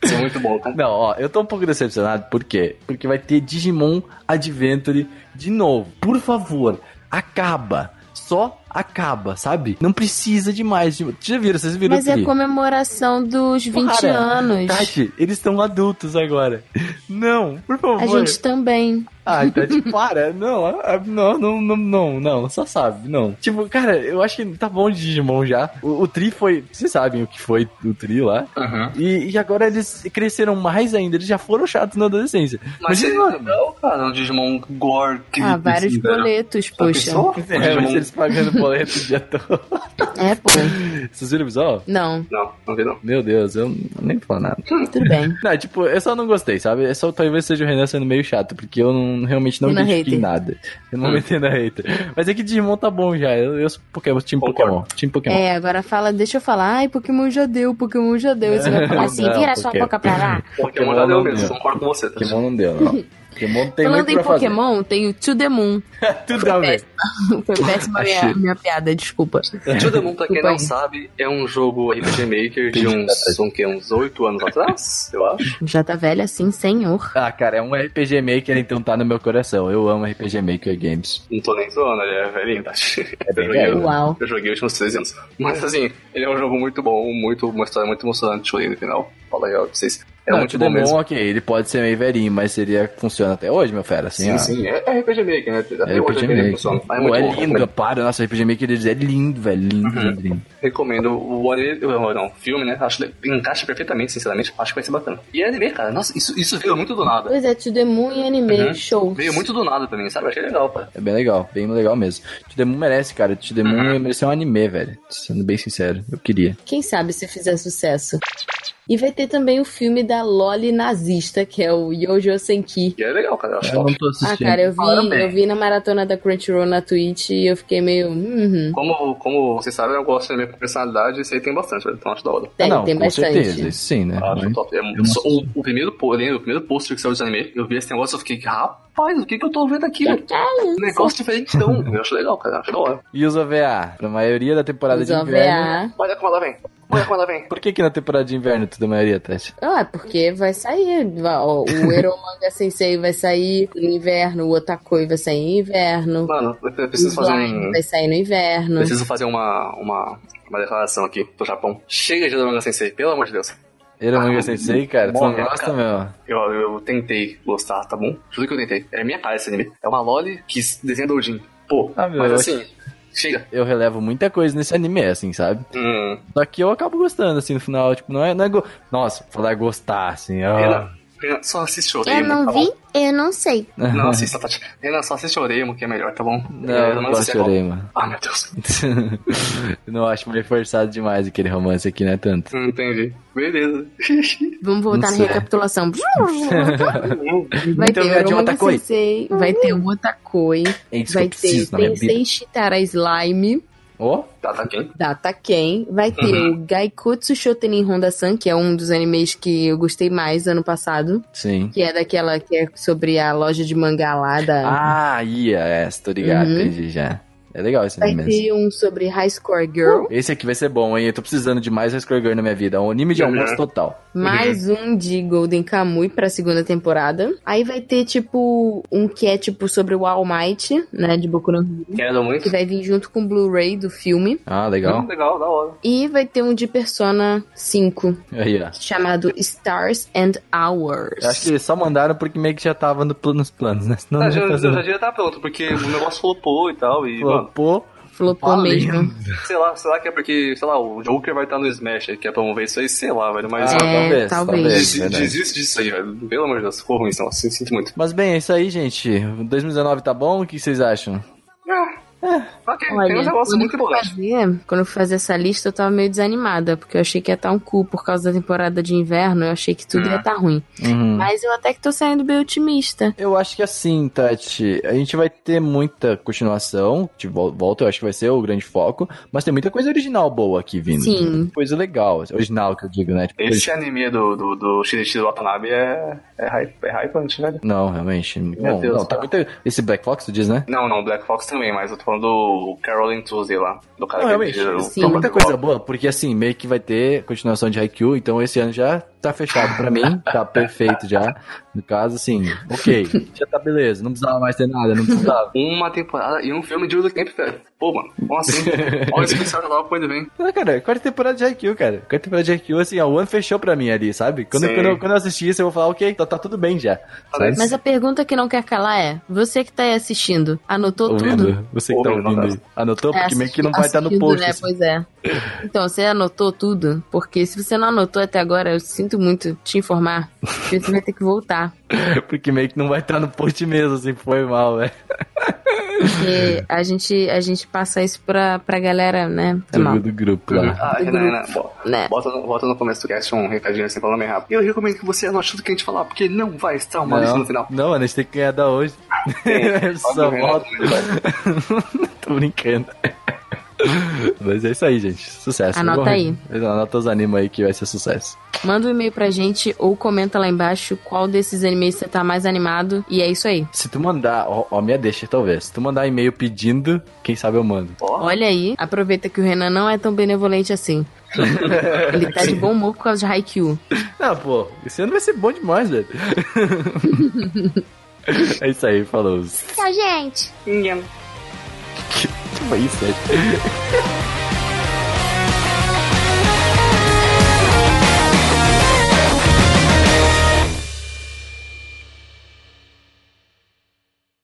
Speaker 3: Isso é muito bom, cara.
Speaker 2: Não, ó, eu tô um pouco decepcionado, por quê? Porque vai ter Digimon Adventure de novo. Por favor, acaba. Só acaba, sabe? Não precisa de mais. de- Vocês já viram, vocês viram
Speaker 4: Mas é a comemoração dos 20
Speaker 2: Para.
Speaker 4: anos.
Speaker 2: Tati, eles estão adultos agora. Não, por favor.
Speaker 4: A gente tá- também.
Speaker 2: Ai, Tati, para. Não, ah, não, não, não, não, não, só sabe, não. Tipo, cara, eu acho que tá bom de Digimon já. O, o Tri foi. Vocês sabem o que foi o Tri lá. E, e agora eles cresceram mais ainda, eles já foram chatos na adolescência.
Speaker 3: Mas
Speaker 2: Imagina,
Speaker 3: é legal, cara, um Digimon gore.
Speaker 2: né?
Speaker 4: Ah, vários boletos, poxa.
Speaker 3: Tá Pessoa? um assim,
Speaker 2: É, mas eles pagando boleto o dia todo.
Speaker 4: É, pô.
Speaker 2: Vocês viram o visual?
Speaker 4: Não,
Speaker 3: Não, não vi não.
Speaker 2: Meu Deus, eu nem falo nada.
Speaker 4: tudo bem.
Speaker 2: Não, tipo, eu só não gostei, sabe? É só talvez seja o Renan sendo meio chato, porque eu não, realmente não
Speaker 4: Não é
Speaker 2: identifiquei
Speaker 4: hater.
Speaker 2: nada. Eu não me entendo a hater. Mas é que Digimon tá bom já. Eu, eu sou Pokémon, time
Speaker 3: Concordo.
Speaker 2: Pokémon. Time Pokémon.
Speaker 4: É, agora fala, deixa eu falar, ai, Pokémon já deu, Pokémon já deu. Você vai falar assim,
Speaker 2: Não,
Speaker 4: vira sua
Speaker 2: Pokémon.
Speaker 4: boca pra lá.
Speaker 2: é
Speaker 3: Pokémon já deu
Speaker 2: não
Speaker 3: mesmo,
Speaker 2: deu.
Speaker 3: concordo com você. Tá?
Speaker 2: Pokémon não deu, não. Pokémon tem
Speaker 4: Falando
Speaker 2: muito
Speaker 4: em
Speaker 2: pra
Speaker 4: Pokémon, tem o To The Moon.
Speaker 2: fazer. Tudo a ver.
Speaker 4: Foi péssima a minha,
Speaker 2: Achei.
Speaker 4: minha piada, desculpa.
Speaker 3: To The Moon, pra quem
Speaker 4: Desculpa
Speaker 3: não
Speaker 4: aí.
Speaker 3: sabe, é um jogo RPG Maker de
Speaker 2: Entendi.
Speaker 3: uns, um, que, uns 8 anos atrás, eu acho.
Speaker 4: Já tá velha assim, senhor.
Speaker 2: Ah, cara, é um RPG Maker, então tá no meu coração. Eu amo RPG Maker Games.
Speaker 3: Não tô nem zoando, ele é velhinho, tá? É
Speaker 2: bem
Speaker 3: eu, joguei,
Speaker 2: velho.
Speaker 4: Uau.
Speaker 3: eu joguei os últimos 3 anos. Mas assim, ele é um jogo muito bom, muito, uma história muito emocionante ali no final. Fala aí, ó, pra vocês. É
Speaker 2: não,
Speaker 3: muito
Speaker 2: o
Speaker 3: bom
Speaker 2: Demon, assim,
Speaker 3: mesmo.
Speaker 2: ok, ele pode ser meio velhinho, mas seria funciona até hoje, meu fera. Assim,
Speaker 3: Sim,
Speaker 2: ó.
Speaker 3: sim, é, é RPG Maker, né? Até
Speaker 2: É
Speaker 3: hoje
Speaker 2: RPG
Speaker 3: ele
Speaker 2: Maker.
Speaker 3: funciona. Mas É
Speaker 2: Pô,
Speaker 3: muito
Speaker 2: é
Speaker 3: bom, Uhum.
Speaker 2: lindo, para. Nossa, RPG Maker deles é lindo, velho. Lindo, lindo, lindo.
Speaker 3: Recomendo o anime, não, filme, né? Acho que encaixa perfeitamente, sinceramente. Acho que vai ser bacana. E é anime, cara, nossa, isso, isso veio muito do nada.
Speaker 5: Pois é, To The Moon e anime,
Speaker 3: Uhum.
Speaker 5: show.
Speaker 3: Veio muito do nada pra mim, sabe? Achei legal, pá.
Speaker 2: É bem legal, bem legal mesmo. To The Moon merece, cara. To The Moon
Speaker 3: Uhum.
Speaker 2: merece um anime, velho. Sendo bem sincero, eu queria.
Speaker 5: Quem sabe se fizer sucesso. E vai ter também o filme da Loli nazista, que é o Yojo Senki.
Speaker 3: E é legal, cara. Eu acho
Speaker 2: Eu
Speaker 3: top.
Speaker 2: não tô
Speaker 5: Ah,
Speaker 2: assistindo.
Speaker 5: cara, eu
Speaker 3: Falaram
Speaker 5: vi,
Speaker 3: bem.
Speaker 5: eu vi na maratona da Crunchyroll na Twitch e eu fiquei meio. Uhum.
Speaker 3: Como, como vocês sabem, eu gosto de anime com personalidade, isso aí tem bastante, velho. Então acho da hora.
Speaker 2: Ah,
Speaker 5: Tem,
Speaker 2: não,
Speaker 5: tem
Speaker 2: com
Speaker 5: bastante.
Speaker 2: certeza, isso sim, né?
Speaker 3: Acho
Speaker 2: Mas-
Speaker 3: top. É, só- o, o primeiro, po- eu lembro, o primeiro pôster que saiu de anime, eu vi esse negócio e fiquei, rapaz, o que que eu tô vendo aqui? velho? Um negócio diferente, então. Eu acho legal, cara. Acho da hora.
Speaker 2: E os OVA? Na maioria da temporada
Speaker 5: Os
Speaker 2: de inverno.
Speaker 5: OVA.
Speaker 3: Olha como ela vem. Olha como ela vem.
Speaker 2: Por que que na temporada de inverno tudo a maioria, Tati?
Speaker 5: Ah, é porque vai sair. va- ó, o Eromanga Sensei vai sair no inverno, o Otakoi vai sair no inverno.
Speaker 3: Mano, eu
Speaker 5: O
Speaker 3: preciso fazer
Speaker 5: Blind
Speaker 3: um.
Speaker 5: Vai sair no inverno.
Speaker 3: Preciso fazer uma, uma, uma declaração aqui pro Japão. Chega de Doranga Sensei, pelo amor de Deus.
Speaker 2: Era
Speaker 3: Ah,
Speaker 2: manga sensei, cara. Tu não
Speaker 3: morre,
Speaker 2: gosta,
Speaker 3: cara.
Speaker 2: meu?
Speaker 3: Eu, eu tentei gostar, tá bom? Juro que eu tentei. É minha cara esse anime. É uma Loli que desenha Doujin. Pô,
Speaker 2: Ah, meu,
Speaker 3: mas
Speaker 2: eu
Speaker 3: assim, chega.
Speaker 2: Eu relevo muita coisa nesse anime, assim, sabe?
Speaker 3: Hum,
Speaker 2: Só que eu acabo gostando, assim, no final. Tipo, não é. Não é go- Nossa, falar gostar, assim, ó.
Speaker 3: Renan, Renan, só assiste Oremo,
Speaker 9: Eu não
Speaker 3: tá
Speaker 9: vi,
Speaker 3: bom?
Speaker 9: eu não sei.
Speaker 3: Não assista, Tati. Renan, só assiste Oremo, que é melhor, tá bom?
Speaker 2: Não,
Speaker 3: É,
Speaker 2: eu não
Speaker 3: assisti
Speaker 2: gosto de
Speaker 3: agora.
Speaker 2: Orema.
Speaker 3: Ah, meu Deus.
Speaker 2: Eu não acho meio forçado demais aquele romance aqui, né? Tanto.
Speaker 3: Hum, Entendi. Beleza.
Speaker 4: Vamos
Speaker 2: Não
Speaker 4: voltar na
Speaker 2: sei.
Speaker 4: recapitulação. Vai
Speaker 2: Então,
Speaker 4: ter
Speaker 2: é de
Speaker 4: o Eromanga
Speaker 2: Otakoi.
Speaker 4: Sensei, vai ter o Otakoi,
Speaker 2: É isso que
Speaker 4: vai
Speaker 2: eu preciso
Speaker 4: ter
Speaker 2: na minha vida.
Speaker 4: Tensei Shitara Slime,
Speaker 2: Ó,
Speaker 3: Tá, tá quem?
Speaker 4: Data Ken, vai ter
Speaker 2: Uhum.
Speaker 4: o Gaikutsu Shotenin Honda-san, que é um dos animes que eu gostei mais ano passado,
Speaker 2: sim.
Speaker 4: que é daquela que é sobre a loja de mangá lá da...
Speaker 2: Ah, ia, é, tô ligado,
Speaker 4: Uhum.
Speaker 2: entendi já. É legal esse
Speaker 4: Vai
Speaker 2: anime mesmo. Uhum.
Speaker 4: ter um sobre High Score Girl,
Speaker 2: Esse aqui vai ser bom, hein? Eu tô precisando de mais Rescore Girl na minha vida. É um anime de
Speaker 3: Uhum.
Speaker 2: almoço total.
Speaker 4: mais um de Golden Kamuy pra segunda temporada. Aí vai ter, tipo, um que é, tipo, sobre o All Might, né, de Boku no Hero,
Speaker 3: Quero
Speaker 4: que
Speaker 3: muito.
Speaker 4: vai vir junto com o Blu-ray do filme.
Speaker 2: Ah, legal. Então,
Speaker 3: Hum, legal, da hora.
Speaker 4: E vai ter um de Persona 5,
Speaker 2: Aí, ó.
Speaker 4: chamado Stars and Hours.
Speaker 2: Eu acho que eles só mandaram porque meio que já tava no plano- nos planos, né? Senão
Speaker 3: Tá,
Speaker 2: não
Speaker 3: já,
Speaker 2: ia fazer
Speaker 3: já, já tá pronto, porque o negócio flopou e tal, e, mano,
Speaker 2: flopou.
Speaker 4: Flopou
Speaker 2: Valeu.
Speaker 4: mesmo.
Speaker 3: Sei lá, sei lá que é porque, sei lá, o Joker vai estar no Smash, ele quer promover isso aí, sei lá, velho. Mas
Speaker 2: Ah,
Speaker 3: mano,
Speaker 4: é, talvez.
Speaker 2: talvez
Speaker 3: des-
Speaker 2: verdade.
Speaker 3: desiste disso aí, velho. Pelo amor de Deus, ficou ruim, senão, assim, sinto muito.
Speaker 2: Mas bem, é isso aí, gente. 2019 tá bom? O que vocês acham? É,
Speaker 3: Ok, tem
Speaker 4: Olha,
Speaker 3: um negócio
Speaker 4: quando,
Speaker 3: muito
Speaker 4: eu fui
Speaker 3: importante.
Speaker 4: fazer, quando eu fui fazer essa lista, eu tava meio desanimada, porque eu achei que ia estar um cu por causa da temporada de inverno, eu achei que tudo ia estar ruim.
Speaker 2: Uhum.
Speaker 4: Mas eu até que tô saindo bem otimista.
Speaker 2: Eu acho que assim, Tati, a gente vai ter muita continuação, de vol- volta, eu acho que vai ser o grande foco, mas tem muita coisa original boa aqui vindo.
Speaker 4: Sim.
Speaker 2: Coisa legal, original que eu digo, né? Tipo,
Speaker 3: Esse anime do, do, do Shinichi Watanabe é, é, hype, é hypante, velho.
Speaker 2: Não, realmente.
Speaker 3: Meu
Speaker 2: Bom,
Speaker 3: Deus.
Speaker 2: não, tá muito... Esse Black Fox, tu diz, né?
Speaker 3: Não, não, Black Fox também, mas eu tô falando do Carolyn Tuesday lá, do cara
Speaker 2: Não,
Speaker 3: que
Speaker 2: realmente.
Speaker 3: dirigiu o
Speaker 2: Tem
Speaker 3: Cobra
Speaker 2: muita
Speaker 3: Kai.
Speaker 2: coisa boa, porque assim, meio que vai ter continuação de Haikyuu, então esse ano já tá fechado pra mim, tá perfeito já. No caso, assim, ok, já tá beleza, não precisava mais ter nada, não precisava.
Speaker 3: Uma temporada e um filme de Judo Camp, velho. Pô, mano, como assim? Olha esse especial lá, quando vem.
Speaker 2: Não, cara, quarta temporada de Haikyuu, cara. Quarta temporada de Haikyuu, assim, ó, o ano fechou pra mim ali, sabe? Quando,
Speaker 3: Sim.
Speaker 2: quando, eu, quando eu assisti isso, eu vou falar, ok, tá, tá tudo bem já. Sabe?
Speaker 4: Mas a pergunta que não quer calar é: você que tá aí assistindo, anotou tudo?
Speaker 2: Ouvindo, você que tá
Speaker 3: Ouvindo,
Speaker 2: ouvindo
Speaker 3: no
Speaker 2: aí. Anotou?
Speaker 4: É,
Speaker 2: Porque meio que não vai estar no
Speaker 4: assistindo,
Speaker 2: post.
Speaker 4: Né?
Speaker 2: assim.
Speaker 4: Pois é. Então, você anotou tudo? Porque se você não anotou até agora, eu sinto muito te informar que você vai ter que voltar.
Speaker 2: Porque meio que não vai estar no post mesmo, assim, foi mal, velho.
Speaker 4: Porque a gente, a gente passa isso pra, pra galera, né? Foi mal.
Speaker 2: Do, do grupo lá.
Speaker 3: Ah, Renan, Renan, bo-
Speaker 4: Né?
Speaker 3: bota, no, bota no começo do cast um recadinho assim pra não me errar. Eu recomendo que você anote tudo que a gente falar, porque não vai estar uma lista no final. É, né?
Speaker 2: não, mano, a gente tem que ganhar da hoje. Só
Speaker 3: Óbvio, Renan,
Speaker 2: bota.
Speaker 3: ele vai.
Speaker 2: Tô brincando. Mas é isso aí, gente. Sucesso.
Speaker 4: Anota
Speaker 2: Vamos-
Speaker 4: aí.
Speaker 2: Anota os animes aí que vai ser sucesso.
Speaker 4: Manda um e-mail pra gente ou comenta lá embaixo qual desses animes você tá mais animado. E é isso aí.
Speaker 2: Se tu mandar, ó, ó minha deixa talvez. Se tu mandar e-mail pedindo, quem sabe eu mando.
Speaker 4: Olha aí, aproveita que o Renan não é tão benevolente assim. Ele tá de bom humor por causa de Haikyuu.
Speaker 2: Ah, pô, esse ano vai ser bom demais, velho. é isso aí, falou.
Speaker 10: Tchau, gente.
Speaker 2: né, Foi isso, velho.